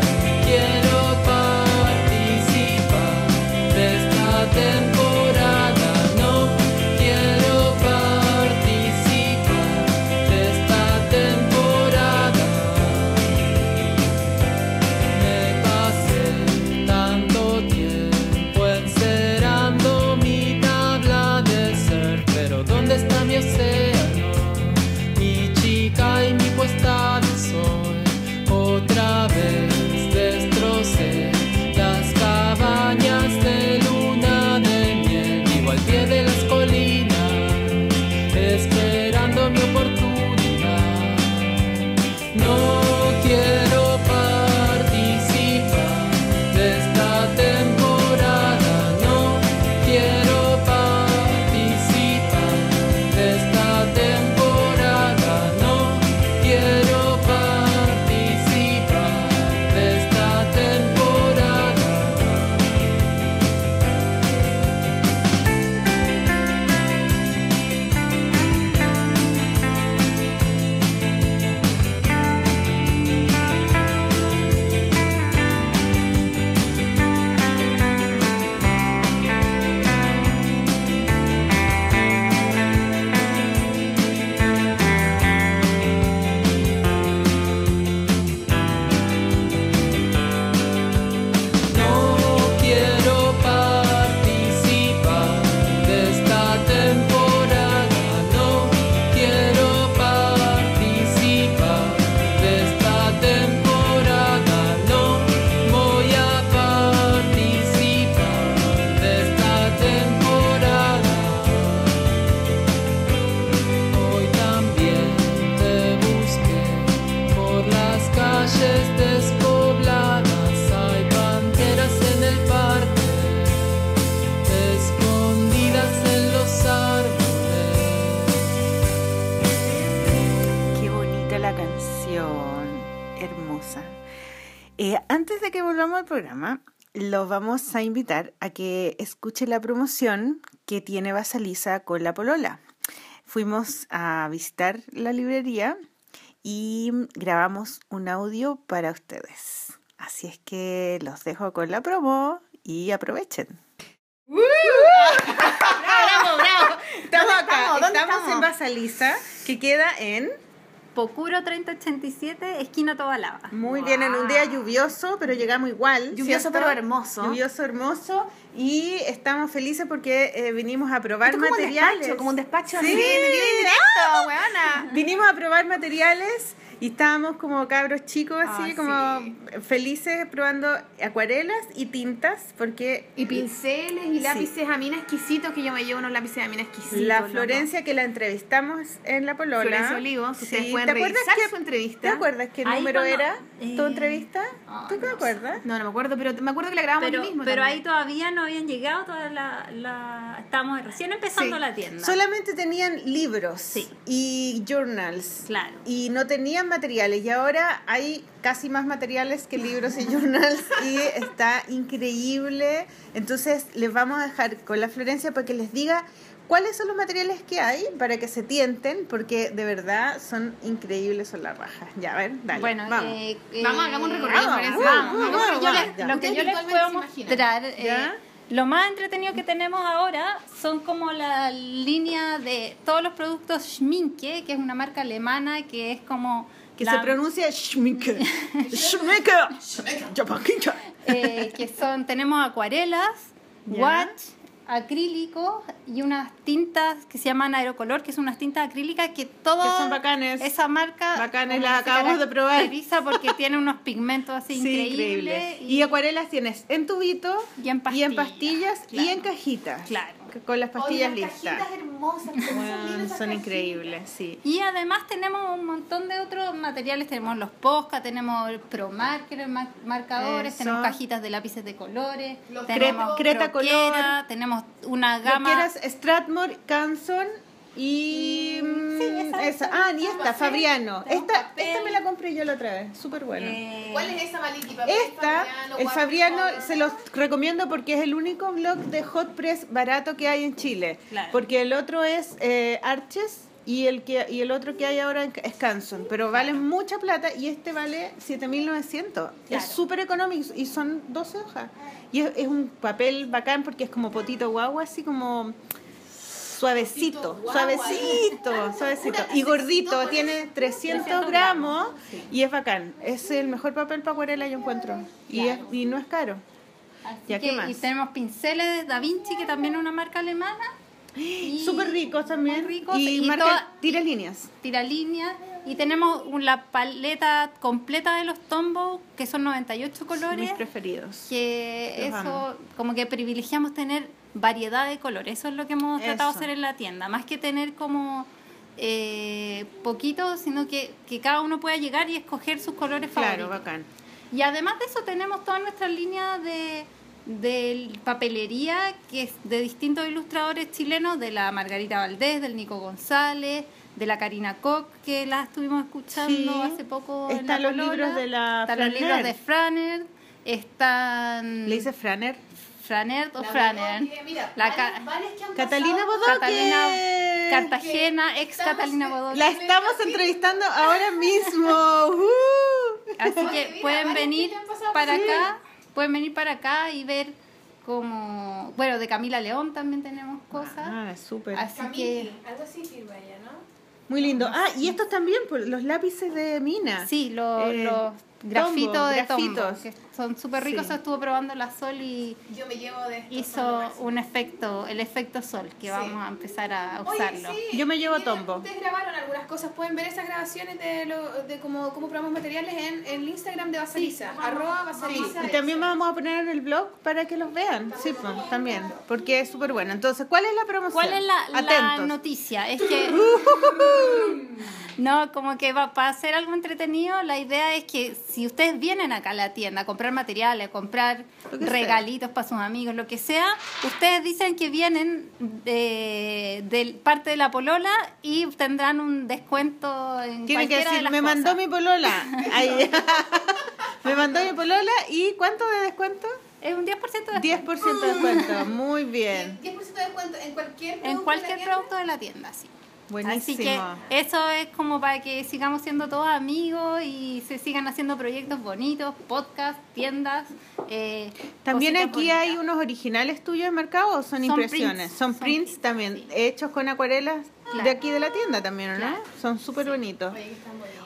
B: Eh, volvamos al programa, los vamos a invitar a que escuche la promoción que tiene Basaliza con la Polola. Fuimos a visitar la librería y grabamos un audio para ustedes. Así es que los dejo con la promo y aprovechen.
I: (laughs)
B: Estamos acá,
I: estamos? ¿Dónde
B: estamos, en
I: estamos?
B: Basaliza, que queda en...
I: Pocuro 3087, esquina Tobalaba.
B: Muy bien, en un día lluvioso, pero llegamos igual.
I: Lluvioso,
B: ¿cierto?
I: pero hermoso.
B: Lluvioso, hermoso. Y estamos felices porque eh, vinimos a probar
I: Esto es como un
B: materiales.
I: despacho, como un despacho
B: Sí. ¡Ah!
I: así, bien, bien directo, weona.
B: Vinimos a probar materiales y estábamos como cabros chicos, así
I: Ah,
B: como
I: sí.
B: felices probando acuarelas y tintas, porque
I: Y pinceles y lápices a mina exquisitos, que yo me llevo unos lápices a mina exquisitos.
B: la
I: loco.
B: Florencia que la entrevistamos en La Polola.
I: Florencia Olivo, si ustedes pueden
B: ¿te acuerdas
I: revisar
B: qué-
I: su entrevista?
B: ¿Te acuerdas qué
I: Ahí
B: número
I: cuando-
B: era tu
I: eh,
B: entrevista? ¿Tú te acuerdas?
I: No, no me acuerdo, pero me acuerdo que la grabamos
H: Pero,
I: el mismo.
H: pero ahí
I: también.
H: todavía no habían llegado, toda la, la- estábamos recién empezando
B: Sí.
H: la tienda.
B: Solamente tenían libros y journals.
H: Claro.
B: Y no tenían materiales. Y ahora hay casi más materiales que libros y (laughs) journals. y está increíble. Entonces les vamos a dejar con la Florencia para que les diga cuáles son los materiales que hay para que se tienten. Porque de verdad son increíbles, son las rajas. Ya, a ver, dale.
I: Bueno,
B: vamos.
I: eh,
A: Vamos,
I: eh,
A: hagamos un recorrido,
I: Vamos,
A: Florencia,
I: vamos,
B: vamos,
I: vamos,
B: vamos,
I: yo
B: vamos,
I: les-
B: ya.
I: Lo que yo les puedo mostrar, eh,
B: ¿Ya?
H: Lo más entretenido que tenemos ahora son como la línea de todos los productos Schminke, que es una marca alemana que es como...
B: Que
H: la-
B: se pronuncia Schmicke. Schmicke. Chapaquincha.
H: eh, que son tenemos acuarelas,
B: Ya.
H: watch, acrílico y unas tintas que se llaman aerocolor, que son unas tintas acrílicas que todas
B: Que son bacanes.
H: Esa marca
B: Bacanes,
H: como
B: las
H: que se
B: acabamos de probar.
H: caracteriza
B: (laughs)
H: porque tiene unos pigmentos así
B: Sí,
H: increíbles.
B: increíble. Y, acuarelas tienes en tubito
H: Y en
B: y en
H: pastillas,
B: pastillas y
H: claro.
B: en cajitas.
H: Claro.
B: C- Con las pastillas
I: Oye, las
B: listas.
I: cajitas hermosas, cómo son
B: Bueno,
I: lindas esas
B: son
I: cajitas.
B: increíbles, sí.
H: Y además tenemos un montón de otros materiales, tenemos los Posca, tenemos el ProMarker, mar- marcadores,
B: Eso.
H: tenemos cajitas de lápices de colores,
I: Los
H: tenemos
B: Creta- Creta
H: croquera,
B: color.
H: tenemos una
B: Lo
H: gama
B: que eras Stratmore, Canson y. mm, esa. Ah, y esta, Fabriano. Esta, esta me la compré yo la otra vez. Súper buena.
A: ¿Cuál es esa Maliki? Papel
B: Esta,
A: Fabriano,
B: el
A: Watercolor.
B: Fabriano, se los recomiendo porque es el único blog de hot press barato que hay en Chile. Porque el otro es eh, Arches y el que y el otro que hay ahora en- es Canson. Pero vale mucha plata y este vale 7.900. Es súper económico y son 12 hojas. Y es, es un papel bacán porque es como potito guagua, así como... Suavecito, suavecito, suavecito. Y gordito, tiene 300 gramos y es bacán. Es el mejor papel para acuarela yo encuentro. Y, es, y no es caro.
H: Así
B: Ya, ¿qué
H: que-
B: más?
H: Y tenemos pinceles de Da Vinci, que también es una
B: (gasps)
H: marca alemana. Y
B: ¡Eh! Súper ricos también.
H: muy ricos,
B: y,
H: y
B: marca
H: toda-
B: tira líneas.
H: Tira línea. Y tenemos un- la paleta completa de los tombos, que son 98 colores.
B: Mis preferidos.
H: Que
B: Los
H: eso,
B: amo.
H: como que privilegiamos tener variedad de colores. Eso es lo que hemos tratado de
B: Eso.
H: hacer en la tienda. Más que tener como eh, poquito, sino que, que cada uno pueda llegar y escoger sus colores
B: Claro,
H: favoritos.
B: bacán.
H: Y además de eso tenemos toda nuestra línea de, de papelería que es de distintos ilustradores chilenos, de la Margarita Valdés, del Nico González, de la Karina Koch, que la estuvimos escuchando
B: Sí.
H: hace poco. en
B: Están
H: La
B: los
H: Polola.
B: libros de la
H: Están los
B: Franer.
H: libros de Franer, están...
B: Le dice Franer.
H: Franert o
A: La
H: Franer.
A: Bodoque, mira,
H: La
A: varios-
H: ca-
A: varios que han
B: Catalina
A: pasado.
B: Bodoque.
H: Catalina Cartagena, ex
A: estamos-
H: Catalina Bodoque.
B: La estamos
H: (laughs)
B: entrevistando ahora mismo. ¡Uh!
H: Así
A: Oye,
H: que
A: mira,
H: pueden
A: varios
H: venir
A: que te han pasado
H: para
A: por
H: acá, pueden venir para acá y ver como, bueno, de Camila León también tenemos cosas.
B: Ah, súper.
H: Así que
A: Camini, algo así firma ella, ¿no?
B: Muy lindo. Ah, y estos también, por los lápices de mina.
H: sí, lo-
B: Eh,
H: los grafitos
B: tombo,
H: de
B: grafitos.
H: tombo, que son súper ricos,
B: Sí.
H: estuvo probando la sol y
A: Yo me llevo de estos
H: hizo
A: nombres.
H: un efecto, el efecto sol, que vamos a empezar a usarlo.
A: Oye, sí,
B: Yo me llevo
A: miren,
B: tombo.
A: Ustedes grabaron algunas cosas, pueden ver esas grabaciones de, lo, de cómo, cómo probamos materiales en, en el Instagram de Basaliza, arroba Basaliza.
B: Y también vamos a poner en el blog para que los vean. Sí, pues, también. Porque es súper bueno. Entonces, ¿cuál es la promoción?
H: ¿Cuál es la, la
B: Atentos.
H: noticia? Es que. no, como que va, para hacer algo entretenido, la idea es que si ustedes vienen acá a la tienda a comprar materiales, a comprar
B: Lo que sea.
H: regalitos para sus amigos, lo que sea, ustedes dicen que vienen de, del- parte de la polola y tendrán un descuento en
B: Tiene que
H: cualquiera de
B: decir,
H: las
B: me mandó
H: cosas".
B: mi polola. Ahí. (laughs) me mandó mi polola y ¿cuánto de descuento?
H: Es un 10% de descuento.
B: 10% de descuento. Muy bien.
I: 10% de descuento en cualquier producto.
H: En cualquier
I: de la
H: producto de la tienda, sí. Así que
B: Buenísimo.
H: eso es como para que sigamos siendo todos amigos y se sigan haciendo proyectos bonitos, podcasts, tiendas. eh,
B: También
H: cositas
B: aquí hay
H: bonitas.
B: unos originales tuyos de mercado o son,
H: Son
B: impresiones.
H: prints.
B: Son
H: Son
B: prints
H: prints,
B: también
H: sí.
B: hechos con acuarelas de
H: Claro.
B: aquí de la tienda también, ¿o ¿no?
H: Claro.
B: Son súper bonitos.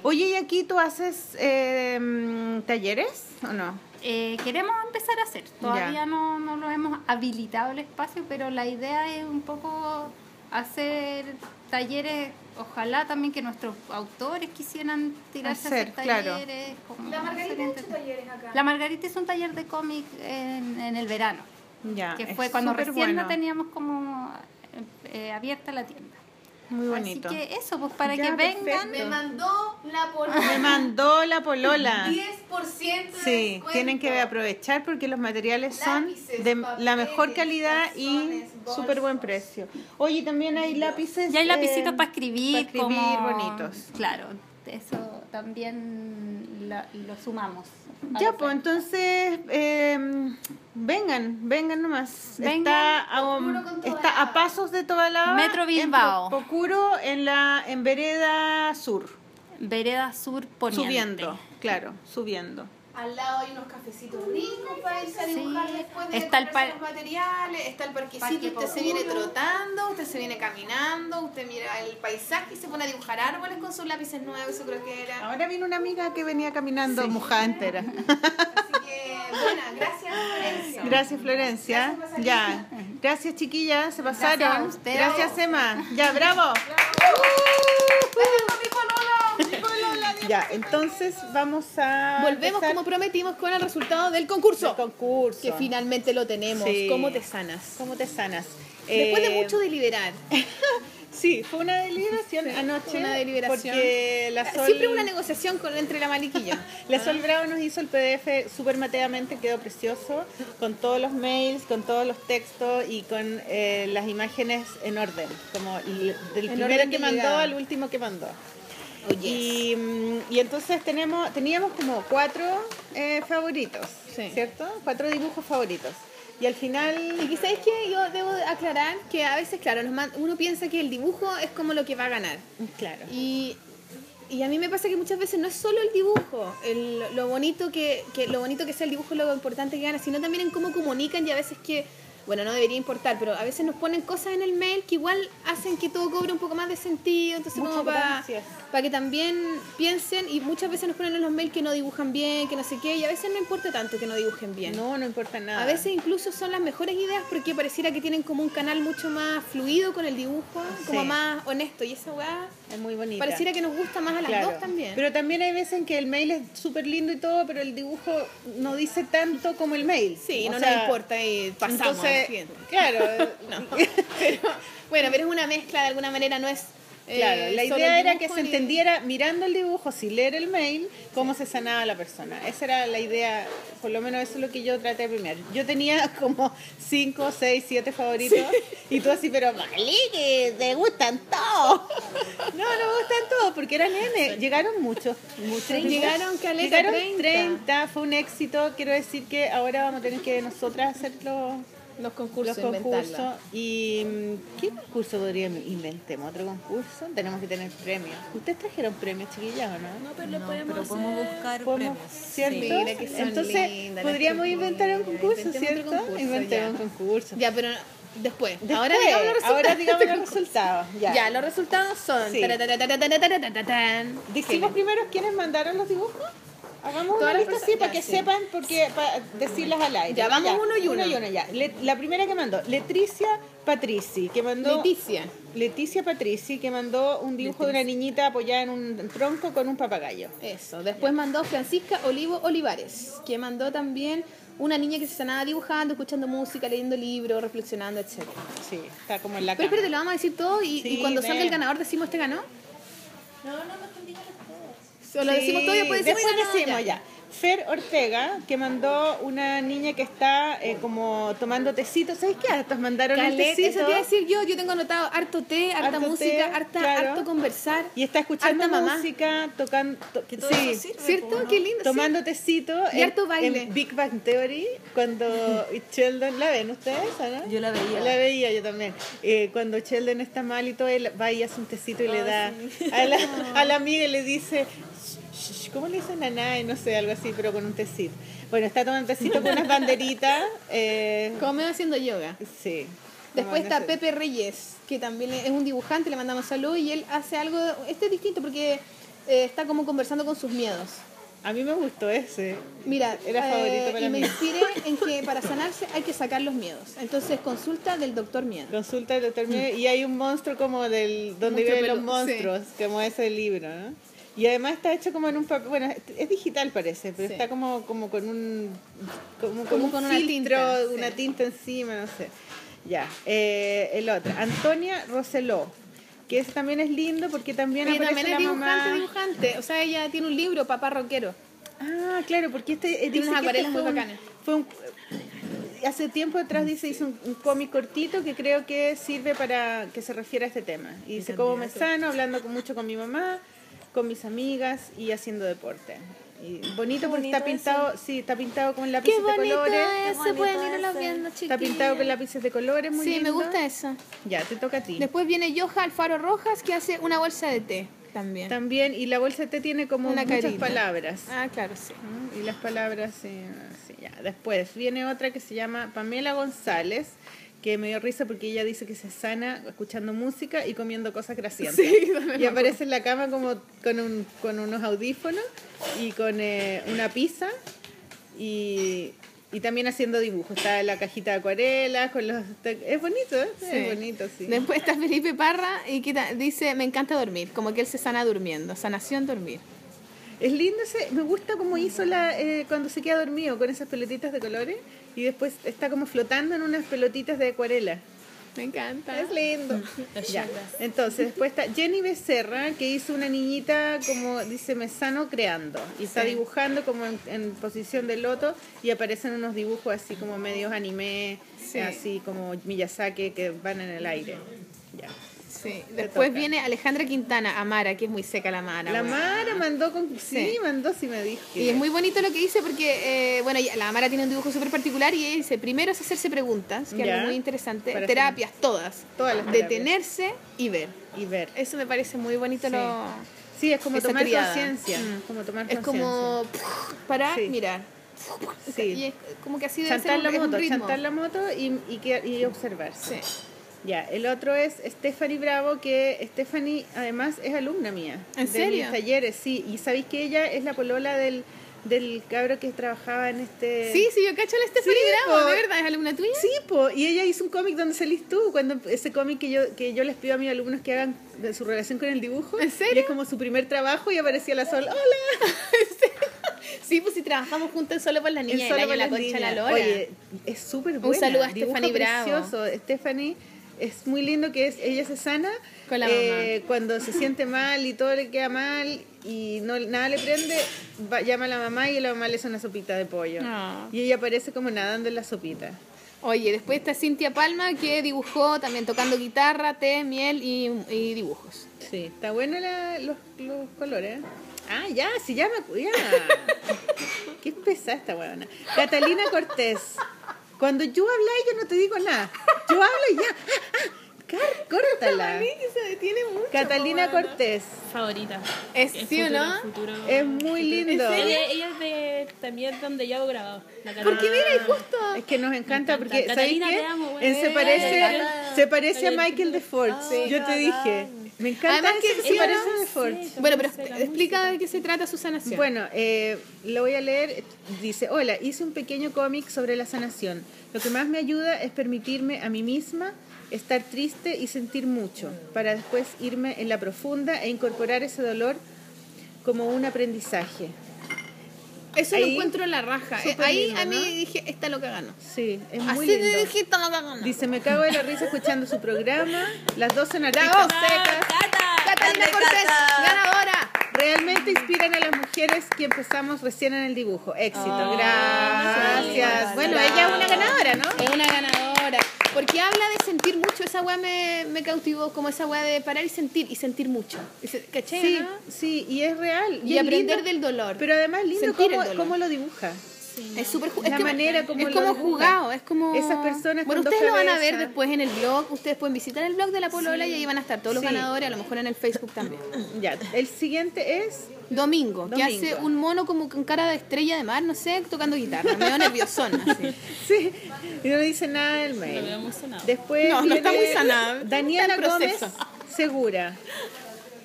B: Oye, ¿y aquí tú haces eh, mm, talleres o no?
H: Eh, queremos empezar a hacer.
B: Ya.
H: Todavía no, no lo hemos habilitado el espacio, pero la idea es un poco hacer talleres. Ojalá también que nuestros autores quisieran tirarse a
B: Hacer,
H: hacer
B: claro.
H: talleres. como
I: La Margarita
H: hacer
I: ha hecho
H: entreten-
I: talleres acá.
H: La Margarita hizo un taller de cómic en, en el verano,
A: Ah,
B: Ya.
H: que
B: es
H: fue cuando
B: súper
H: recién
B: bueno.
H: no teníamos como eh, eh, abierta la tienda.
B: Muy bonito.
H: Así que eso, pues para
B: Ya,
H: que vengan.
I: Me
B: perfecto.
I: mandó la
A: Ah.
B: Me
I: polola.
B: mandó la
I: (laughs)
B: polola.
I: 10% de
B: Sí,
I: descuento.
B: tienen que aprovechar porque los materiales son
I: Lápices,
B: de la
I: papeles,
B: mejor calidad y
I: calzones, bolsos.
B: súper buen precio. Oye, también hay lápices.
H: Y hay lapicitos
B: eh,
H: para escribir,
B: para escribir
H: como-
B: bonitos.
H: Claro, eso también la- lo sumamos.
B: Ya, pues entonces, eh, vengan, vengan nomás.
H: Vengan,
B: está, a, um,
I: Procuro con
B: está a
I: Tobalaba.
B: pasos de Tobalaba.
H: Metro
B: en
H: Bilbao.
B: Pro- Procuro en, la, en Vereda Sur,
H: Vereda Sur Poniente.
B: subiendo, claro, subiendo.
I: Al lado hay unos cafecitos ricos para irse a dibujar
H: Sí.
I: después de
H: Está el
I: comprarse
H: par-
I: los materiales, está el parquecito,
H: Parque
I: usted se
H: Popular.
I: viene trotando, usted se viene caminando, usted mira el paisaje y se pone a dibujar árboles con sus lápices nuevos, su croquera.
B: Ahora viene una amiga que venía caminando mojada entera.
I: Así que, bueno, gracias Florencia.
B: Gracias Florencia.
I: Gracias por salir.
B: ya. Gracias chiquillas, se pasaron.
H: Gracias a
B: Gracias,
H: ustedes.
B: Emma. Ya, bravo. Ya, entonces vamos a
A: Volvemos
B: empezar
A: como prometimos con el resultado del concurso.
B: el concurso.
A: Que finalmente lo tenemos.
B: Sí.
A: ¿Cómo te sanas?
B: ¿Cómo te sanas?
A: Después de
B: Eh,
A: mucho deliberar.
B: Sí, fue una deliberación anoche.
A: fue una deliberación.
B: Porque la Sol,
A: Siempre una negociación con, entre la mariquilla.
B: la Sol Bravo nos hizo el PDF súper mateamente, quedó precioso, con todos los mails, con todos los textos y con eh, las imágenes en orden, como l- del
A: En
B: primero
A: orden
B: que
A: de
B: mandó
A: llegada. Oh,
B: al último que mandó.
A: Oye.
B: Y, mm, y entonces tenemos, teníamos como cuatro eh, favoritos,
A: Sí.
B: ¿cierto? Cuatro dibujos favoritos. Y al
A: Y
B: final,
A: que sabéis que yo debo aclarar que a veces, claro, nos man- uno piensa que el dibujo es como lo que va a ganar.
B: claro.
A: Y, y a mí me pasa que muchas veces no es solo el dibujo, el- lo, bonito que, que- lo bonito que sea el dibujo, lo importante que gana, sino también en cómo comunican y a veces que, bueno, no debería importar, pero a veces nos ponen cosas en el mail que igual hacen que todo cobre un poco más de sentido, entonces
B: Muchas
A: como para
B: gracias.
A: que también piensen y muchas veces nos ponen en los mails que no dibujan bien, que no sé qué, y a veces no importa tanto que no dibujen bien.
B: No, no importa nada.
A: A veces incluso son las mejores ideas porque pareciera que tienen como un canal mucho más fluido con el dibujo, como
B: Sí.
A: más honesto. Y esa weá
B: es muy bonito.
A: pareciera que nos gusta más a las
B: Claro.
A: dos también.
B: Pero también hay veces en que el mail es súper lindo y todo, pero el dibujo no dice tanto como el mail.
A: sí,
B: O
A: no
B: sea,
A: nos importa y pasamos
B: entonces,
A: al siguiente. (laughs)
B: Claro,
A: Pero, bueno, pero es una mezcla de alguna manera, no es. eh,
B: claro. La
A: solo
B: idea
A: el
B: era que
A: dibujo
B: se
A: ni-
B: entendiera mirando el dibujo, sin leer el mail, cómo se sanaba la persona. Esa era la idea, por lo menos eso es lo que yo traté de premiar. Yo tenía (laughs) como 5, 6, 7 favoritos y tú así, pero vale, que te gustan todos.
A: (laughs)
B: No, no me gustan todos porque eran nene. Llegaron muchos, muchos.
A: Treinta. Llegaron, caleta,
B: Llegaron
A: 30.
B: 30, fue un éxito. Quiero decir que ahora vamos a tener que nosotras hacer los,
A: Los concursos,
B: los concursos.
A: inventarla.
B: ¿Y mm, qué concurso podríamos inventemos? ¿Otro concurso? Tenemos que tener premios. ¿Ustedes trajeron premios, chiquillas, o no?
C: No, pero
D: No,
C: lo podemos,
D: pero podemos
C: hacer.
D: buscar
B: ¿Podemos?
D: premios.
B: ¿Cierto?
D: Sí.
A: Mira que son
B: Entonces,
A: lindas las
B: podríamos
A: chiquillas.
B: inventar un concurso,
A: Inventemos otro
B: ¿cierto?
A: concurso,
B: inventemos un
A: ya.
B: concurso.
A: Ya, pero después. ahora
B: Después,
A: digamos los resultados.
B: ahora digamos los resultados. Ya.
A: Ya. los resultados son.
B: Sí.
A: taratarataratataratatán.
B: Decimos primero quiénes mandaron los dibujos. Hagamos
A: Todas
B: una
A: las
B: lista así
A: personas-
B: para
A: ya,
B: que
A: sí.
B: sepan, porque para decirlas al aire.
A: Ya, vamos uno y uno.
B: ya. Le- la primera que mandó, Letricia Patrici, que mandó
A: Leticia.
B: Leticia Patrici, que mandó un dibujo de una niñita apoyada en un tronco con un papagayo.
A: Eso. Después mandó Francisca Olivo Olivares, que mandó también una niña que se sanaba dibujando, escuchando música, leyendo libros, reflexionando, etc.
B: Sí, está como en la
A: Pero
B: cama.
A: espérate, lo vamos a decir todo y, y
B: Sí,
A: cuando salga el
B: ven.
A: ganador decimos este ganó.
C: No, no, no, no, no, no.
A: O lo
B: Sí,
A: decimos todo y después decimos, "Oye, ganó",
B: decimos ya. Fer Ortega, que mandó una niña que está eh, como tomando tecito. ¿Sabes qué? Hasta mandaron el
A: Caleta,
B: tecito.
A: eso te iba a decir yo, yo tengo anotado harto té, harta
B: Harto té,
A: música, harta,
B: claro.
A: harto conversar.
B: Y está escuchando
A: Harta mamá.
B: música, tocando. to-
D: Que todo
B: sí.
D: eso sirve,
A: ¿Cierto?
D: po, ¿no?
A: Qué lindo.
B: Tomando tecito
A: Y harto baile.
B: en Big Bang Theory cuando
A: (laughs)
B: Sheldon la ven ustedes o no?
D: Yo la veía.
B: la veía yo también Eh, cuando Sheldon está mal y todo él va y hace un tecito y
A: Ah,
B: le da a,
A: (laughs)
B: la, a la amiga y le dice "Shh, shh, ¿cómo le dicen naná? y no sé algo así pero con un tecito bueno está tomando tecito con
A: (laughs)
B: unas banderitas eh,
A: Come haciendo yoga.
B: sí
A: Después está
B: Tomando-
A: Pepe Reyes, que también es un dibujante, le mandamos salud y él hace algo, este es distinto porque eh, está como conversando con sus miedos.
B: a mí me gustó ese
A: Mira, eh,
B: Era favorito para
A: y me
B: mí.
A: inspiré en que para sanarse hay que sacar los miedos. Entonces, consulta del doctor miedo.
B: Consulta del doctor Miedo, y hay un monstruo como del donde
A: Monstruo
B: viven los
A: pelu-
B: monstruos, como ese libro, ¿no? Y además está hecho como en un papel, bueno, es- es digital parece, pero
A: Sí.
B: está como como con un como, con
A: Como
B: un
A: con una
B: filtro,
A: tinta, sí.
B: una tinta encima, no sé. Ya, eh, el otro, Antonia Roseló, que ese también es lindo porque también
A: Ella
B: aparece
A: también es
B: la
A: dibujante,
B: mamá.
A: dibujante. O sea, ella tiene un libro, Papá Roquero.
B: Ah, claro, porque este eh, dice
A: unas
B: que este
A: acuarelas
B: fue
A: muy
B: un-
A: bacanas.
B: fue un- eh, hace tiempo atrás dice hizo un, un cómic cortito que creo que sirve para que se refiera a este tema. Y dice cómo me sano, hablando con- mucho con mi mamá, con mis amigas y haciendo deporte. Y bonito porque está pintado, sí, está pintado con lápices de colores.
D: bonito pueden irlo ese. viendo,
B: Está pintado con lápices de colores, muy
A: Sí, me
B: lindo.
A: gusta eso.
B: Ya, te toca a ti.
A: Después viene Yoja Alfaro Rojas, que hace una bolsa de té también.
B: También, y la bolsa te tiene como
A: Una
B: muchas
A: carita.
B: palabras.
A: Ah, claro, sí.
B: ¿no? Y las palabras, sí, sí, ya. Después viene otra que se llama Pamela González, que me dio risa porque ella dice que se sana escuchando música y comiendo cosas grasientas.
A: (laughs)
B: y aparece en la cama como con, un- con unos audífonos y con eh, una pizza y, y también haciendo dibujos. Está la cajita de acuarelas, con los... Es bonito, ¿eh?
A: Sí.
B: Es bonito, sí.
A: Después está Felipe Parra y que ta- dice, me encanta dormir, como que él se sana durmiendo, sanación dormir.
B: Es lindo ese, me gusta como hizo la, eh, cuando se queda dormido con esas pelotitas de colores y después está como flotando en unas pelotitas de acuarela.
A: Me encanta.
B: Es lindo.
A: (laughs)
B: Ya. Entonces, después está Jenny Becerra, que hizo una niñita como dice me sano creando y está dibujando como en, en posición de loto y aparecen unos dibujos así como medios anime,
A: Sí.
B: así como Miyazaki que van en el aire. Ya.
A: Sí. Después
B: toca.
A: viene Alejandra Quintana, Amara, que es muy seca la Amara.
B: La
A: weón.
B: Mara mandó con sí,
A: Sí.
B: mandó sí me dijo.
A: Y es muy bonito lo que dice porque, eh, bueno, ya- la Amara tiene un dibujo súper particular y ella dice, primero es hacerse preguntas, que es
B: Ya.
A: algo muy interesante,
B: Para
A: terapias, todas,
B: Todas las terapias.
A: detenerse y ver.
B: y ver.
A: Eso me parece muy bonito
B: Sí.
A: lo...
B: Sí, es como
A: Esa
B: tomar
A: triada.
B: conciencia.
A: Mm.
B: Como tomar
A: Es como (laughs) parar,
B: Sí.
A: mirar. Y
B: Sí.
A: es como que así debe
B: Chantar
A: ser
B: la
A: un, es un
B: moto,
A: ritmo.
B: chantar la moto y, y, que- y observarse.
A: Sí.
B: Ya, el otro es Stephanie Bravo, que Stephanie además es alumna mía.
A: ¿En
B: de
A: serio?
B: Mis talleres, sí. Y sabéis que ella es la polola del, del cabro que trabajaba en este...
A: Sí, sí, yo cacho la Stephanie
B: Sí,
A: Bravo,
B: po.
A: de verdad, es alumna tuya.
B: Sí, po, y ella hizo un cómic donde salís tú, cuando ese cómic que yo, que yo les pido a mis alumnos que hagan de su relación con el dibujo.
A: ¿En serio?
B: Y es como su primer trabajo y aparecía la sol, hola,
A: Sí, pues si trabajamos juntos en solo por la
B: El
A: niña,
B: solo
A: el año
B: con
A: la
B: las
A: concha la
B: niñas.
A: lora.
B: Oye, es súper buena.
A: saludo a
B: dibuja
A: Stephanie Bravo.
B: precioso. Stephanie es muy lindo que es, ella se sana
A: Con la
B: eh, cuando se siente mal y todo le queda mal y no nada le prende, va- llama a la mamá y la mamá le hace una sopita de pollo.
A: Ah.
B: Y ella aparece como nadando en la sopita.
A: Oye, después está Cintia Palma que dibujó también tocando guitarra, té, miel y, y dibujos.
B: Sí, está bueno la- los, los colores. ¿eh? Ah, ya, sí, ya me
C: (laughs)
B: ya. Qué pesada esta huevona. Catalina Cortés. Cuando yo habla yo no te digo nada. Yo hablo y ya. Ah, ah, car- Córtala.
A: se detiene mucho.
B: Catalina Cortés.
C: Favorita.
A: Es-
C: El
A: sí o
C: futuro,
A: no?
C: futuro.
B: Es muy lindo.
C: Ella, ella es de también donde yo hago grabado. La
A: ¿Por qué
C: Carolina.
A: mira y justo?
B: Es que nos encanta
C: Ah, encanta.
B: porque ¿sabes
C: Catalina,
B: qué?
C: te amo, güey.
B: Él se
C: Eh,
B: parece,
C: Catalina.
B: se parece a
C: Oye,
B: Michael de Ford. Yo te dije, me encanta
A: Además que
B: ese que
A: sí,
B: se parece
A: ¿no?
B: a de Ford.
C: Sí,
A: Bueno, pero
C: música,
A: explica de qué se trata su sanación.
B: Bueno, eh, lo voy a leer. Dice, hola, hice un pequeño cómic sobre la sanación. Lo que más me ayuda es permitirme a mí misma estar triste y sentir mucho, para después irme en la profunda e incorporar ese dolor como un aprendizaje.
A: Eso lo
B: ahí-
A: encuentro en la raja. Eh,
B: Súper
A: Ahí
B: lindo,
A: a mí
B: ¿no?
A: dije, esta loca ganó.
B: Sí, es muy
A: Así
B: lindo.
A: te dije, esta loca ganó.
B: Dice, me cago de la risa escuchando su programa. Las dos son artistas
A: ¡Bravo!
B: secas.
D: ¡Cata!
A: Catalina
D: ¡Grande,
A: Cortés,
D: Cata!
A: ganadora.
B: realmente inspiran a las mujeres que empezamos recién en el dibujo. Éxito,
A: Oh,
B: gracias. bueno, ella es una ganadora, ¿no?
A: Es una ganadora. Porque habla de sentir mucho. Esa weá me, me cautivó, como esa weá de parar y sentir, y sentir mucho. Y se- ¿Cachai?
B: Sí,
A: no?
B: sí, y es real.
A: Y,
B: es
A: aprender
B: lindo,
A: del dolor.
B: Pero además lindo
A: Sentir el
B: cómo,
A: dolor.
B: cómo lo dibuja. (clears throat)
A: es súper ju-
B: La
A: es que-
B: manera como
A: es
B: lo
A: como
B: dibujan.
A: jugado, es como
B: Esas personas
A: Bueno,
B: con dos
A: ustedes lo van a ver
B: cabezas.
A: después en el blog, ustedes pueden visitar el blog de la Polola y ahí van a estar todos los
B: Sí.
A: ganadores, a lo mejor en el Facebook también.
B: Ya, el siguiente es (laughs)
A: Domingo, que
B: Domingo.
A: hace un mono como con cara de estrella de mar, no sé, tocando guitarra, medio nerviosón así.
B: (laughs) Sí, y no dice nada del
C: Lo veo
B: mail.
C: muy sonado.
B: Después
A: No, no está
B: viene
A: muy sanada.
B: Daniela
A: Está en
B: Gómez
A: proceso.
B: Segura,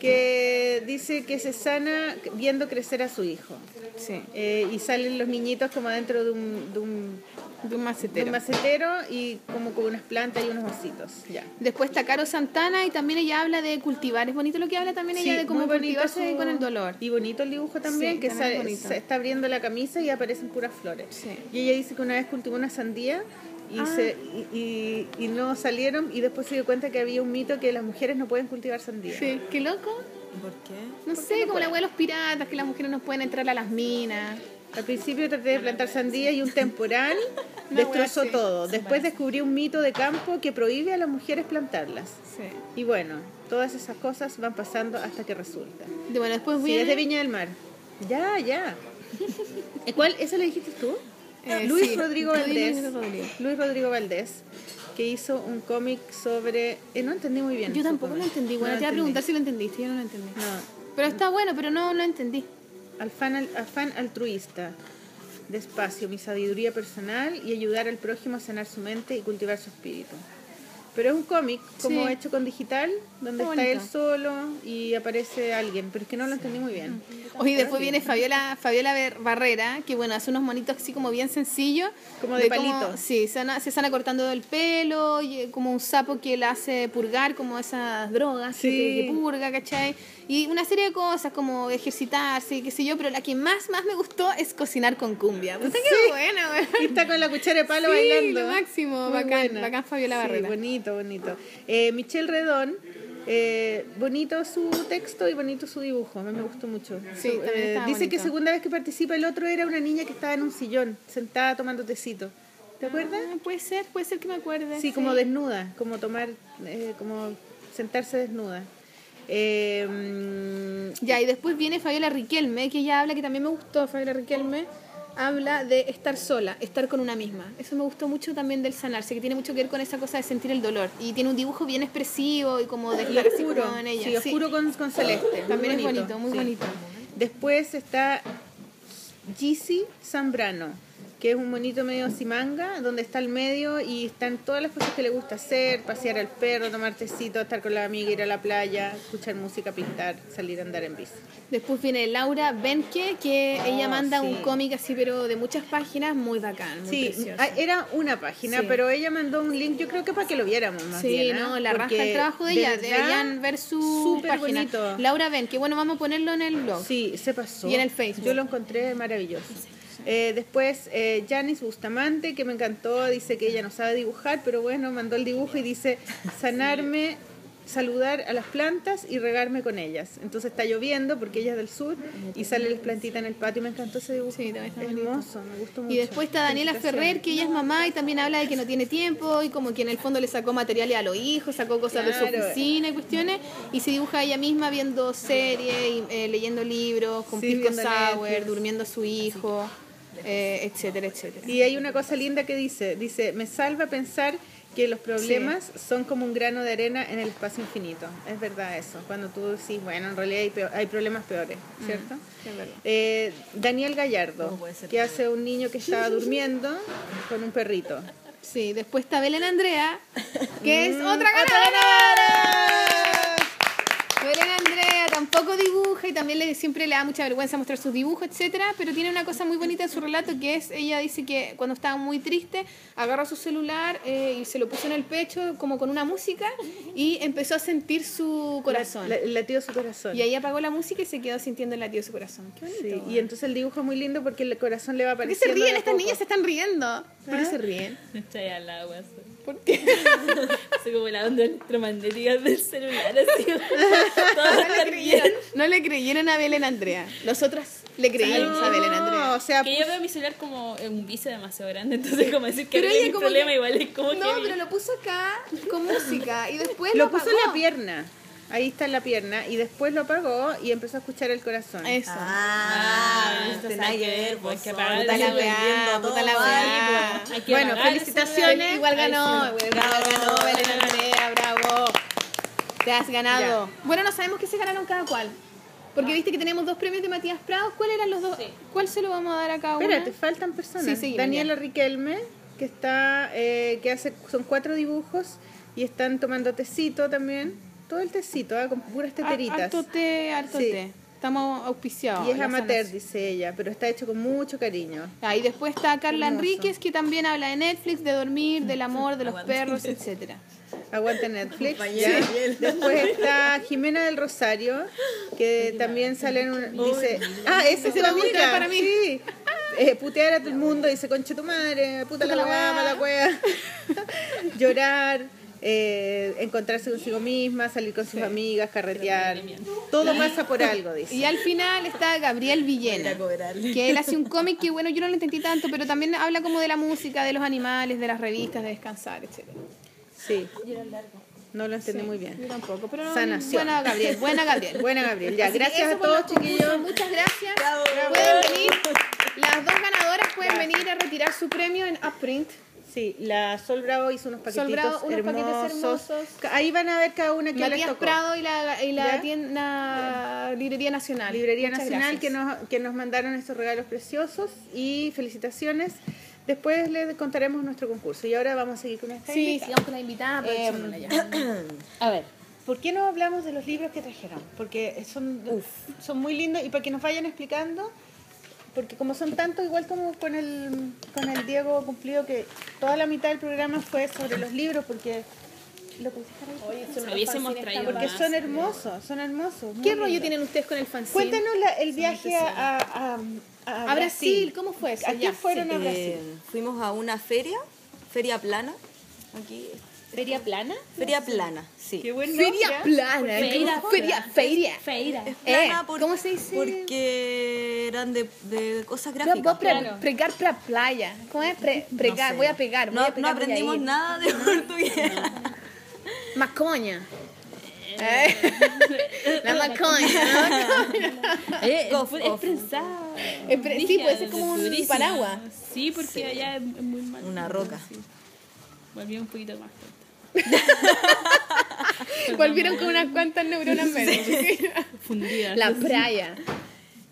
B: que dice que se sana viendo crecer a su hijo.
A: Sí.
B: Eh, y salen los niñitos como dentro de un, de un,
A: De un
B: de un
A: macetero.
B: macetero y como con unas plantas y unos ositos. Ya.
A: Después está Caro Santana y también ella habla de cultivar. Es bonito lo que habla también
B: Sí,
A: ella de cómo
B: muy bonito
A: cultivarse
B: su-
A: con el dolor.
B: Y bonito el dibujo también,
A: Sí,
B: que
A: también
B: sale-
A: bonito.
B: se está abriendo la camisa y aparecen puras flores.
A: Sí.
B: Y ella dice que una vez cultivó una sandía y,
A: Ah.
B: se, y, y- y no salieron y después se dio cuenta que había un mito que las mujeres no pueden cultivar sandía.
A: Sí, qué loco.
D: ¿Por qué?
A: No sé, como la hueá de los piratas, que las mujeres no pueden entrar a las minas.
B: Al principio traté de plantar sandía y un temporal
A: (laughs) Una
B: destrozó
A: hueá así.
B: todo. Después descubrí un mito de campo que prohíbe a las mujeres plantarlas.
A: Sí.
B: Y bueno, todas esas cosas van pasando hasta que resulta.
A: De- bueno, después
B: Sí,
A: viene...
B: es de Viña del Mar. Ya, ya. ¿Y ¿Cuál? ¿Esa la dijiste tú? Ah,
A: Eh,
B: Luis
A: sí.
B: Rodrigo
A: Luis
B: Valdés.
A: Rodríguez.
B: Luis Rodrigo Valdés, que hizo un cómic sobre. eh, no entendí muy bien.
A: Yo
B: su
A: tampoco lo
B: cómic.
A: entendí. Bueno,
B: No
A: te iba a
B: entendí.
A: preguntar si lo entendiste, yo no lo entendí.
B: No,
A: Pero está bueno, pero no lo entendí.
B: al fan, al- afán altruista. Despacio, mi sabiduría personal y ayudar al prójimo a sanar su mente y cultivar su espíritu. Pero es un cómic como
A: Sí.
B: hecho con digital, donde
A: Está
B: está él
A: bonito.
B: solo y aparece alguien, pero es que no lo entendí muy
A: Mm.
B: bien.
A: Oye, después viene Fabiola, Fabiola Ber- Barrera, que bueno, hace unos monitos así como bien sencillos.
B: Como de palito.
A: sí, sana- se sana cortando el pelo, y, eh, como un sapo que la hace purgar, como esas drogas que-
B: Sí.
A: que, purga, ¿cachai? Y una serie de cosas como ejercitarse, qué sé yo, pero la que más, más me gustó es cocinar con cumbia. Puta, qué
B: Sí.
A: buena, güey.
B: Y está con la cuchara de palo
A: Sí,
B: bailando.
A: lo máximo. Bacán, bacán Fabiola
B: Sí,
A: Barrera.
B: bonito, bonito. Eh, Michelle Redón, eh, bonito su texto y bonito su dibujo. A mí me gustó mucho.
A: Sí,
B: Su-
A: también estaba
B: dice
A: bonito.
B: que segunda vez que participa el otro era una niña que estaba en un sillón, sentada tomando tecito. ¿Te acuerdas?
A: Ah, puede ser, puede ser que me acuerde.
B: Sí, como desnuda, como tomar, eh, como sentarse desnuda. Eh, mm,
A: Ya, y después viene Fabiola Riquelme, que ella habla, que también me gustó Fabiola Riquelme, habla de estar sola, estar con una misma. Eso me gustó mucho también del sanarse, que tiene mucho que ver con esa cosa de sentir el dolor. Y tiene un dibujo bien expresivo y como de estar así
B: oscuro,
A: como en ella.
B: sí, oscuro con, con celeste. muy
A: También es bonito, muy
B: sí.
A: bonito.
B: Después está Gizzy Zambrano, que es un bonito medio simanga, donde está el medio y están todas las cosas que le gusta hacer, pasear al perro, tomar tecito, estar con la amiga, ir a la playa, escuchar música, pintar, salir a andar en bici.
A: Después viene Laura Benke, que ella
B: Oh,
A: manda
B: sí.
A: un cómic así, pero de muchas páginas, muy bacán, muy
B: Sí,
A: precioso.
B: ah, era una página,
A: Sí.
B: pero ella mandó un link, yo creo que para que lo viéramos más
A: Sí,
B: bien, ¿ah?
A: no, la
B: Porque
A: raja el trabajo de ella.
B: verdad,
A: Deberían ver su
B: súper
A: página.
B: bonito.
A: Laura Benke, bueno, vamos a ponerlo en el blog.
B: Sí, se pasó.
A: Y en el Facebook.
B: Yo lo encontré maravilloso. Eh, después, eh, Janice Bustamante, que me encantó, dice que ella no sabe dibujar, pero bueno, mandó el dibujo y dice sanarme, saludar a las plantas y regarme con ellas. Entonces está lloviendo porque ella es del sur y sale las plantitas en el patio. Me encantó ese dibujo.
A: Sí, también está
B: Es
A: bonito.
B: hermoso, me gustó mucho.
A: Y después está Daniela Ferrer, que ella es mamá y también habla de que no tiene tiempo y como que en el fondo le sacó materiales a los hijos, sacó cosas de
B: Claro.
A: su oficina y cuestiones. Y se dibuja ella misma viendo series, y, eh, leyendo libros, con
B: Sí,
A: pisco
B: viendo
A: sour,
B: Netflix.
A: durmiendo a su hijo, eh, etcétera, etcétera.
B: Y hay una cosa linda que dice, dice, me salva pensar que los problemas son como un grano de arena en el espacio infinito. Es verdad eso, cuando tú decís, bueno, en realidad hay, peo- hay problemas peores, ¿cierto? Eh, Daniel Gallardo,
D: puede ser
B: que hace un niño que estaba durmiendo con un perrito.
A: Sí, después está Belén Andrea, que es Mm, otra
B: ¡Otra
A: ganadora. Belén Andrea tampoco dibuja y también le, siempre le da mucha vergüenza mostrar sus dibujos, etcétera, pero tiene una cosa muy bonita en su relato que es, ella dice que cuando estaba muy triste, agarró su celular eh, y se lo puso en el pecho como con una música y empezó a sentir su corazón.
B: La- el latido de su corazón.
A: y ahí apagó la música y se quedó sintiendo el latido de su corazón. Qué bonito.
B: Sí, y entonces el dibujo es muy lindo porque el corazón le va
A: ¿Por qué se ¿Ah?
B: apareciendo.
A: ríen
B: de a
A: estas
B: poco.
C: (laughs)
A: niñas? Se están riendo. ¿Por qué se ríen?
C: Estoy al agua.
A: ¿Por qué?
C: (laughs) Soy como la onda electromagnética del celular,
A: (laughs)
C: así. Todo va a estar bien.
A: No le creyeron a Belén Andrea. Nosotras le creímos a Belén Andrea.
B: No, o sea,
C: Que yo veo mi celular como en un vice demasiado grande, entonces como decir que
A: pues. Pero
C: pero
A: ella
C: hay un
A: como
C: problema
A: que-
C: igual es como
I: No,
C: que...
I: pero lo puso acá con música y después lo,
B: lo puso en
I: apagó.
B: la pierna. Ahí está en la pierna. Y después lo apagó y empezó a escuchar el corazón.
A: Eso.
D: Ah,
C: esto
D: tenés
C: sabe
D: que
C: que-
D: ver,
C: pues,
D: pues,
C: que
D: son,
C: pagar
D: puta
C: el
D: la
C: celular.
D: weá,
A: Puta
D: todo
A: la
D: mal,
A: weá.
C: Ah, Hay que
B: Bueno,
C: pagar el
B: felicitaciones.
C: celular.
A: Igual
C: Ay,
A: ganó.
C: sí.
A: Igual ganó Belén Andrea. Bravo. Te has ganado. Bueno, no sabemos qué se ganaron cada cual. Porque viste que tenemos dos premios de Matías Prados. ¿Cuál eran los dos? ¿Cuál se lo vamos a dar a cada uno?
B: Espérate, faltan personas.
A: Sí, seguimos,
B: Daniela Riquelme, que está, eh, que hace, son cuatro dibujos y están tomando tecito también. Todo el tecito, ah, con puras teteritas.
A: Harto té, harto
B: Sí.
A: té. Estamos auspiciados.
B: y es
A: la
B: amateur,
A: zona.
B: dice ella, pero está hecho con mucho cariño.
A: Ah, y después está Carla
B: Hermoso.
A: Enríquez, que también habla de Netflix, de
B: (laughs)
A: dormir, del amor, de los perros, etcétera.
B: Aguante Netflix. ya. Después está Jimena del Rosario, que también sale en un. Dice. Ah, ese
A: Ese
B: es para mí.
A: mamita es para mí.
B: Sí. Eh, putear a todo el mundo, dice concha tu madre, puta la weá, mala weá. (laughs) Llorar, eh, encontrarse consigo misma, salir con sus amigas, carretear. Todo pasa por algo, dice.
A: Y al final está Gabriel Villena, que él hace
B: (laughs)
A: un cómic que, bueno, yo no lo entendí tanto, pero también habla como de la música, de los animales, de las revistas, de descansar, etcétera.
B: Sí. No lo entendí muy
A: Yo
B: bien.
A: tampoco, pero
B: Sanación.
A: buena Gabriel, buena (laughs) Gabriel.
B: Buena, Gabriel. Ya,
A: Así que
B: gracias
A: eso
B: a
A: por
B: todos,
A: los concursos.
B: chiquillos.
A: Muchas gracias. Pueden venir, las dos ganadoras pueden venir a retirar su premio en Upprint.
B: Sí, la Sol Bravo hizo unos paquetitos
A: Sol Bravo, unos paquetes
B: hermosos.
A: hermosos.
B: Ca- Ahí van a ver cada una que les
A: Matías
B: tocó.
A: Prado y la, y la
B: ¿Ya?
A: tienda Librería Nacional.
B: Librería
A: Muchas
B: Nacional
A: gracias.
B: que nos, que nos mandaron estos regalos preciosos y felicitaciones. Después les contaremos nuestro concurso y ahora vamos a seguir con nuestra
A: Sí,
B: invitada.
A: sigamos con la invitada. pero
B: Eh,
A: echémosla ya.
E: A ver.
B: ¿Por qué no hablamos de los libros que trajeron? Porque son, son muy lindos y para que nos vayan explicando, porque como son tantos, igual como con el, con el Diego cumplido, que toda la mitad del programa fue sobre los libros, porque lo que
C: Hubiésemos traído
B: Porque
C: más.
B: son hermosos, son hermosos. muy
A: ¿Qué rollo
B: lindos.
A: tienen ustedes con el fanzine?
B: Cuéntanos la- el viaje a, a- a-
A: A Brasil, ¿cómo fue eso?
B: ¿A qué
A: Ya,
B: fueron a Brasil?
D: Eh, fuimos a una feria, feria plana, aquí,
C: ¿Feria plana?
D: feria plana, sí.
B: Qué bueno.
A: Feria plana. ¿eh?
C: Feira,
A: ¿cómo? feria, feria.
C: Feira.
D: Plana
A: Eh, ¿cómo se dice?
D: Porque eran de, de cosas
A: Yo voy a
D: gráficas.
A: pre-
C: Claro.
A: pregar para playa. ¿Cómo es? Pre- pregar,
D: sé.
A: voy a pegar. voy
D: No,
A: a pegar,
D: no
A: voy a
D: aprendimos
A: ir.
D: nada
A: (laughs)
D: de (laughs) portugués.
A: Maconha. (laughs) Eh, La maconha. ¿no? (laughs)
C: Eh,
D: Cof,
C: fue-
D: cof.
C: es prensado.
A: Es pre- sí,
C: Brígido,
A: puede ser como un
C: durísimo.
A: paraguas.
C: Sí, porque allá es es muy mal.
D: Una roca.
C: Volví un poquito más corta.
A: (laughs) Volvieron con unas cuantas neuronas menos.
C: Fundida.
A: La playa.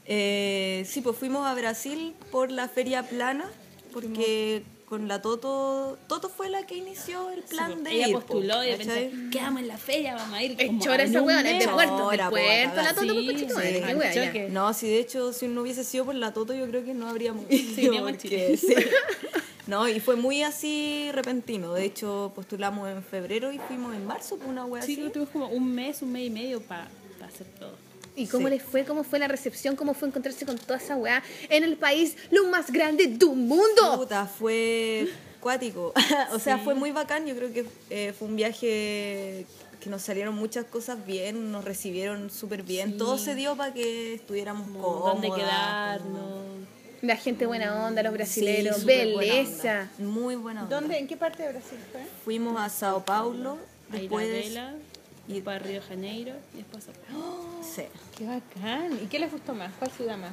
D: Eh, sí, pues fuimos a Brasil por la feria plana, porque con la Toto, Toto fue la que inició el plan de
C: pues, Ella
D: ir,
C: postuló y de
D: po, ¿cachai?
C: repente, quedamos en la feria, vamos a ir.
A: Es
C: como
A: chora
C: en
A: esa
C: un
A: weona, es de
C: mes.
A: puerto. De
D: Chora, po,
A: puerto, la
D: cagada.
A: tonta por
C: Sí,
A: cochito.
C: sí,
A: eh, Qué
C: al
A: wea, ya.
C: choque.
D: No, si de hecho si no hubiese sido por la Toto yo creo que no habríamos ido,
C: iríamos a
D: porque-
C: Chile.
D: sí. (laughs) No, y fue muy así repentino. De hecho, postulamos en febrero y fuimos en marzo por una wea
C: Sí, pues,
D: así.
C: tuvimos como un mes, un mes y medio para hacer todo.
A: ¿Y cómo les fue? ¿Cómo fue la recepción? ¿Cómo fue encontrarse con toda esa weá en el país lo más grande del mundo?
D: Puta, fue cuático. (laughs) o sea, fue muy bacán. Yo creo que eh, fue un viaje que nos salieron muchas cosas bien, nos recibieron súper bien. Todo se dio para que estuviéramos cómodos.
C: ¿Dónde quedarnos?
A: La gente buena onda, los brasileños, belleza.
D: Muy buena onda.
B: ¿Dónde? ¿En qué parte de Brasil fue?
D: Fuimos a Sao Paulo,
C: A ir a
D: después...
C: Vela,
D: y-
C: y para Río de Janeiro, y después a
D: Sí.
B: Qué bacán. ¿Y qué les gustó más? ¿Cuál ciudad más?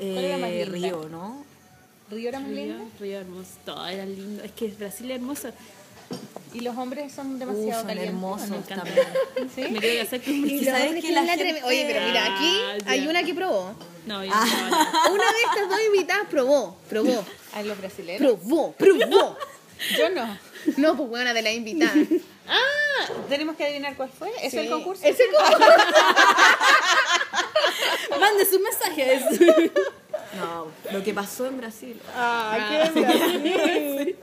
B: era más
D: Eh,
B: linda?
D: Río, ¿no?
B: ¿Río era más
C: Río,
B: lindo?
C: Río hermoso, todo era lindo. Es que Brasil es hermoso.
B: ¿Y los hombres son
D: Uh,
B: demasiado
D: son
B: calientes?
C: me
D: hermosos
C: encanta. (laughs)
D: también.
C: Me quiero casar con
A: Y
D: Y
C: un
A: los
D: sabes
A: hombres
D: que
A: tienen
D: la
A: la treme-
D: gente-
A: Oye, pero mira, aquí
C: Ah, ya.
A: hay una que probó.
C: No, yo no.
A: Una de estas dos invitadas probó, probó,
B: ¿A Ah, los brasileños?
A: probó, probó.
B: (laughs) Yo no.
A: No, pues buena de la invitada.
B: Tenemos que adivinar cuál fue. (laughs) ¿Es el concurso?
A: Ese
B: (laughs)
A: concurso.
C: Mande sus mensajes.
D: No, lo que pasó en Brasil.
B: Ah,
D: (laughs)
B: qué Brasil.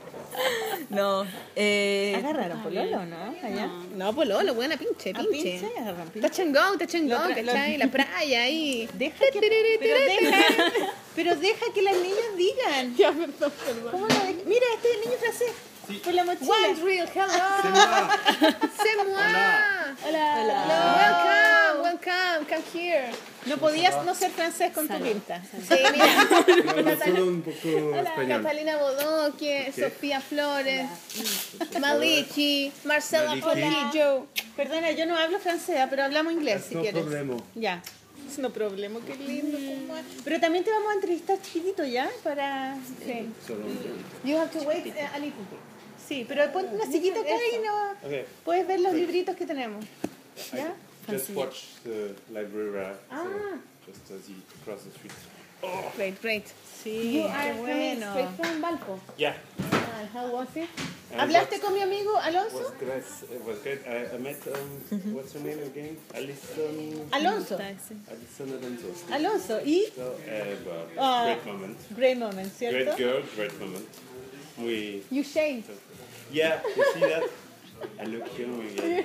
D: No,
B: Ah,
D: eh,
B: ¿Agarraron pololo, no? Allá.
A: No, pues Lolo, buena pinche,
B: Ah,
A: pinche.
B: pinche, agarran pinche.
A: Touch go, touch and
B: Lo
A: go,
B: tra- lo- (laughs)
A: ¿cachai? La playa ahí.
B: Deja que, pero, (laughs) deja, pero deja que las niñas digan. Ya, perdón, perdón. ¿Cómo lo deja? Mira, este niño francés. Fue la mochila.
A: One real, hello. C'est moi. Hola. Welcome, welcome, come here.
B: No podías no ser francés con tu pinta.
A: Sí, mira.
F: solo un poco español.
A: Catalina Bodoque, Sofía Flores, Malichi, Marcela
F: Maliki.
A: Portillo.
B: Perdona, yo no hablo francés, pero hablamos inglés si
F: No
B: quieres.
F: problema.
B: Ya. Es no problema, qué lindo.
A: Mm.
B: cómo es. Pero también te vamos a entrevistar chiquitito ya para. Sí.
F: Solo un poco.
A: You have to wait eh, a little bit.
B: Sí, pero ponte una sillita acá y no.
F: Okay.
B: Puedes ver los libritos que tenemos. ¿Ya?
F: Just watch the library. Ah. Just as you cross the street.
A: Great, great.
B: Sí,
A: You are
B: qué
A: coming
B: bueno.
A: straight from Valpo.
F: Yeah.
A: Ah, how was it?
F: And
B: ¿Hablaste
F: what
B: con mi amigo
F: Was
B: Alonso?
F: great. It was great. I, I met um, what's her name again? Alison.
B: Alonso.
F: Alison Alonso.
B: Alonso. Y.
F: So, eh, well,
B: Ah.
F: great moment.
B: Great moment,
F: Great
B: ¿cierto?
F: girl. Great moment. We.
A: You changed.
F: Yeah. You see that? I look young again.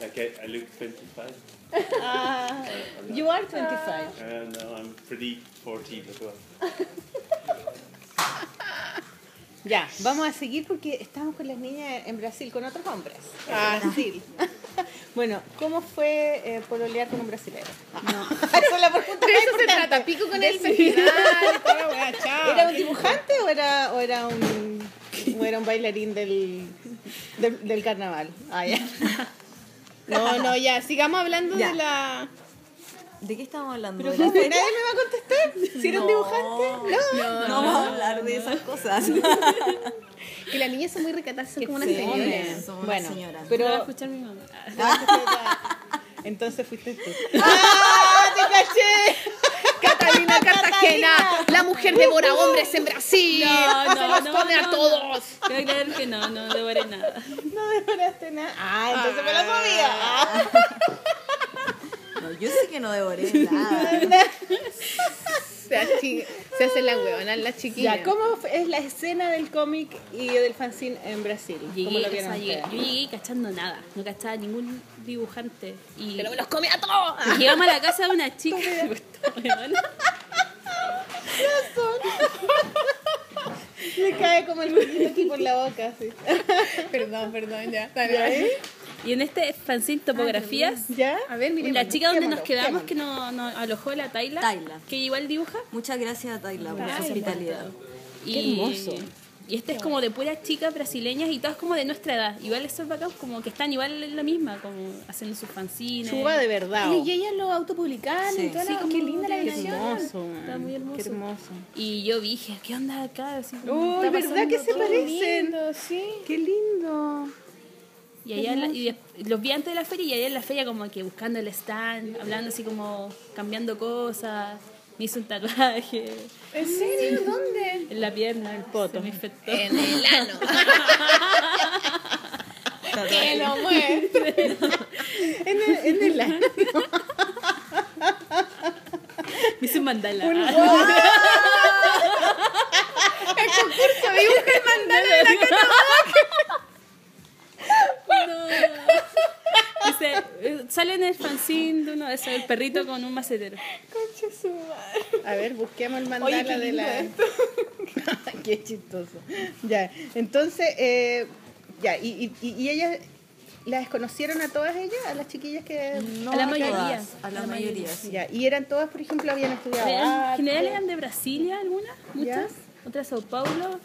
F: Like I, I look 25.
B: Ah,
F: I'm not-
B: you are
A: Ah.
B: 25.
F: Uh, no, I'm pretty 40 as well.
B: Ya, vamos a seguir porque estamos con las niñas en Brasil, con otros hombres. En Brasil. (laughs) bueno, ¿cómo fue eh, pololear con un brasileño? No. (laughs) Esa es la pregunta
A: Pero
B: más
A: eso se
B: importante.
A: trata, pico con el
B: Decir.
A: festival, toda la wea, chao.
B: ¿Era un dibujante o era, o era un o era un bailarín del, del, del carnaval? Ah,
D: (laughs)
B: ya.
A: No, no, ya, sigamos hablando
D: Ya.
A: de la...
D: ¿De qué estamos hablando?
B: Pero
D: ¿De
B: ¿cómo?
D: la-
B: ¿Nadie me va a contestar? ¿Si era un
D: No.
B: dibujante? No.
D: No, vamos a hablar de esas cosas. (laughs)
A: Que las niñas son muy recatadas, son como unas
D: feo.
A: señoras.
D: Somos unas
B: Bueno,
D: señoras.
B: pero...
C: Lo va a escuchar mi mamá.
B: Entonces fuiste tú. ¡Ah! ¡Te caché!
A: Catalina Cartagena, la mujer devora hombres en Brasil.
C: No,
A: se
C: no,
A: los
C: no,
A: come a
C: no,
A: todos.
C: no. Quiero aclarar que no, no devoré nada.
B: No devoraste nada. Ah, entonces me lo sabía. Ah.
D: No, yo sé que no devoré nada.
A: Se, hace- se hacen las huevonas, las chiquillas.
B: Ya, ¿cómo fue- es la escena del cómic y del fanzine en Brasil? ¿Cómo
C: Llegué,
B: lo
C: o
B: vieron
C: sea, llegué- yo
B: ustedes?
C: llegué cachando nada, no cachaba ningún dibujante. Y
A: Pero me los come a todos.
C: llegamos a la casa de una chica. Bueno,
B: Le cae como el poquito aquí por la boca, así.
A: Perdón, perdón, ya.
C: y en este fanzine topografías,
B: ¿Ya?
A: A ver, miremos.
C: la chica donde nos
B: quémalo,
C: quedamos,
B: quémalo.
C: que nos nos alojó la Taila,
D: Taila.
C: que igual dibuja.
D: Muchas gracias, Taila, por su hospitalidad.
C: Y, hermoso. Y este es como de puras chicas brasileñas y todas como de nuestra edad. Igual esos bacán como que están igual en la misma, como haciendo sus fanzines.
B: Chuba de verdad.
A: Y ellas lo autopublicaron
D: Sí.
A: y toda
C: Sí,
A: la-
C: como
A: Qué linda la
C: de-
B: Qué
A: edición.
B: hermoso, man.
C: Está muy hermoso.
B: Qué hermoso. Oh,
C: Y yo dije, ¿qué onda acá? Así como
B: Uy,
C: está
B: ¿verdad
C: pasando
B: que se
C: todo.
B: parecen?
A: Lindo, sí.
B: Qué lindo.
C: Y allá en la- y des- los vi antes de la feria y allá en la feria como que buscando el stand, hablando así como cambiando cosas. Me hice un tatuaje
A: ¿En serio? ¿Dónde?
C: en la pierna, el poto. me infectó.
A: En el ano.
B: (laughs)
A: que
C: (laughs)
A: lo mueve.
B: En el, en el ano.
C: Me hice un mandala. Ah. (laughs) No. Dice, eh, sale en el fanzine de uno de esos, el perrito con un macetero.
B: A ver, busquemos el mandala de la. (laughs) qué chistoso. Ya, entonces, eh, ya, y, y, y ellas. ¿Las conocieron a todas ellas? ¿A las chiquillas que.?
D: No
C: a la
D: todas,
C: mayoría.
D: A la mayoría, sí.
B: Ya, y eran todas, por ejemplo, habían estudiado.
C: Eran- En
B: arte.
C: general eran de Brasilia algunas, muchas, otras Sao Paulo,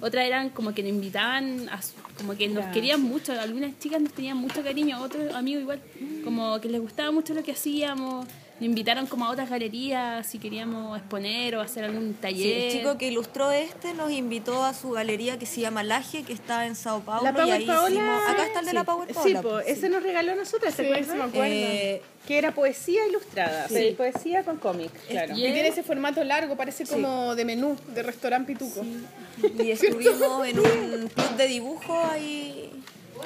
C: otras eran como que nos invitaban, a su- como que nos querían mucho, algunas chicas nos tenían mucho cariño, otros amigos igual, como que les gustaba mucho lo que hacíamos, nos invitaron como a otras galerías si queríamos exponer o hacer algún taller.
D: Sí, el chico que ilustró este nos invitó a su galería que se llama Laje, que está en Sao Paulo.
B: La
D: y
B: Power
D: ahí hicimos- Acá está el de la Power
B: Sí,
D: Paola,
B: po,
D: pues,
B: ese nos regaló a nosotras, ¿se acuerdan?
D: Eh,
B: que era poesía ilustrada, pero poesía con cómic, claro.
A: Y tiene ese formato largo, parece como de menú, de restaurante pituco.
B: (laughs)
D: y estuvimos en un club de dibujo ahí.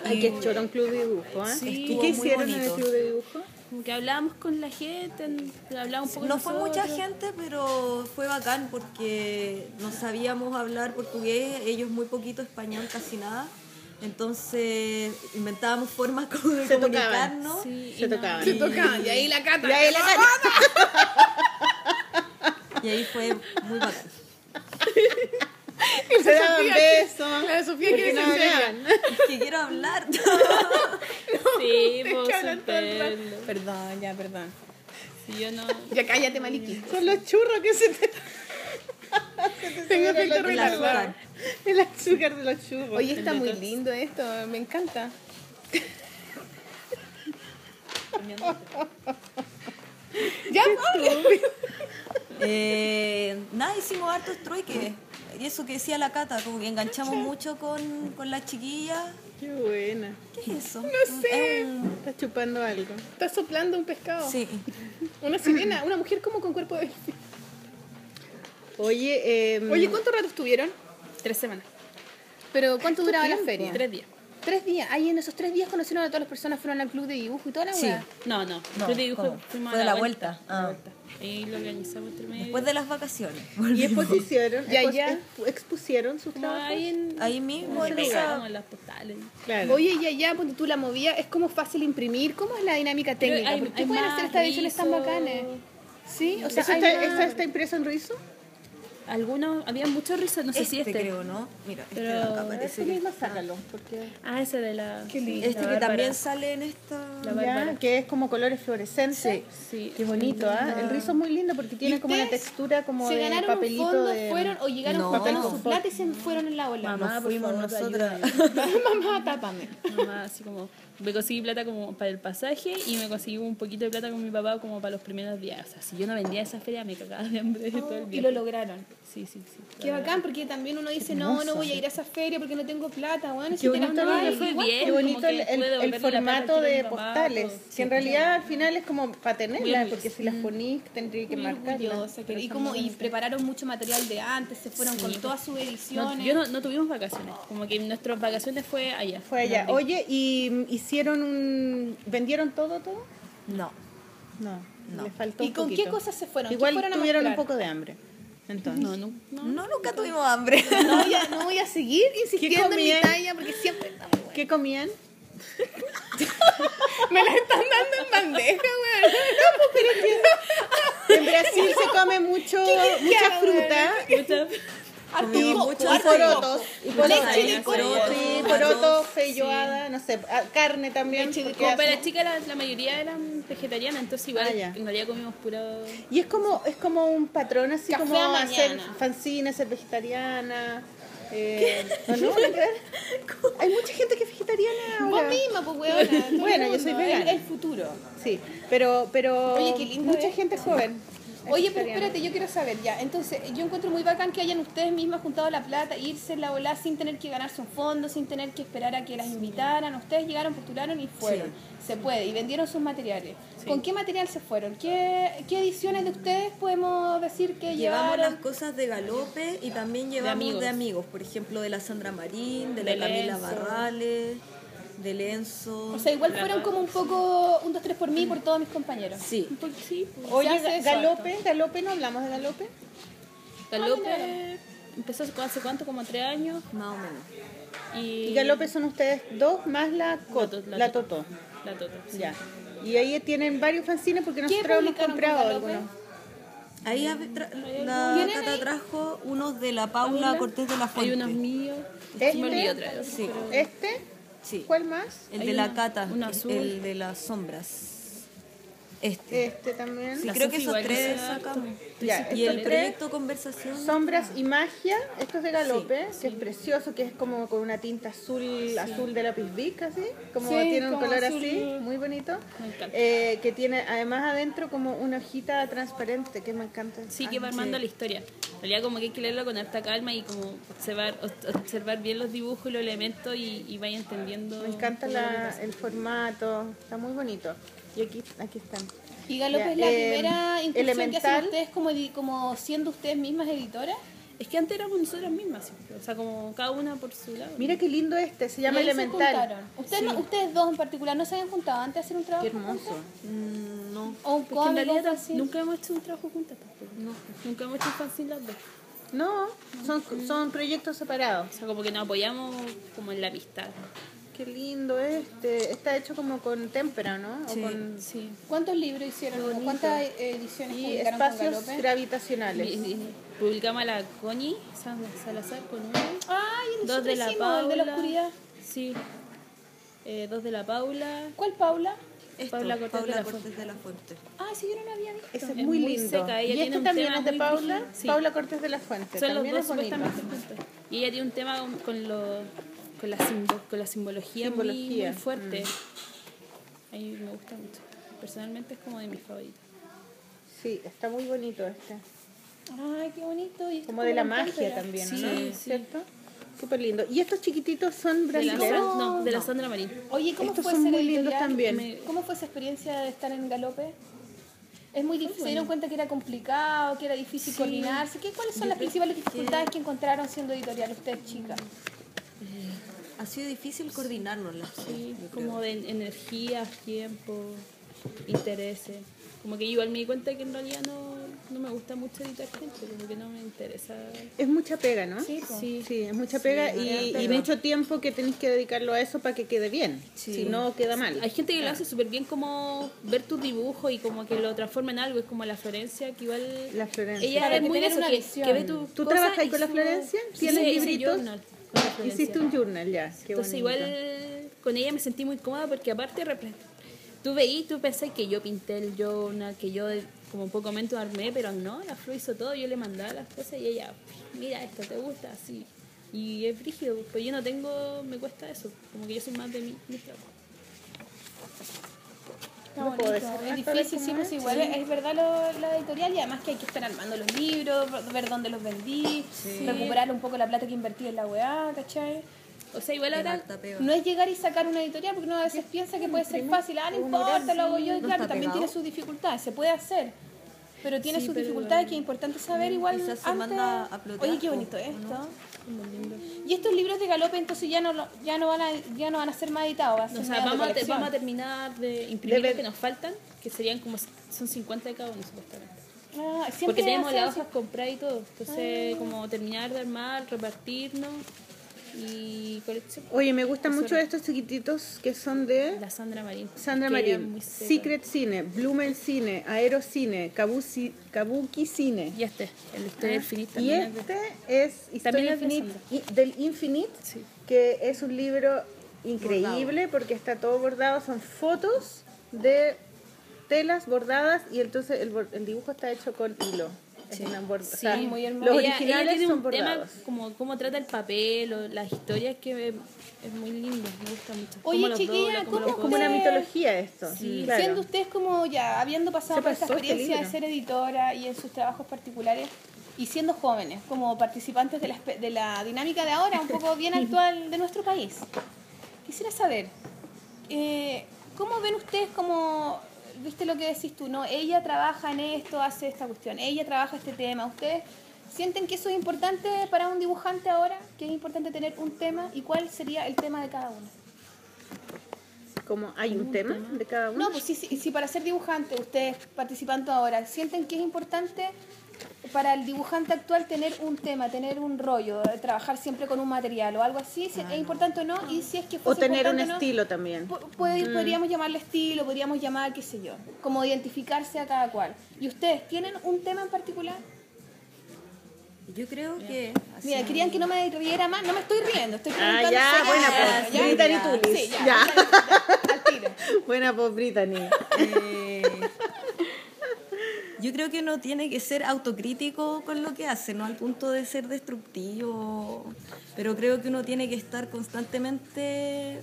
B: Hay que echar un club de dibujo, ¿eh?
D: Sí,
B: ¿Y qué
D: estuvo muy
B: hicieron en el
D: bonito.
B: club de dibujo?
C: Como que hablábamos con la gente, hablábamos un poco
D: No fue mucha
C: nosotros.
D: gente, pero fue bacán porque no sabíamos hablar portugués, ellos muy poquito español, casi nada. Entonces inventábamos formas (laughs) como de
B: Se tocaban.
D: comunicarnos.
C: Sí,
B: Se
C: y
B: (laughs)
C: no-
B: tocaban.
A: Se toca, y ahí la cata.
B: Y ahí la Cata.
D: Y ahí fue muy bacán.
B: se daban besos.
A: La Sofía
B: Porque
A: quiere
B: no
A: ser
B: hablaban.
D: Es que quiero
C: (laughs)
D: hablar.
C: Sí,
A: Te
C: pues,
A: hablan todo el rato.
C: sorprendo.
B: Perdón, ya, perdón.
C: Si yo no.
A: Ya cállate, Maliki.
B: (laughs) Son los churros que se
A: (laughs)
B: te. Tengo efecto
D: El
B: retardado.
D: azúcar.
B: El azúcar de los churros.
A: Oye, está muy lindo esto, me encanta.
B: (laughs)
A: ya,
D: Eh, nada, hicimos hartos trueques. Y eso que decía la Cata, como que enganchamos mucho con, con las chiquillas.
B: Qué buena.
D: ¿Qué es eso?
A: No sé.
D: Es un-
B: Estás chupando algo.
A: está soplando un pescado.
D: Sí.
B: (clears throat)
A: Una sirena, una mujer como con cuerpo de...
B: Oye, eh,
A: Oye, ¿cuánto rato estuvieron? Tres semanas. ¿Pero cuánto duraba la
B: tiempo.
A: feria?
C: Tres días.
A: Tres días. Ahí en esos tres días conocieron a todas las personas, fueron al club de dibujo y toda la
D: Sí.
A: weá.
C: No, no.
D: No,
C: Yo te digo,
D: ¿cómo?
C: fuimos
D: Fue
C: a
D: de
C: la
D: la
C: vuelta.
D: vuelta.
C: a la
D: Ah.
C: vuelta. Ahí lo organizamos entre medio.
D: Después de las vacaciones.
B: y
C: (laughs)
B: expusieron,
A: Ya,
B: expus-
A: ya.
B: expu- expusieron sus
C: Como
B: trabajos.
C: ahí en.
D: Ahí mismo en
C: se
D: esa-
C: pegaron las postales.
B: Claro.
A: Oye, y allá, ponte tú la movida, es como fácil imprimir. ¿Cómo es la dinámica
C: Pero
A: técnica?
C: hay-
A: ¿Por qué
C: hay
A: pueden
C: más
A: hacer estas ediciones tan
C: rizos.
A: bacanes? Sí, o sea,
B: ¿Eso
A: hay
B: está,
A: más-
B: ¿Esta está impreso en rizo?
C: Algunos, había muchos rizos, no sé si
D: este,
C: este.
D: creo, ¿no? Mira, este
C: Pero-
D: de acá parece que-
B: sácalo. Porque...
C: Ah, ese de la. Qué lindo.
D: Este que también sale en esta...
C: La
B: Ya,
C: Bárbara.
B: que es como colores fluorescentes.
C: Sí.
B: Qué bonito, ¿ah? El rizo es muy lindo porque tiene como una
A: ustedes
B: textura como
A: se
B: de
A: ganaron
B: papelito
A: un fondo,
B: de...
A: fueron o llegaron
D: No.
A: juntaron
D: Papel
A: su
B: confort.
A: plata y se fueron en la ola.
C: Mamá,
D: Nos
C: por
D: fuimos
C: favor,
D: nosotras.
A: (laughs) Mamá, tápame.
C: Mamá, así como, me conseguí plata como para el pasaje y me conseguí un poquito de plata con mi papá como para los primeros días. O sea, si yo no vendía esa feria me cagaba de hambre todo el
A: Oh, Y
C: día.
A: lo lograron.
C: Sí, sí, sí.
A: Qué bacán, porque también uno dice, no, no voy a ir a esa feria porque no tengo plata, bueno,
B: Qué
A: si te la
B: bonito,
A: pagan,
B: el-
C: fue
A: igual.
C: bien.
B: Qué bonito
C: como
B: el,
C: que
B: el-
C: pude
B: el
C: devolverle la plata
B: formato de
C: que tiene mi papá,
B: postales.
C: todo.
B: Que en realidad al final es como para tenerlas,
C: Muy
B: porque si las ponís tendría que
A: Muy
B: marcarlas.
A: orgullosa, pero- y como y prepararon mucho material de antes, se fueron con todas sus
C: No,
A: ediciones.
C: yo no, no tuvimos vacaciones, como que nuestras vacaciones fue allá.
B: Fue allá.
C: Donde-
B: Oye, ¿y mm, hicieron un... ¿Vendieron todo, todo?
D: No.
B: No,
D: No.
B: le faltó
A: ¿Y
B: un
A: con
B: poquito.
A: qué cosas se fueron? ¿Qué
B: Igual
A: fueron a
B: tuvieron un
A: mostrar?
B: poco de hambre. Entonces.
C: No, no, no.
D: No, nunca tuvimos hambre.
A: No voy a, no voy a seguir insistiendo en mi
B: comían?
A: talla porque siempre está muy bueno.
B: ¿Qué comían?
A: (laughs) Me la están dando en bandeja, weón.
B: pues, En Brasil se come mucho, mucha fruta
D: Comimos
A: Harto
D: mucho
B: y
A: coco, harto
B: porotos.
A: coco.
B: Y porotos.
A: Leche de
B: Sí,
A: coco.
B: sí, porotos, feijoada, no sé, ah, carne también. porque
C: Como para
B: hacen-
C: las chicas, la, la mayoría eran vegetarianas, entonces igual
B: Ah, ya.
C: en realidad comimos puro...
B: Y es como, es como un patrón así
A: Café
B: como
A: a mañana.
B: hacer fanzine, ser vegetariana. eh, ¿o
A: (laughs)
B: no? Hay mucha gente que es vegetariana
A: Vos
B: ahora.
A: misma, pues,
B: (laughs)
A: weona. todo el
B: Bueno, yo soy
A: mundo.
B: vegana.
A: El, el futuro.
B: Sí, pero, pero
A: Oye, qué lindo,
B: mucha
A: ¿eh?
B: gente joven. es
A: Oye, pero
B: vegetariana.
A: espérate, yo quiero saber ya. Entonces, yo encuentro muy bacán que hayan ustedes mismas juntado la plata, irse en la ola sin tener que ganarse un fondo, sin tener que esperar a que las invitaran. Ustedes llegaron, postularon y fueron. Se puede, y vendieron sus materiales. ¿Con qué material se fueron? ¿Qué, qué ediciones de ustedes podemos decir que
D: Llevamos las
A: llevaron?
D: cosas de Galope y también llevamos de
C: amigos.
D: amigos, por ejemplo, de la Sandra Marín, de la
C: De
D: Camila
C: Lenzo.
D: Barrales, de Lenzo.
A: O sea, igual fueron como un poco un, dos, tres por mí y por todos mis compañeros.
D: sí.
C: Porque sí, pues.
A: se
B: Oye,
A: hace
B: Ga-
A: eso,
B: galope, galope, no hablamos de galope. Ah,
C: Galope empezó hace- hace cuánto, como tres años.
D: Más o menos.
C: Y,
B: Y galope son ustedes dos más la, Cot-
C: Toto,
B: la,
C: la
B: Totó.
C: La Toto, sí.
B: Ya. Y ahí tienen varios fanzines porque
A: ¿Qué
B: nosotros hemos
A: publicaron con
B: comprado
A: Galope?
B: algunos.
D: Ahí hab- tra- la
A: ¿Tienen
D: Cata
A: ahí?
D: trajo unos de la Paula Cortés de la
C: Hay
D: Fuente.
C: unos míos.
B: ¿Este?
C: Me olvidé otra vez.
D: Sí,
B: Este,
D: sí.
B: ¿cuál más?
D: El
C: Hay
D: de la
C: una-
D: Cata,
C: una
D: el-
C: azul.
D: el de las sombras. Este.
B: Este también.
D: Sí,
C: La
D: creo que
C: Sofi
D: esos
C: igual
D: tres
C: hizo harto.
D: sacamos.
B: Ya,
D: Y el
C: ¿este?
B: estos tres,
D: proyecto Conversación.
B: Sombras y Magia, esto es de Galope, que es precioso, que es como con una tinta azul, azul de lápiz bic, así, como
A: Sí,
B: tiene un
A: como
B: color
A: azul.
B: así, muy bonito,
C: Me encanta.
B: Eh, que tiene además adentro como una hojita transparente, que me encanta.
C: Sí,
B: Ah,
C: que va armando la historia. En realidad como que hay que leerlo con harta calma y como observar, os- observar bien los dibujos y los elementos y, y vaya entendiendo.
B: Me encanta
C: todo lo que
B: la-
C: pasa.
B: el formato, está muy bonito. Y aquí, aquí están.
A: Y Galope
B: Ya,
A: es la
B: eh,
A: primera incursión que
B: Elemental.
A: hacen ustedes como, edi- como siendo ustedes mismas editoras.
C: Es que antes éramos nosotras mismas, sí. o sea, como cada una por su lado.
B: Mira qué lindo este, se llama
A: Y ahí se
B: Elemental.
A: juntaron. Ustedes, no- ustedes dos en particular no se habían juntado antes de hacer un trabajo.
B: Qué hermoso.
A: juntas?
D: Mm, No,
A: O un
C: Porque en
A: cómic, o
C: realidad
A: algo así.
C: nunca hemos hecho un trabajo juntas tampoco. Nunca hemos hecho un fanzine las dos.
B: No, son, son proyectos separados.
C: O sea, como que nos apoyamos como en la amistad.
B: Qué lindo este. Está hecho como con témpera, ¿no? O con-
C: Sí.
A: ¿Cuántos libros hicieron? ¿Cuántas eh, ediciones
B: Y
A: publicaron con
B: espacios
A: Galope?
B: gravitacionales.
C: Y- y- Publicamos a la Connie San- Salazar con uno.
A: Ay,
C: Dos de la
A: hicimos el de la
C: Paula.
A: oscuridad.
C: sí. Eh, dos de la Paula. ¿Cuál Paula? Paula Cortés de la Fuente.
D: de la Fuente.
C: Ah, sí, yo no la había visto.
B: Ese es muy lindo.
C: seca, ella
B: y
C: tiene
B: este
C: un
B: también
C: tema
B: es de
C: muy
B: Paula,
C: brígido. Sí.
B: Paula Cortés de la Fuente.
C: Son los
B: también
C: dos
B: es bonito.
C: supuestamente juntos. Y ella tiene un tema con, con lo- con la, simbo- con la simbología, muy- Muy,
B: Simbología, Mm.
C: fuerte. A mí me gusta mucho. Personalmente es como de mis favoritos.
B: Sí, está muy bonito este.
C: Ay, qué bonito. Y esto
B: Como de la
C: en
B: magia
C: Cántara.
B: también,
C: sí,
B: ¿no?
C: Sí,
B: ¿Cierto? Súper lindo. ¿Y estos chiquititos son
C: De la, Sandra,
B: brasileños?
C: no, de la Sandra Marín.
I: Oye, ¿cómo
B: Estos
I: fue
B: son
I: ser
B: muy
I: editorial?
B: lindos también.
I: Me- ¿Cómo fue esa experiencia de estar en Galope? Es muy difícil, se dieron cuenta que era complicado, que era difícil coordinarse. ¿Qué, ¿Cuáles son las principales dificultades que encontraron siendo editorial ustedes, chicas?
D: Ha sido difícil coordinarnos las cosas,
C: Sí,
D: yo creo.
C: como de energías, tiempo, intereses. Como que igual me di cuenta que en realidad no, no me gusta mucho editar gente, como que no me interesa.
B: Es mucha pega, ¿no?
C: Sí, po.
B: Sí, es mucha pega y, y mucho tiempo que tenés que dedicarlo a eso para que quede bien. Si no, queda mal.
C: Hay gente que lo hace súper bien como ver tus dibujos y como que lo transforma en algo, es como la Florencia que igual...
B: Ah, La Florencia.
C: Ella
I: Claro,
C: es
I: que
C: muy de eso,
I: tener una
C: que,
I: visión.
C: que ve tu
B: ¿Tú trabajas con la Florencia? ¿Tienes libritos? Hiciste un journal ya. Qué
C: Entonces
B: bonito.
C: igual con ella me sentí muy cómoda porque aparte repre- tú veí, tú pensás que yo pinté el journal, que yo como un poco menos armé, pero no, la Flo hizo todo, yo le mandaba las cosas y ella, mira esto, te gusta, así. Y es frígido, pues yo no tengo, me cuesta eso, como que yo soy más de mi, mi trabajo.
I: Está bonito, es difícil, sí, pues igual es- es verdad lo- la editorial y además que hay que estar armando los libros, ver dónde los vendí, recuperar un poco la plata que invertí en la weá, ¿cachai?
C: O sea, igual ahora
D: Marta Pega.
I: No es llegar y sacar una editorial porque uno a veces piensa que puede ser fácil, ah, no importa, lo hago yo, y
D: No
I: claro,
D: está
I: también
D: pegado.
I: tiene sus dificultades, se puede hacer, pero tiene
C: Sí,
I: sus
C: pero
I: dificultades que es importante saber igual
D: Quizás se
I: antes.
D: manda a plotear,
I: Oye, qué
D: po,
I: bonito
D: ¿o
I: esto.
D: no?
I: Y estos libros de Galope entonces ya no lo- ya no van a ya no van a ser más editados, va a ser
C: o
I: más
C: sea,
I: de
C: vamos a, te-
I: colección.
C: vamos a terminar de imprimir
B: Debe-
C: los que nos faltan, que serían como, son 50 de cada uno supuestamente.
I: Ah, siempre
C: Porque
I: va
C: tenemos
I: a ser
C: las
I: así.
C: hojas compradas y todo.
B: Ah.
C: Entonces, como terminar de armar, repartirnos y colección.
B: Oye, me gustan mucho estos chiquititos que son de
C: La Sandra Marín.
B: Sandra
C: que ella es
B: Marín.
C: muy seca.
B: Secret Cine, Blumen Cine, Aero Cine, Kabuki, Kabuki Cine.
C: Y este, el Historia del Finito.
B: Ah, Y
C: también es
B: este es Historia
C: es de
B: Infinit- i- del Infinite,
C: Sí.
B: que es un libro increíble porque está todo bordado, son fotos de telas bordadas y entonces el, bor- el dibujo está hecho con hilo. Es una bor- o sea,
C: Sí,
I: muy hermoso.
B: los
C: Ella- ella
B: originales
C: tiene
B: son
C: un tema
B: bordados.
C: como cómo trata el papel o las historias que es, es muy lindo, me gusta mucho.
I: Oye,
C: Cómo los
I: chiquilla,
C: dobla, cómo
I: ¿cómo
C: los
B: Es como una
I: ustedes-
B: mitología esto. claro.
I: Siendo ustedes como ya, habiendo pasado
B: Se
I: por esta
B: pasó este
I: experiencia de
B: libro.
I: ser editora y en sus trabajos particulares, y siendo jóvenes, como participantes de la, espe- de la dinámica de ahora,
B: (laughs)
I: un poco bien actual de nuestro país, quisiera saber, eh, ¿cómo ven ustedes como, viste lo que decís tú, no, ella trabaja en esto, hace esta cuestión, ella trabaja este tema, ustedes... ¿Sienten que eso es importante para un dibujante ahora? ¿Que es importante tener un tema? ¿Y cuál sería el tema de cada uno?
B: Como hay un tema de cada uno.
I: No, pues si, si, si para ser dibujante, ustedes participando ahora, sienten que es importante para el dibujante actual tener un tema, tener un rollo, eh, trabajar siempre con un material o algo así, si es importante o no, y si es pues, que
B: o
I: fuese
B: tener un
I: importante o no,
B: estilo Mm. también.
I: po- puede- Podríamos llamarle estilo, podríamos llamar, qué sé yo, como identificarse a cada cual. ¿Y ustedes tienen un tema en particular?
D: Yo creo que... así-
I: Mira, querían que no me riera más, no me estoy riendo, estoy preguntando.
B: Ah, ya,
I: seria-
B: buena, pues, Brittany
I: ya.
B: Tulis.
I: Sí, ya,
B: Ya.
I: Brittany, al tiro.
B: (laughs) Buena por Brittany.
D: Eh, yo creo que uno tiene que ser autocrítico con lo que hace, no al punto de ser destructivo, pero creo que uno tiene que estar constantemente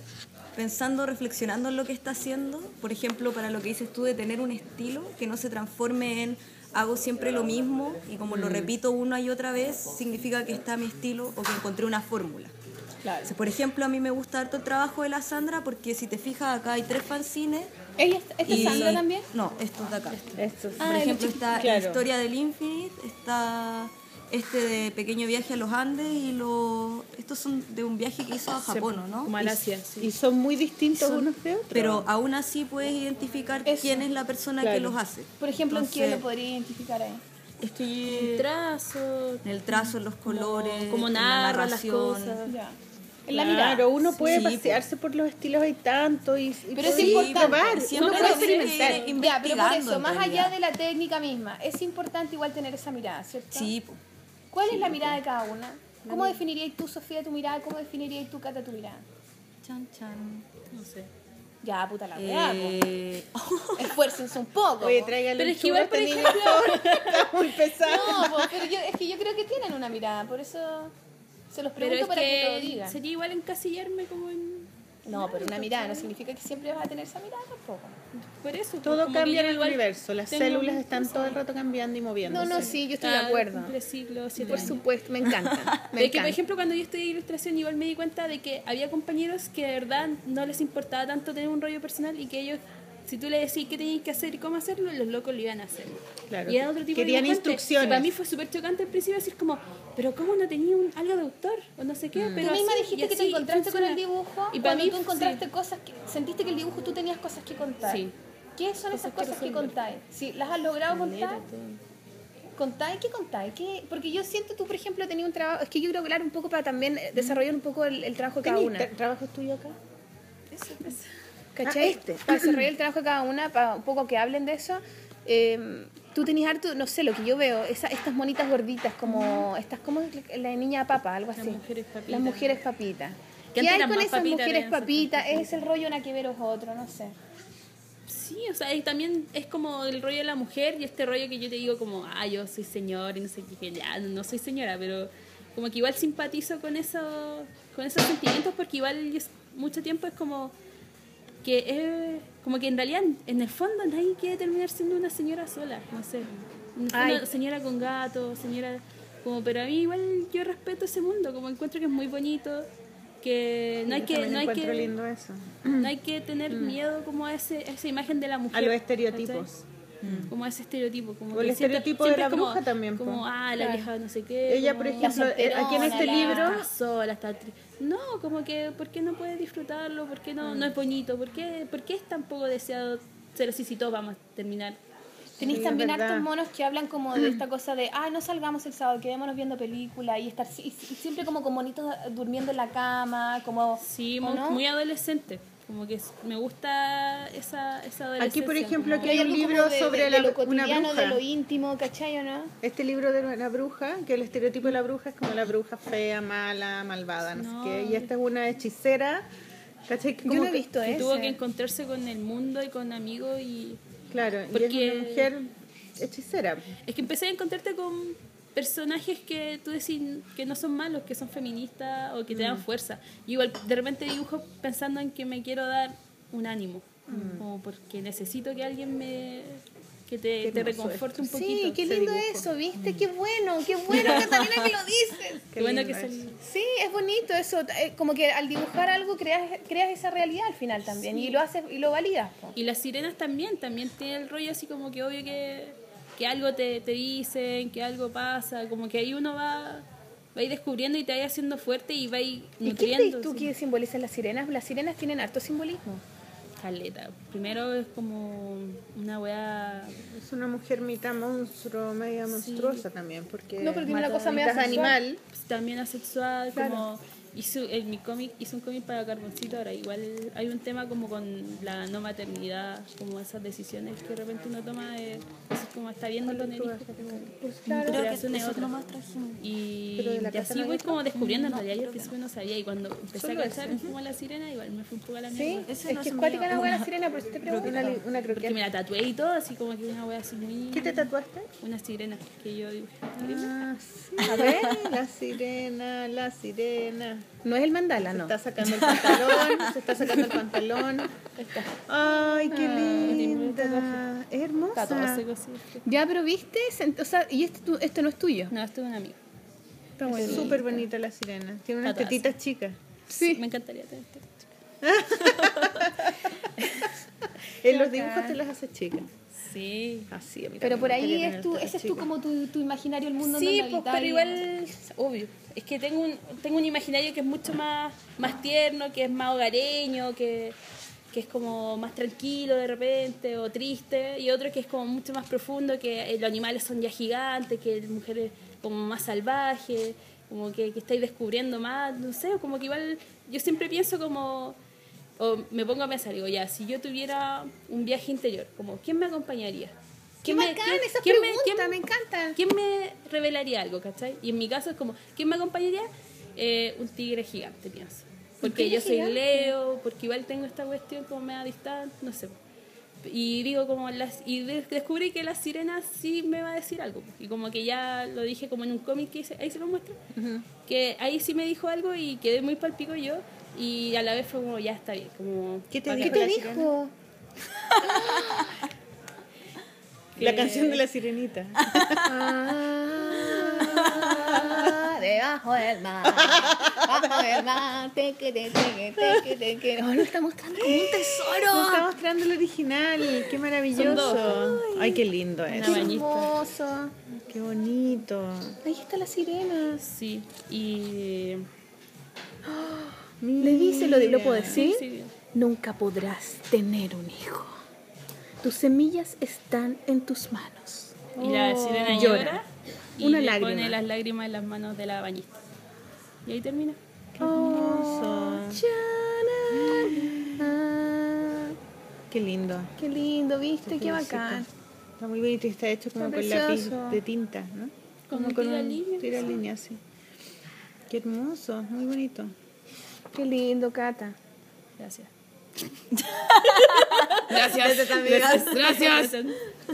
D: pensando, reflexionando en lo que está haciendo. Por ejemplo, para lo que dices tú de tener un estilo que no se transforme en hago siempre lo mismo y como lo repito una y otra vez, significa que está mi estilo o que encontré una fórmula.
I: Claro.
D: Por ejemplo, a mí me gusta harto el trabajo de la Sandra porque si te fijas acá hay tres fanzines
I: ¿Ella es, esta es
D: y-
I: Sandra también?
D: No, estos de acá.
B: Estos.
D: Por ejemplo, está la
B: claro.
D: Historia del Infinite, está este de Pequeño Viaje a los Andes y los... Estos son de un viaje que hizo a Japón, ¿o ¿no?
C: como Malasia, sí.
B: Y son muy distintos
D: Son-
B: unos de otros.
D: Pero aún así puedes identificar
I: Eso.
D: quién es la persona que
B: Claro.
D: los hace.
I: Por ejemplo, ¿en qué
D: Entonces,
I: lo podría identificar ahí?
D: Es que
C: trazo,
D: en el trazo, en los colores,
I: Eh,
C: como
D: en la
C: narra las
D: narración.
C: cosas.
I: Ya. En la mirada.
B: Claro, uno puede
D: Sí,
B: pasearse por los estilos, hay tanto. Y, y
I: Pero es
B: puede
I: importante.
B: probar,
D: Siempre
B: uno
I: Pero
B: puede
I: sí,
B: experimentar.
D: que-
I: Ya, pero por
D: investigando,
I: eso,
D: en
I: más allá
D: realidad.
I: de la técnica misma, es importante igual tener esa mirada, ¿cierto?
D: Sí, po.
I: ¿Cuál es la mirada de cada una? ¿Cómo definirías tú, Sofía, tu mirada? ¿Cómo definirías tú, Cata, tu mirada?
D: Chuta, chan, chan.
C: No sé.
I: Ya, puta la weá.
D: Eh, (laughs)
I: po. (laughs) Esfuércense un poco.
B: Oye,
I: po.
B: tráigale
C: Pero
B: un
C: es que igual,
B: churro a este
C: por
B: niño, por favor. (laughs) Está muy pesado.
I: No, po, pero yo, es que yo creo que tienen una mirada, por eso se los
C: Pero
I: pregunto
C: es
I: para que, lo
C: que
I: digan.
C: sería igual encasillarme como en...
I: No, pero una mirada no significa que siempre vas a tener esa mirada tampoco.
C: Por eso. pues,
B: Todo
C: como que
B: cambia
C: yo
B: en el
C: igual
B: universo. Las
C: tengo
B: células
C: mi-
B: están todo el rato cambiando y
A: No,
B: moviéndose.
A: no, sí, yo estoy de
C: Ah,
A: acuerdo.
C: cumple ciclo, siete
A: Por
C: años.
A: supuesto, me encanta.
B: (laughs)
A: (laughs) Me
C: de que, por
A: encanta.
C: ejemplo, cuando yo estudié ilustración, igual me di cuenta de que había compañeros que de verdad no les importaba tanto tener un rollo personal y que ellos, si tú les decís qué tenían que hacer y cómo hacerlo, los locos lo iban a hacer.
B: Claro.
C: Y era otro tipo
B: Querían
C: de dibujante.
B: instrucciones.
C: Y Para mí fue súper chocante al principio decir como, pero ¿cómo no tenía un- algo de autor? O no sé qué.
B: Mm.
C: Pero
I: tú misma
C: así, y
I: dijiste que te
C: así
I: encontraste con el
C: funciona.
I: dibujo
C: Y para mí
I: cuando tú
C: fue-
I: encontraste
C: sí.
I: cosas que sentiste que el dibujo tú tenías cosas que contar.
C: Sí.
I: ¿Qué son esas cosas que contáis? Si las has logrado contar, contáis, ¿qué contáis? ¿Qué?
A: Porque yo siento, tú, por ejemplo, tenías un trabajo. Es que yo quiero hablar un poco para también eh, desarrollar un poco el, el trabajo de cada una.
B: ¿Trabajo tuyo acá?
A: ¿Cachai?
B: Ah, este.
A: Para desarrollar el trabajo de cada una, para un poco que hablen de eso. eh, tú tenías harto, no sé, lo que yo veo, esa- estas monitas gorditas, como estas, como la- la niña papa, algo así.
C: mujeres papitas.
A: Las mujeres papitas. ¿Qué
C: Que antes
A: hay
C: eran
A: con
C: más
A: esas
C: papitas,
A: mujeres
C: eran
A: papitas?
C: súper
A: Es el rollo una que veros otro, no sé.
C: Sí, o sea, y también es como el rollo de la mujer y este rollo que yo te digo como, ah, yo soy señor y no sé qué, que ya, no soy señora, pero como que igual simpatizo con, eso, con esos sentimientos porque igual yo s- mucho tiempo es como que es como que en realidad en el fondo nadie quiere terminar siendo una señora sola, no sé.
A: Ay.
C: Una señora con gato, señora como pero a mí igual yo respeto ese mundo, como encuentro que es muy bonito, que no hay
B: Yo
C: que
B: también
C: no hay
B: encuentro
C: que
B: lindo eso.
C: no hay que tener miedo como a, ese, a esa imagen de la mujer.
B: A los estereotipos. Mm.
C: ¿cachai? Como a ese estereotipo. Como
B: O el
C: que siempre-
B: estereotipo de
C: siempre
B: la
C: es como-
B: bruja también, po.
C: Como, ah, la vieja no sé qué.
B: Ella,
C: como-
B: por ejemplo, eh, aquí en este
C: la-
B: libro
C: está sola, está tri- No, como que, ¿por qué no puedes disfrutarlo? ¿Por qué no, no es bonito? ¿Por qué, ¿Por qué es tan poco deseado ser así si todos vamos a terminar?
I: Tenéis
B: Sí, es
I: también
B: verdad.
I: hartos monos que hablan como de (clears throat) esta cosa de, ah, no salgamos el sábado, quedémonos viendo película y estar si- y si- y siempre como con monitos durmiendo en la cama, como...
C: Sí,
I: ¿o
C: mu- muy,
I: no?
C: adolescente. Como que es- me gusta esa, esa adolescencia.
B: Aquí, por ejemplo,
C: como-
B: aquí hay un
I: algo como
B: libro
I: de-
B: sobre
I: de-
B: la-
I: de lo
B: una
I: cotidiano,
B: bruja.
I: de lo íntimo, ¿cachai o no?
B: Este libro de la bruja, que el estereotipo de la bruja es como la bruja fea, mala, malvada, no,
C: No.
B: sé qué. Y esta es una hechicera. ¿cachai? Que como
A: no he
B: que-
A: visto
C: que
I: ¿eh?
A: ese.
C: tuvo que encontrarse con el mundo y con amigos y
B: Claro, y
C: Porque-
B: es una mujer hechicera.
C: Es que empecé a encontrarte con personajes que tú decís que no son malos, que son feministas o que te dan fuerza. Y igual de repente dibujo pensando en que me quiero dar un ánimo, como porque necesito que alguien me que te, te reconforte un poquito.
A: Sí, qué
C: ese
A: lindo
C: dibujo.
A: eso, ¿viste? Qué bueno, qué bueno, Catalina, que lo dices.
C: Qué bueno que
B: lindo
C: salí.
A: Sí, es bonito eso, eh, como que al dibujar algo creas, creas esa realidad al final también y lo haces y lo validas. po.
C: Y las sirenas también, también tiene el rollo así como que obvio que, que algo te, te dicen, que algo pasa, como que ahí uno va, va a ir descubriendo y te va a ir haciendo fuerte y va a ir
A: ¿Y qué crees
C: nutriendo.
A: tú
C: sí.
A: que simbolizan las sirenas? Las sirenas tienen harto simbolismo.
C: Caleta. Primero es como una weá.
B: Es una mujer mitad monstruo, media monstruosa también, porque...
A: No, pero tiene
B: mata
A: una cosa media
B: mitad
A: sexual.
B: animal.
C: pues, también asexual,
A: Claro.
C: como. Hizo, en mi cómic hizo un cómic para Carboncito ahora. Igual hay un tema como con la no maternidad, como esas decisiones que de repente uno toma de. así como está viendo con el hijo.
A: Pues
D: creo que
C: Creación de
D: eso
C: otra.
D: nomás trajimos.
C: Y,
B: Pero de la
C: y
B: casa
C: así
B: no
C: voy
B: había
C: como descubriendo en realidad. Yo al principio no sabía. Y cuando empecé a cachar como la sirena, igual me fue un poco a la mierda.
A: Es
D: Eso
A: que
D: no
A: es
D: se me
A: cuática
D: dio
A: la buena
D: una-
A: sirena, pero si te
B: Creo que
A: pregunto.
B: una, li- una
C: Porque me
B: croqueta.
C: la tatué y todo, así como que una wea así muy.
B: ¿Qué te tatuaste?
C: Una sirena que yo dibujé.
B: Ah, sí. A ver, la sirena, la sirena.
A: No es el mandala,
B: Se
A: no.
B: está sacando el pantalón, se está sacando el pantalón.
A: Ah,
B: Ay, qué linda. Es hermosa.
C: Tatuaje, cosas así.
A: Ya, pero viste, Sent- o sea, y
B: este
A: esto, esto no es tuyo.
C: No, esto es un amigo.
B: Está buena. Súper bonita la sirena. Tiene unas
C: Tatuaje.
B: tetitas chicas.
C: Sí. Me encantaría tener este.
B: En Eh, los dibujos te las haces chicas.
C: Sí.
B: Así, a mí
A: Pero
B: también
A: por
B: me
A: ahí
B: gustaría
A: es
B: tener
A: tu,
B: tetas
A: ese es tu,
B: chicas.
A: como tu, tu imaginario, el mundo
C: Sí,
A: en
C: pues,
A: donde
C: pero
A: habitáis.
C: igual, obvio. Es que tengo un, tengo un imaginario que es mucho más, más tierno, que es más hogareño, que, que es como más tranquilo de repente, o triste, y otro que es como mucho más profundo, que eh, los animales son ya gigantes, que las mujeres como más salvajes, como que, que estáis descubriendo más, no sé, como que igual yo siempre pienso como... O me pongo a pensar, digo, ya, si yo tuviera un viaje interior, como, ¿quién me acompañaría?
A: Qué
C: ¿Quién me-
A: bacán
C: quién-
A: esas
C: quién me-
A: preguntas,
C: quién-
A: me encantan.
C: ¿Quién me revelaría algo, cachai? Y en mi caso es como, ¿quién me acompañaría? Eh, un tigre gigante, pienso. Porque yo soy Leo, porque igual tengo esta cuestión como media distante, no sé. Y digo como las y de- descubrí que la sirena sí me va a decir algo. Y como que ya lo dije como en un cómic que hice- ahí se lo muestro, que ahí sí me dijo algo y quedé muy palpico yo y a la vez fue como ya está bien, como
B: ¿Qué te
C: bacán.
B: dijo?
A: ¿Qué te dijo? (laughs)
B: La canción de la sirenita.
A: (laughs) Ah, debajo del mar, debajo del mar, te que te que te que te que. Oh, lo está mostrando como un
B: Nos está
A: tesoro.
B: mostrando el original. Qué maravilloso. Ay, qué lindo es.
C: Una bañista.
A: Hermoso.
B: Qué bonito.
A: Ahí está la sirena.
C: Sí, y
A: Le dice, lo, lo puedo decir.
C: sí.
A: Nunca podrás tener un hijo. Tus semillas están en tus manos.
C: Y la sirena
A: llora.
C: llora, y
A: Una
C: le
A: lágrima.
C: pone las lágrimas en las manos de la bañista. Y ahí termina.
A: Chanana.
B: Qué lindo.
A: Qué lindo, viste, qué bacán.
B: Está muy bonito y está hecho como
A: Está
B: con lápiz
A: precioso.
B: de tinta, ¿no? Como con un tira línea, sí. Qué hermoso, muy
A: (laughs)
B: bonito.
A: Qué lindo, Cata.
C: Gracias.
E: Gracias. Gracias.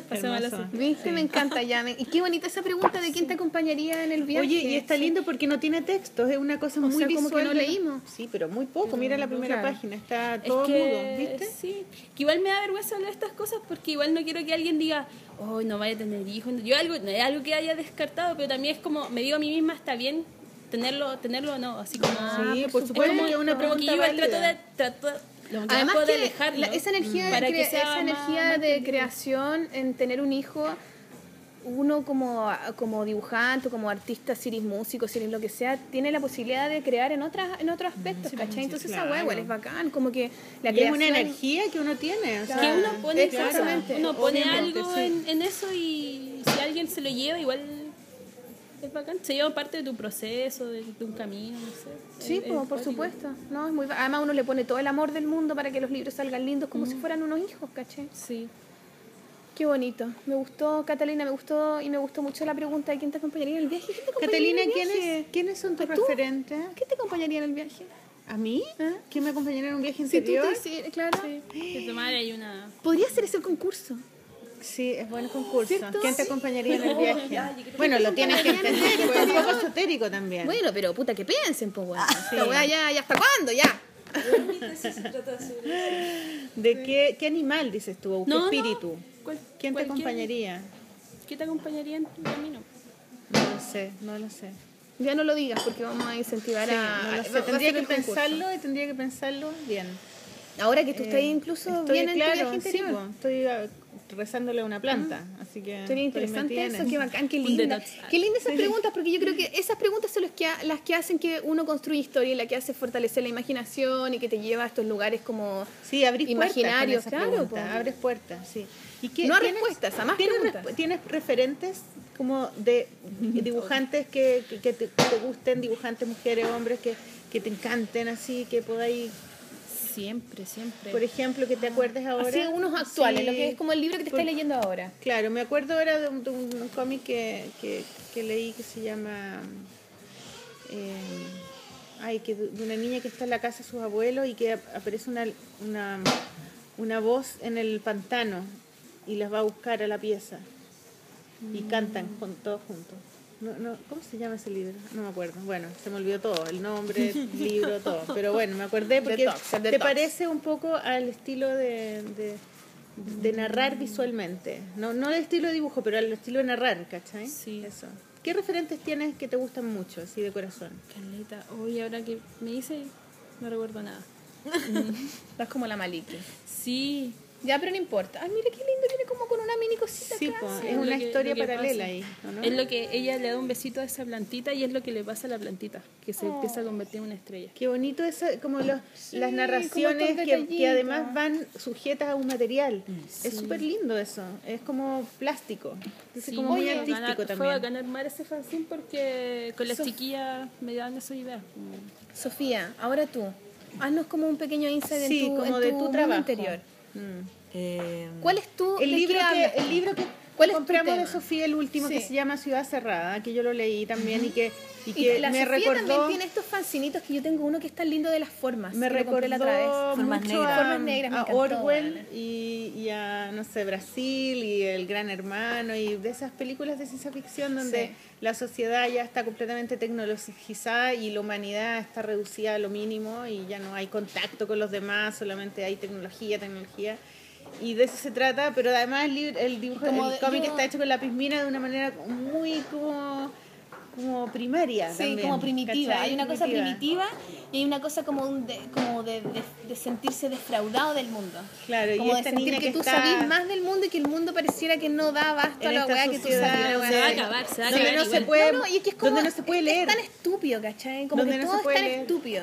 C: Pásame la
B: Hermoso.
A: Viste, me encanta, ya. me- Y qué bonita esa pregunta de quién te acompañaría en el viaje.
B: Oye, y está lindo porque no tiene textos, es una cosa
A: O
B: muy
A: sea, como
B: visual.
A: que no
B: de-
A: leímos.
B: Sí, pero muy poco. Mira la primera
A: claro.
B: página, está
C: Es
B: todo
C: que,
B: mudo, ¿viste?
C: Sí, que igual me da vergüenza hablar de estas cosas porque igual no quiero que alguien diga, oh, no vaya a tener hijos. Yo algo, es algo que haya descartado, pero también es como, me digo a mí misma, está bien tenerlo, tenerlo o no. Así como,
A: ah,
B: sí,
C: es
B: Ah, por
A: pues,
B: supuesto,
C: como-
B: que es una
C: como que
B: pregunta
C: yo igual trato
B: válida.
C: de, trato, lo más
A: Además
C: puedo
A: que
C: de alejarlo
A: la- esa energía, de,
C: para que
A: crea-
C: sea
A: esa
C: más-
A: energía de creación en tener un hijo, uno como, como dibujante, como artista, si eres músico, si eres lo que sea, tiene la posibilidad de crear en otras en otros aspectos, ¿cachai? Entonces esa hueá igual es bacán, como que la
B: Y es
A: creación...
B: una energía que uno tiene. o sea,
C: que uno pone, cosas,
A: Exactamente,
C: uno pone
B: obviamente,
C: algo
B: sí.
C: en, en eso y si alguien se lo lleva, igual es bacán. Se lleva parte de tu proceso, de, de un camino, no sé.
A: Sí,
C: Es- es
A: po, por
C: cuático.
A: supuesto. No, es muy, ba- además uno le pone todo el amor del mundo para que los libros salgan lindos como si fueran unos hijos, ¿cachai?
C: Sí.
A: Qué bonito. Me gustó, Catalina, me gustó y me gustó mucho la pregunta de quién te acompañaría en el viaje. ¿Quién te acompañaría en
B: Catalina,
A: el viaje?
B: ¿quiénes, ¿quiénes son tus
A: ¿A tú?
B: referentes?
A: ¿Quién te acompañaría en el viaje?
B: ¿A mí?
A: ¿Ah?
B: ¿Quién me acompañará en un viaje
A: Si tú
B: interior?
A: te hicieras, claro.
C: Que tu madre hay una.
A: Podría ser ese el concurso.
B: Sí, es bueno concurso.
A: ¿Cierto?
B: ¿Quién te
A: Sí.
B: acompañaría en el viaje? Bueno, lo tienes que
A: acompañaría
B: entender,
A: en el viaje
B: porque es un poco esotérico también.
A: Bueno, pero puta, que piensen, pues, weón. Esta weá ya, ya hasta cuándo, ya.
B: ¿De qué, qué animal dices tú? ¿O qué
C: No, no.
B: espíritu?
C: cual-
B: ¿Quién te
C: cualquier-
B: acompañaría?
C: ¿Qué te acompañaría en tu camino?
B: No lo sé, no lo sé.
A: Ya no lo digas porque vamos a incentivar
B: Sí,
A: a.
B: no lo
A: va-
B: sé.
A: va a
B: Tendría
A: ser
B: que
A: el concurso.
B: pensarlo y tendría que pensarlo bien.
A: Ahora que tú estás incluso bien en
B: claro,
A: tu viaje interior.
B: sí, po, estoy ah, rezándole a una planta, así que estoy
A: Sería interesante
B: metida en
A: eso, qué bacán, qué linda.
C: detox.
A: Qué lindas esas preguntas, porque yo creo que esas preguntas son las que, ha- las que hacen que uno construya historia y la que hace fortalecer la imaginación y que te lleva a estos lugares como...
B: Sí, abrís puertas.
A: Imaginarios,
B: con
A: claro,
B: esas preguntas,
A: po.
B: Abres puertas, sí. ¿Y qué-
A: No a respuestas, a más
B: ¿tienes,
A: preguntas.
B: resp- ¿Tienes referentes como
A: (laughs)
B: de dibujantes que, que- que te, que te gusten, dibujantes, mujeres, hombres, que, que te encanten así, que podáis,
C: Siempre, siempre.
B: por ejemplo, que te acuerdes ahora?
A: Ah, Así unos actuales,
B: Sí.
A: lo que es como el libro que te
B: Por-
A: estás leyendo ahora.
B: Claro, me acuerdo ahora de un, de un cómic que, que, que leí que se llama. eh, ay, que de de una niña que está en la casa de sus abuelos y que ap- aparece una, una, una voz en el pantano y las va a buscar a la pieza. Y cantan con, todos juntos. No, no, ¿Cómo se llama ese libro? No me acuerdo. Bueno, se me olvidó todo, el nombre, el libro, todo. Pero bueno, me acordé porque
A: Detox, el
B: te
A: detox.
B: parece un poco al estilo de, de, de narrar visualmente. No, no al estilo de dibujo, pero al estilo de narrar, ¿cachai?
C: Sí.
B: Eso. ¿Qué referentes tienes que te gustan mucho, así de corazón?
C: Carlita, hoy ahora que me dice, no recuerdo nada.
A: Estás como la Maliki.
C: Sí,
A: Ya, pero no importa. Ay, mira qué lindo, viene como con una mini cosita
B: Sí,
A: acá.
B: po,
A: así.
B: Ah, es
C: lo
B: una
C: que-
B: historia
C: lo que
B: paralela
C: pasa.
B: ahí, ¿o ¿no?
C: es lo que ella le da un besito a esa plantita y es lo que le pasa a la plantita, que se empieza a convertir en una estrella.
B: Qué bonito eso, como los, las
A: como
B: narraciones
A: estos
B: que, que
A: detallitos.
B: además van sujetas a un material.
C: Mm,
B: Es súper lindo eso, es como plástico, es
C: Sí,
B: como muy
C: fue
B: artístico
C: ganar- Fue a
B: también.
C: ganar mar ese fanzine porque con las chiquillas me daban esa idea.
A: Sofía, ahora tú. Haznos como un pequeño insight en
B: Sí,
A: tu,
B: como
A: en
B: de
A: tu
B: tu
A: mundo
B: trabajo.
A: interior.
B: Mm.
D: Eh,
A: ¿Cuál es tu...
B: El
A: de qué
B: libro, que,
A: hablas?
B: el libro que
A: ¿Cuál es tu
B: Compramos de
A: tema?
B: Sofía el último que
A: Sí.
B: se llama Ciudad Cerrada, que yo lo leí también y que, y
A: Y
B: que
A: la
B: me
A: Sofía
B: recordó.
A: también tiene estos fanzinitos que yo tengo uno que es tan lindo de las formas.
B: Me
A: que lo
B: recordó
A: compré la otra vez.
D: Formas
B: mucho
D: negras.
B: a,
A: Formas negras, me
B: a
A: encantó,
B: Orwell
A: weona.
B: y, y a, no sé, Brasil y El Gran Hermano y de esas películas de ciencia ficción donde
A: Sí.
B: la sociedad ya está completamente tecnologizada y la humanidad está reducida a lo mínimo y ya no hay contacto con los demás, solamente hay tecnología, tecnología. Y de eso se trata, pero además el, libro- el dibujo,
A: Como
B: el
A: de-
B: cómic
A: yo-
B: está hecho con la pismina de una manera muy como, como primaria.
A: Sí,
B: también,
A: como primitiva.
B: ¿cachai?
A: Hay una cosa
B: Primitiva.
A: primitiva y hay una cosa como, un de, como de, de- de sentirse defraudado del mundo.
B: Claro, y
A: Como de
B: esta
A: sentir
B: niña
A: que,
B: que
A: tú
B: está-
A: sabís más del mundo y que el mundo pareciera que no da abasto a
B: en
A: la
B: esta
A: weá que tú
B: sociedad,
A: sabías.
B: weón,
C: Se va a acabar, se va a
B: donde
C: acabar
B: no se
C: igual.
B: puede,
A: No, no, y es que es como,
B: donde no se puede
A: es-
B: leer.
A: Es tan estúpido, ¿cachai? Como
B: Donde
A: que
B: no
A: todo
B: se
A: es
B: puede
A: tan
B: leer.
A: estúpido.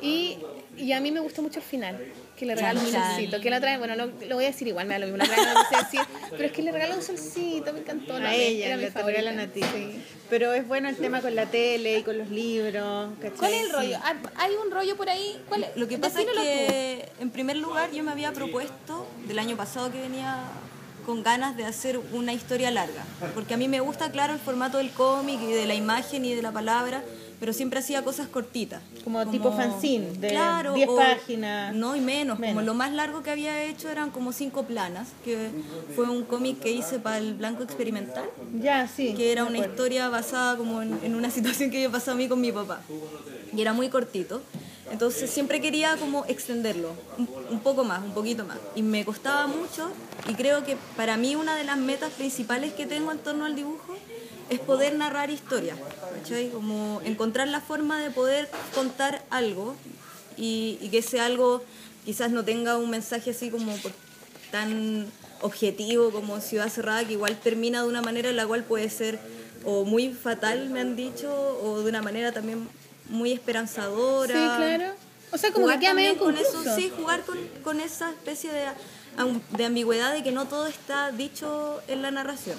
A: Y, y a mí me gustó mucho el final, que le regalo un
D: Chan,
A: solcito. Que la otra vez, bueno, lo, lo voy a decir igual, me da lo mismo, la otra vez no lo sé decir. Pero es que le regalo un solcito, me encantó. lo
B: a
A: amé,
B: ella,
A: era mi
B: le
A: favorita.
B: regalan a ti.
A: Sí.
B: Pero es bueno el tema con la tele y con los libros. ¿cachai?
I: ¿Cuál es el rollo? Ah, Hay un rollo por ahí. ¿Cuál es?
D: Lo que pasa es
I: Decílelo
D: que, en primer lugar, yo me había propuesto del año pasado que venía con ganas de hacer una historia larga. Porque a mí me gusta, claro, el formato del cómic y de la imagen y de la palabra, pero siempre hacía cosas cortitas.
B: Como tipo fanzine, de 10
D: 10
B: páginas.
D: No, y menos.
B: Menos.
D: Como lo más largo que había hecho eran como cinco planas, que fue un cómic que hice para el Blanco Experimental
B: Ya, sí.
D: que era
B: me
D: una
B: acuerdo.
D: historia basada como en, en una (laughs) situación que yo pasó a mí con mi papá. Y era muy cortito. Entonces siempre quería como extenderlo un, un poco más, un poquito más. Y me costaba mucho y creo que para mí una de las metas principales que tengo en torno al dibujo es poder narrar historias, ¿cachai? Como encontrar la forma de poder contar algo y, y que ese algo quizás no tenga un mensaje así como por- tan objetivo como Ciudad Cerrada, que igual termina de una manera en la cual puede ser o muy fatal, me han dicho, o de una manera también muy esperanzadora.
A: Sí, claro. O sea, como que
D: Jugar
A: queda medio
D: también con eso,
A: inconcluso.
D: sí, jugar con, con esa especie de, am- de ambigüedad de que no todo está dicho en la narración.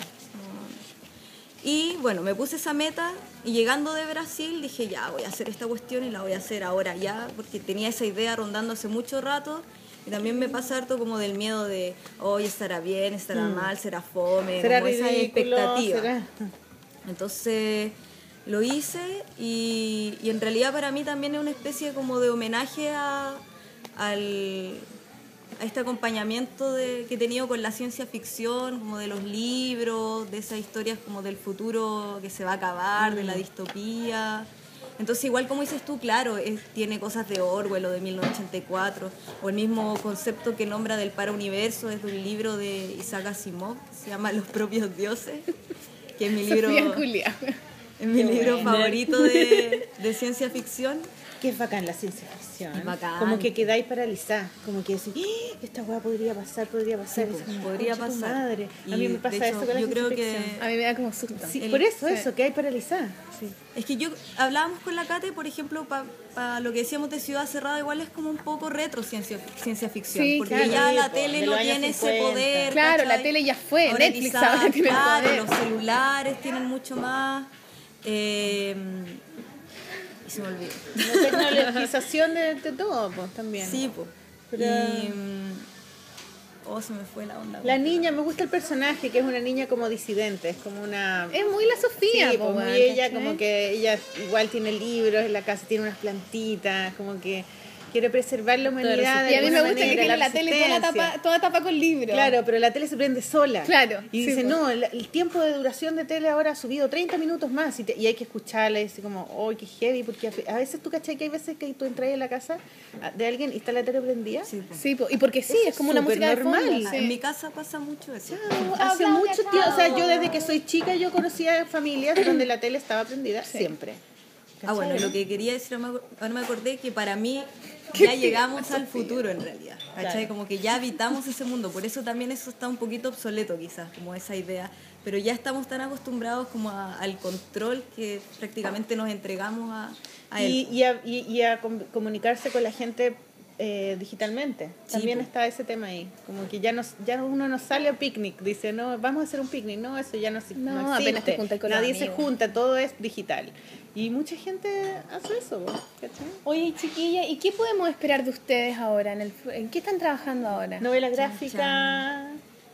D: Y bueno, me puse esa meta y llegando de Brasil dije, ya, voy a hacer esta cuestión y la voy a hacer ahora ya, porque tenía esa idea rondando hace mucho rato. Y también me pasa harto como del miedo de, hoy estará bien, estará
A: Mm.
D: mal, será fome,
B: Será
D: como esa
B: ridículo,
D: expectativa.
B: será-
D: Entonces lo hice y, y en realidad para mí también es una especie como de homenaje a, al- a este acompañamiento de- que he tenido con la ciencia ficción, como de los libros, de esas historias como del futuro que se va a acabar, de la
B: Mm.
D: distopía. Entonces igual como dices tú, claro, es- tiene cosas de Orwell o de 1984, o el mismo concepto que nombra del parauniverso, es de un libro de Isaac Asimov, que se llama Los propios dioses, que es
B: (laughs)
D: mi libro...
A: (laughs) Sofía Julia.
D: Es mi libro favorito
B: (laughs)
D: de, de ciencia ficción.
B: Que es bacán la ciencia ficción.
D: Es bacán.
B: Como que quedáis paralizadas. Como que decís, "¡Ah! esta weá podría pasar, podría pasar.
D: pues,
B: Esa-
D: podría
B: concha tu
D: pasar.
B: Madre.
D: Y,
B: A mí me
D: de
B: pasa
D: hecho,
B: eso con la
D: yo
B: ciencia
D: creo que-
B: ficción.
A: A mí me da como susto.
B: Sí,
D: el-
B: por eso,
A: sí.
B: eso, que hay paralizada. Sí.
D: Es que yo hablábamos con la Kate, por ejemplo, para lo que decíamos de Ciudad Cerrada, igual es como un poco retro ciencia, ciencia ficción.
A: Sí,
D: porque
B: claro.
D: ya
B: Sí,
D: la
B: po,
D: tele
B: de
D: no
B: los años
D: tiene
B: 50.
D: ese poder.
A: Claro, la
D: ¿cachai?
A: tele ya fue, Netflix ahora tiene el
D: claro,
A: poder.
D: los celulares tienen mucho más. eh, y se me olvidó.
B: La tecnologización de, de todo, pues, también.
D: Sí, po.
B: Pero-
D: Y, mm, oh, se me fue la onda.
B: La niña, me gusta el personaje, que es una niña como disidente, es como una...
A: Es muy la Sofía,
B: Sí,
A: po,
B: pues, muy
A: weón,
B: ella,
A: ¿cachai?
B: como que ella igual tiene libros en la casa, tiene unas plantitas, como que quiere preservar la humanidad. de
A: Y a mí me
B: alguna
A: gusta que
B: manera,
A: tiene la tele toda, la
B: resistencia.
A: tapa, toda tapa con libros.
B: Claro, pero la tele se prende sola.
A: Claro,
B: Y
A: sí,
B: dice,
A: pues.
B: no, el, el tiempo de duración de tele ahora ha subido 30 minutos más y, te- y hay que escucharla y decir como, oh, qué heavy, porque a, a veces tú cachai que hay veces que tú entras en la casa a- de alguien y está la tele prendida.
D: Sí, po.
A: Sí, po, y porque sí,
B: Eso
A: es como una
B: es
A: música de
B: supernormal.
A: fondo, sí.
D: En mi casa pasa mucho eso.
A: Pues,
B: Hace mucho tiempo, o sea, yo desde que soy chica yo conocía
A: (clears throat)
B: familias donde la tele estaba prendida siempre.
D: Ah, bueno, lo que quería decir, ahora me ac- ahora me acordé que para
A: (laughs)
D: mí ya llegamos al futuro en realidad, ¿cachai? Como que ya habitamos ese mundo, por eso también eso está un poquito obsoleto quizás, como esa idea, pero ya estamos tan acostumbrados como a- al control que prácticamente nos entregamos a, a él.
B: Y, y a, y- y a com- comunicarse con la gente eh, digitalmente.
D: Sí,
B: También
D: po.
A: pues.
B: está ese tema ahí. Como que ya nos, ya uno no sale a picnic, dice, no, vamos a hacer un picnic. No, eso ya no, si-
A: No,
B: no
A: apenas
B: existe.
A: te juntas con los
B: Nadie se
A: amigos.
B: junta, todo es digital. Y mucha gente hace eso, po, ¿cachai?
A: Oye, chiquilla, ¿y qué podemos esperar de ustedes ahora? ¿En, el, fu- en qué están trabajando ahora?
B: Novela gráfica,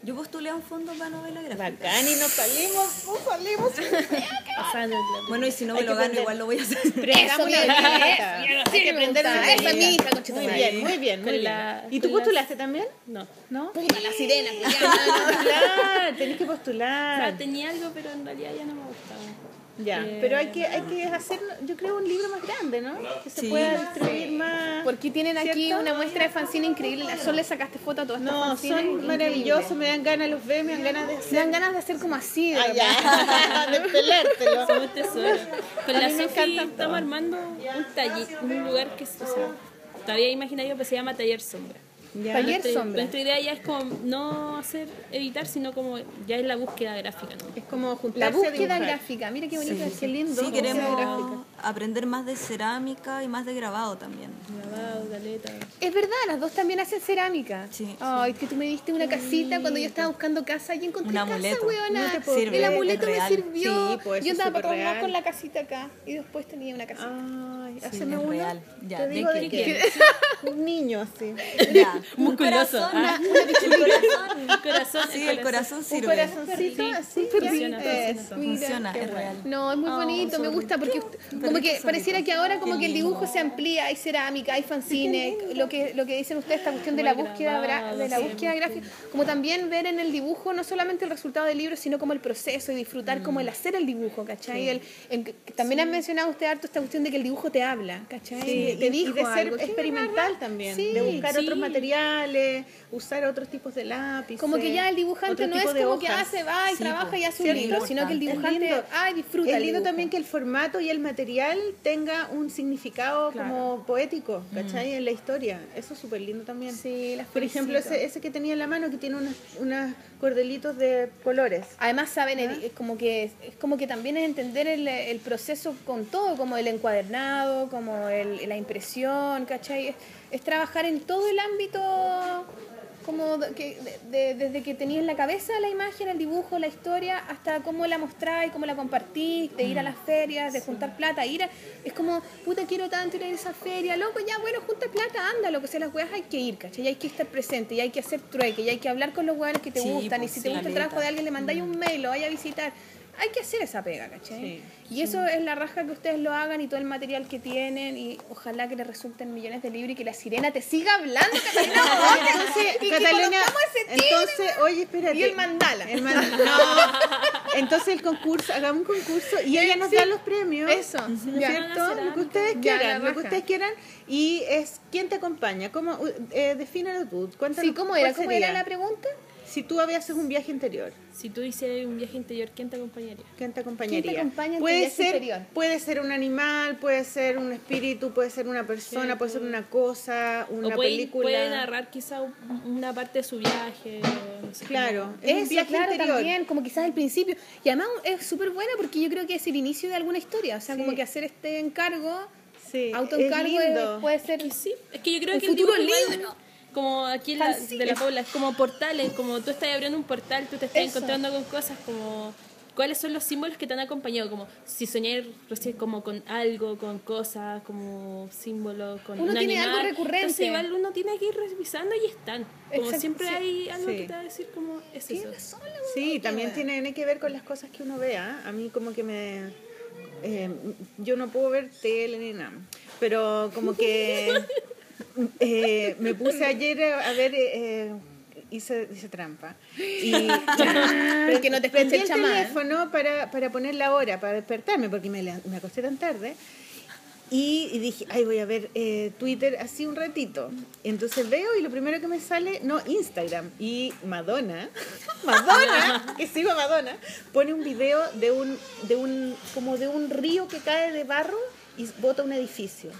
D: Yo postulé a un fondo para novela gráfica.
B: Bacán y nos salimos, nos salimos.
A: (laughs)
D: Bueno, y si no me
A: Hay
D: lo gano,
A: que aprender.
D: igual lo voy a (laughs) hacer.
B: Hagamos una dieta.
A: Hay que aprender
B: gusta,
A: de esa
B: eh.
A: mija, conchita
B: Muy
A: madre.
B: bien, muy bien, muy
C: Con
B: bien.
C: la-
B: ¿Y tú
C: con las-
B: postulaste también?
C: No.
B: ¿No?
A: (laughs) Puta, la sirena, pues culiao.
B: Postular, tenés que
C: O sea,
B: postular.
C: tenía algo, pero en realidad ya no me gustaba.
B: (laughs) Ya,
C: Eh,
B: pero hay que, hay que hacer, yo creo, un libro más grande, ¿no? Que se pueda distribuir más.
A: Porque tienen aquí
B: ¿Cierto?
A: una muestra de fanzine increíble. La Sol le sacaste foto a todas estas
B: No,
A: fanzines,
B: son
A: increíble.
B: maravillosos, me dan ganas, los veo, me dan ganas de
A: Me
B: hacer.
A: dan ganas de hacer como así. de
B: Ah,
A: repente.
B: ya. (laughs) de pelártelo. (laughs)
C: Somos tesoros. Con la Sofi estamos armando un taller, un lugar que es, o sea, todavía imaginario que se llama Taller Sombra.
B: Ya.
A: Taller
C: Nuestra-
A: sombra.
C: Nuestra idea ya es como no hacer editar, sino como ya es la búsqueda gráfica. ¿no?
B: Es como juntarse
A: La
B: a
A: búsqueda
B: dibujar.
A: gráfica. Mira qué bonito, qué lindo.
D: Sí,
A: la búsqueda gráfica.
D: queremos aprender más de cerámica y más de grabado
A: (laughs)
D: también.
C: Grabado, caleta.
A: Es verdad, las dos también hacen cerámica.
D: Sí.
A: Ay, que tú me diste una casita cuando yo estaba buscando casa y encontré
D: Un
A: casa,
D: amuleto.
A: weona.
D: No te puedo
A: el
D: creer,
A: amuleto
D: es
A: me
D: real.
A: sirvió.
B: Sí, pues,
A: yo
B: es
A: andaba
B: súper
A: para todos lados
B: real.
A: con la casita acá y después tenía una casita.
B: Ay,
D: Ah, Sí,
B: haceme
D: es
B: uno.
D: real. Ya,
B: Te
D: ¿de
B: digo
D: qué
B: de qué. (laughs) Un niño así.
D: Ya.
C: Musculoso. (laughs) Ah,
D: corazón.
C: corazón.
D: Sí, el corazón
B: Un
D: sirve.
B: corazoncito
C: Sí,
B: así.
C: funciona,
B: ya. Eso.
D: Funciona,
A: qué
D: es
A: bueno.
D: real.
A: No, es muy
B: Ah,
A: bonito, me gusta porque como que pareciera que ahora como que el dibujo se amplía, hay cerámica, hay fanzines, lo que lo que dicen ustedes esta cuestión de la búsqueda bra- de la búsqueda gráfica, como también ver en el dibujo no solamente el resultado del libro, sino como el proceso y disfrutar como
B: Mm.
A: el hacer el dibujo, ¿cachai? El- en- que también han mencionado usted harto esta cuestión de que el dibujo te habla, ¿cachai?
B: Sí,
A: te
B: y-
A: dijo
B: y de ser
A: algo, que es
B: experimental también,
A: Sí,
B: de buscar
C: sí.
B: otros materiales, usar otros tipos de lápices.
A: Como que ya el dibujante
B: otro
A: no es
B: tipo de
A: como que
B: hojas.
A: hace, va y
D: Sí,
A: trabaja
D: pues,
A: y hace un
D: ¿cierto?
A: libro, sino que el
B: Es
A: dibujante,
B: lindo.
A: ay, disfruta.
B: Es
A: el
B: lindo
A: dibujo.
B: también que el formato y el material tenga un significado como poético, ¿cachai? En la historia. Eso es súper lindo también.
A: Mm. Sí, las
B: Por ejemplo,
A: felicito.
B: ese, ese que tenía en la mano que tiene unos, unos cordelitos de colores.
A: Además, saben,
B: ¿Ah?
A: es como que es como que también es entender el, el proceso con todo, como el encuadernado, como el- la impresión, ¿cachai? Es, es trabajar en todo el ámbito, como de- que, de- de- desde que tenías en la cabeza la imagen, el dibujo, la historia, hasta cómo la mostráis, cómo la compartís, de ir a las ferias, de juntar plata, ir a... Es como, puta, quiero tanto ir a esa feria, loco, ya, bueno, junta plata, anda, lo que sea, las weas hay que ir, ¿cachai? Y hay que estar presente, y hay que hacer trueque, y hay que hablar con los weones que te
D: Sí,
A: gustan,
D: pues,
A: y si te
D: sí,
A: gusta el
D: caleta.
A: trabajo de alguien, le mandáis un mail, lo vaya a visitar. Hay que hacer esa pega, ¿cachai? y eso es la raja que ustedes lo hagan y todo el material que tienen y ojalá que les resulten millones de libros y que la sirena te siga
B: (laughs)
A: hablando, Catalina.
B: Entonces,
A: Y (laughs) que
B: Catalina,
A: conozcamos ese tigre,
B: entonces, oye, espérate.
A: Y el mandala.
B: El man-
A: (laughs)
B: no. Entonces el concurso, hagamos un concurso y ella nos da los premios.
A: Eso,
B: ¿no es
A: ya.
B: ¿cierto? Lo que ustedes
A: Ya, la
B: quieran, lo
A: raja.
B: que ustedes quieran. Y es quién te acompaña, cómo, uh, eh, defínalo tú. Cuéntanos
A: Sí, ¿cómo
B: cuál
A: era? ¿Cómo era
B: sería.
A: la pregunta?
B: Si tú habías hecho un viaje interior,
C: Si tú hicieras un viaje interior, ¿quién te acompañaría?
B: ¿quién te acompañaría?
A: ¿Quién te acompaña en tu
B: puede
A: viaje
B: ser,
A: interior?
B: puede ser un animal, puede ser un espíritu, puede ser una persona, puede ser una cosa,
C: O
B: una
C: puede,
B: película.
C: puede narrar quizá un- una parte de su viaje. o no sé,
B: Claro,
C: como-
B: es un
A: Eso,
B: viaje
A: claro,
B: interior.
A: también, como quizás el principio. Y además es súper buena porque yo creo que es el inicio de alguna historia. O sea,
B: Sí.
A: como que hacer este encargo,
B: Sí,
A: autoencargo,
B: es
A: es-
B: lindo.
A: puede ser...
C: Y sí, es que yo creo
A: El
C: que el
A: futuro
C: dibujo igual,
A: libro.
C: Como aquí en la,
A: Fanzine.
C: de la Pobla, es como portales, como tú estás abriendo un portal, tú te estás
A: Eso.
C: encontrando con cosas como... ¿Cuáles son los símbolos que te han acompañado? Como si soñar recién como con algo, con cosas, como símbolo, con
A: Uno
C: un
A: tiene
C: animal.
A: algo recurrente.
C: Entonces igual uno tiene que ir revisando y están. Como
A: Exacto,
C: siempre
A: sí.
C: hay algo
B: Sí.
C: que te va a decir como es eso.
A: Tienes razón, la
B: Sí,
A: weona,
B: también
A: qué
B: tiene tiene que ver con las cosas que uno vea. A mí como que me... eh, yo no puedo ver tele ni nada, pero como que
A: (laughs)
B: eh, me puse ayer a ver... eh, hice, hice trampa. Y
A: (laughs) Pero que no te escuche
B: prendí
A: el
B: el
A: chamán.
B: teléfono para, para poner la hora, para despertarme, porque me, la- me acosté tan tarde. Y, y dije, ay, voy a ver eh, Twitter así un ratito. Entonces veo y lo primero que me sale, no, Instagram. Y Madonna, (laughs) Madonna, que sigo a Madonna, pone un video de un, de un, como de un río que cae de barro y bota un edificio.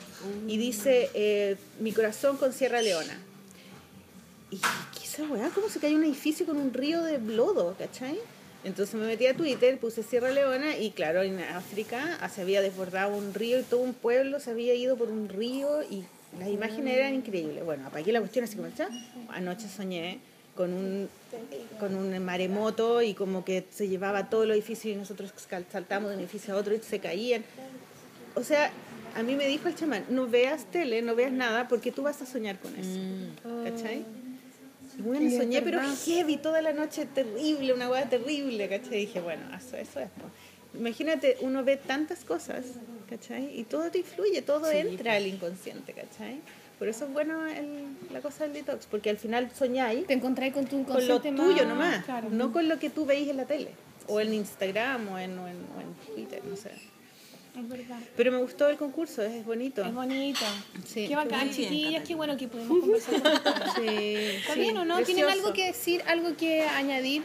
B: Y dice, eh, mi corazón con Sierra Leona. Y dije, ¿qué es esa weá? ¿Cómo se cae un edificio con un río de lodo, cachai? Entonces me metí a Twitter, puse Sierra Leona y claro, en África ah, se había desbordado un río y todo un pueblo se había ido por un río y las imágenes eran increíbles. Bueno, apagué la cuestión así como está. Anoche soñé con un, con un maremoto y como que se llevaba todo el edificio y nosotros sal- saltamos de un edificio a otro y se caían. O sea, a mí me dijo el chamán, no veas tele, no veas nada porque tú vas a soñar con eso. ¿Cachai? Bueno,
A: Sí, es
B: soñé, pero
A: verdad.
B: heavy toda la noche, terrible, una hueá terrible, ¿cachai? Dije, bueno, eso, eso es. po. Imagínate, uno ve tantas cosas, ¿cachai? Y todo te influye, todo entra al inconsciente, ¿cachai? Por eso es bueno el- la cosa del detox, porque al final soñáis
I: Te encontráis con tu
B: con lo
I: inconsciente
B: tuyo
I: más-
B: nomás,
I: claro.
B: no con lo que tú veis en la tele, o en Instagram, o en, o en, o en Twitter, no sé.
I: Es verdad.
B: Pero me gustó el concurso, es bonito.
I: Es bonito.
B: Sí.
I: Qué bacán,
D: bien,
I: chiquillas. Qué bueno
A: (laughs)
I: que pudimos conversar. con ustedes. (laughs)
B: Sí,
I: Está
B: sí,
I: bien o no? ¿Tienen
B: precioso.
I: algo que decir, algo que añadir?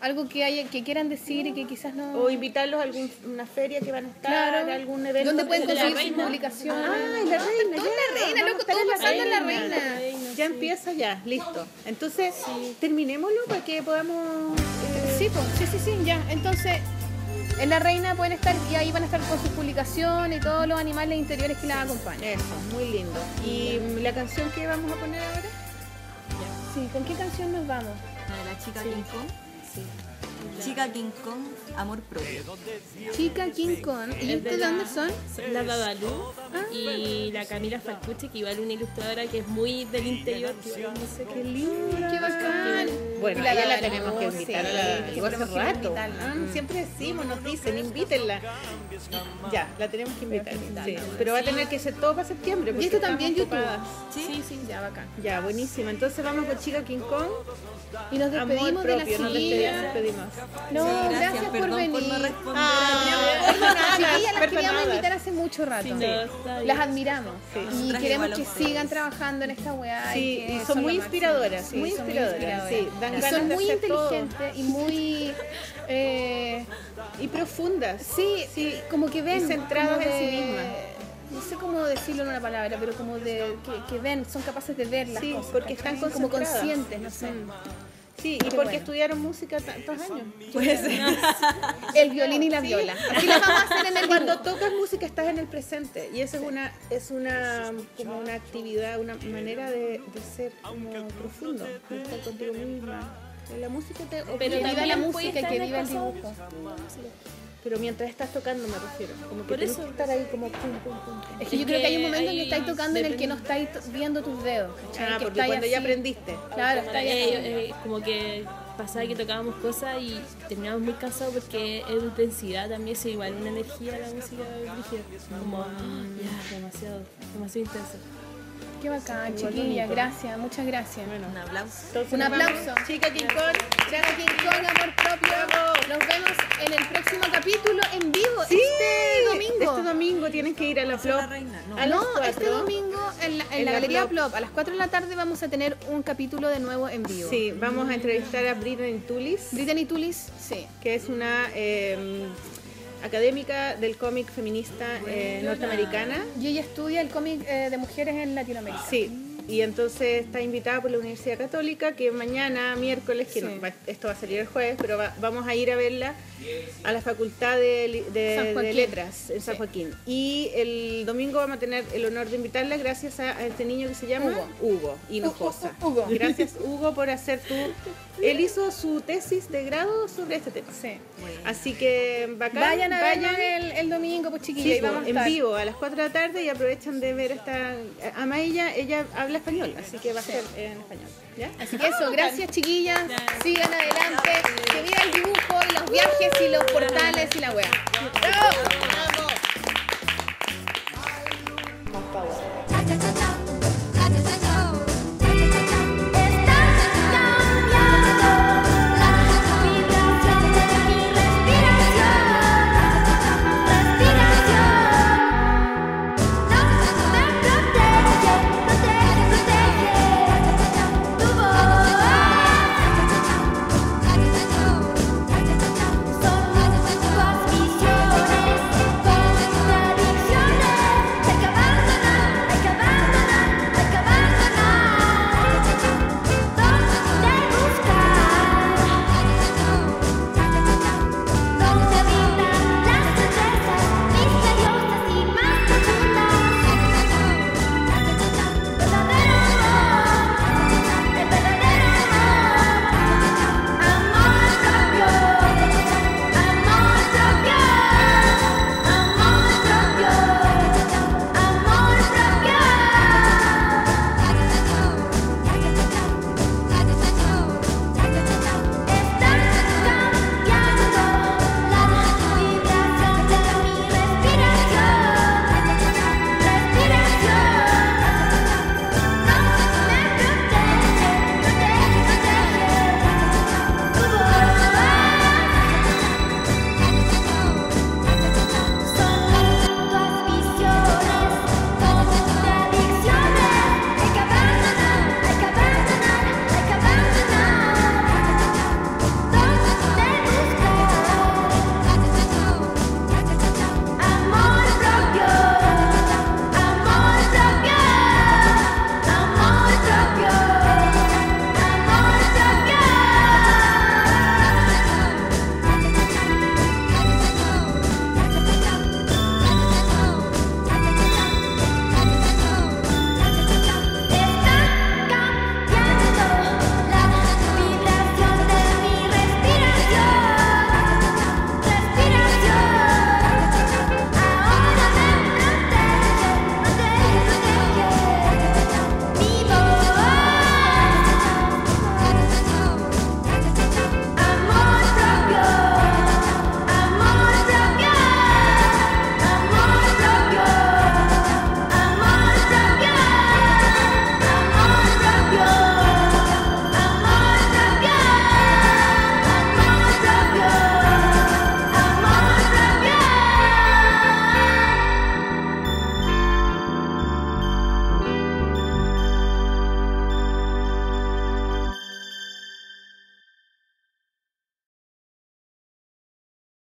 I: Algo que, haya, que quieran decir y que quizás no...
B: O invitarlos a alguna feria que van a estar,
I: Claro.
B: a algún evento.
A: ¿Dónde pueden
B: que tengan.
A: conseguir sus publicaciones?
B: Ah, en la reina.
A: Todo en la
B: ya.
A: reina,
B: Vamos
A: loco,
B: a estar
A: todo
B: en
A: pasando en la reina.
B: Ya empieza ya, listo. Entonces, terminémoslo para que podamos... eh,
A: Sí, pues, sí, sí, sí, ya. Entonces, en la reina pueden estar y ahí van a estar con sus publicaciones y todos los animales interiores que las acompañan.
B: eh, Eso, muy lindo. ¿Y mm, la canción que vamos a poner ahora?
A: Sí, ¿con qué canción nos vamos?
D: La de la chica King Kong. Chica King Kong, amor propio.
A: Chica King Kong. ¿Y ustedes de dónde son?
C: La Babalú y la Camila Falcuche, que igual es una ilustradora que es muy del interior. que igual no sé qué
A: Qué bacán.
B: Bueno,
A: Y
B: la,
A: la
B: ya la
A: Gabalú,
B: tenemos que invitar a
A: sí,
B: la
A: que
B: llegó hace
A: tenemos que
B: rato.
A: invitarla.
B: Ah, Siempre decimos, nos dicen, invítenla. Ya, la tenemos que invitar. sí. Pero va a tener que ser todo para septiembre.
A: Y
B: porque
A: esto también
B: estamos
A: YouTube.
B: ocupadas.
A: Sí, sí, ya bacán.
B: Ya, buenísimo. Entonces vamos con Chica King Kong.
A: Y nos
B: Amor
A: despedimos de la
B: propio, nos despedimos.
A: silla.
B: despedimos.
A: No, gracias, por
D: perdón
A: venir.
D: por no responder.
A: Las chiquillas las queríamos
B: perdonadas.
A: invitar hace mucho rato.
C: está bien.
A: Las admiramos. Y
D: Nosotras
A: queremos
D: igual
A: que
D: lo podemos.
A: sigan trabajando en esta weá.
B: Sí,
A: que
B: y son muy
A: lo máximo.
B: inspiradoras,
A: Sí,
B: muy
A: son
B: inspiradoras. Sí, dan
A: y
B: ganas
A: son
B: de
A: muy
B: hacer todo.
A: inteligentes y
B: (laughs)
A: muy. eh,
B: Y profundas.
A: sí, como que ven.
B: Y centradas
A: como
B: en sí
A: de-
B: mismas.
A: No sé cómo decirlo en una palabra, pero como de que, que ven, son capaces de ver las
B: Sí,
A: cosas.
B: porque
A: ¿cachai?
B: están
A: como
B: concentradas.
A: conscientes, no sé.
B: Sí, y
A: Qué
B: porque
A: bueno.
B: estudiaron música tantos años.
D: Puede ser.
A: El violín y la viola. Así las vamos a hacer en el
B: Cuando
A: dibujo.
B: tocas música estás en el presente y eso es una es una como una actividad, una manera de, de ser como profundo, de estar contigo misma. La música te
A: Que
C: Pero
B: obliga-
A: viva
C: también
A: la
C: puede
A: música y
C: estar
A: que
C: la
A: viva el
C: cosa-
A: dibujo.
B: pero mientras estás tocando me refiero, como que
C: Por
B: tienes
C: eso.
B: que estar ahí como pum pum pum. pum.
A: Es que yo
C: Es
A: creo que hay un
C: que
A: momento en que
C: ahí
A: estáis tocando en el que
C: depende.
A: no estáis to- viendo tus dedos. ¿cachai?
B: Ah,
A: Que
B: porque
A: estáis
B: cuando ya
A: así.
B: aprendiste.
A: Claro, estáis
C: Eh,
A: ahí.
C: eh, como que pasaba que tocábamos cosas y terminábamos muy cansados porque es intensidad también, se igual una energía a la música brígida. Como, ah, ya, demasiado, demasiado intenso.
A: Qué bacán, chiquilla. Gracias, muchas gracias.
D: Un aplauso.
B: Entonces,
A: Un
B: nos vamos.
A: aplauso.
B: Chica King Kong.
A: Gracias, King Kong, amor propio. Nos vemos en el próximo capítulo en vivo. Este domingo.
B: Este domingo tienen que ir a la Ah, flor.
D: La reina. No.
B: A las
A: no, este
B: cuatro.
A: domingo en la, en la
B: la
A: Galería
B: Plop.
A: Plop a las 4 de la tarde vamos a tener un capítulo de nuevo en vivo.
B: Sí, vamos a entrevistar a Britney Tulis.
A: Brittany Tulis, sí.
B: que es una eh, académica del cómic feminista eh, norteamericana.
A: Y ella estudia el cómic eh, de mujeres en Latinoamérica.
B: Sí, y entonces está invitada por la Universidad Católica, que mañana, miércoles, que
A: Sí.
B: no, va- esto va a salir el jueves, pero va- vamos a ir a verla a la Facultad de, Li- de-
A: San
B: de
A: Joaquín.
B: Letras en San
A: Sí.
B: Joaquín. Y el domingo vamos a tener el honor de invitarla gracias a, a este niño que se llama Hugo, Hinojosa.
A: Hu- Hu- Hugo.
B: Gracias Hugo por hacer tu... Él hizo su tesis de grado sobre este tema.
A: Sí.
B: Así que bacán,
A: Vayan a vernos
B: vayan.
A: el, el domingo, pues chiquillos.
B: Sí,
A: ahí vamos a
B: en
A: estar.
B: vivo a las 4 de la tarde y aprovechan de ver esta. Ama ella, ella habla español, así que va a ser en español. ¿ya?
A: Así que eso, gracias chiquillas. Sigan adelante. Que viva el dibujo y los viajes y los portales y la wea. ¡Bravo!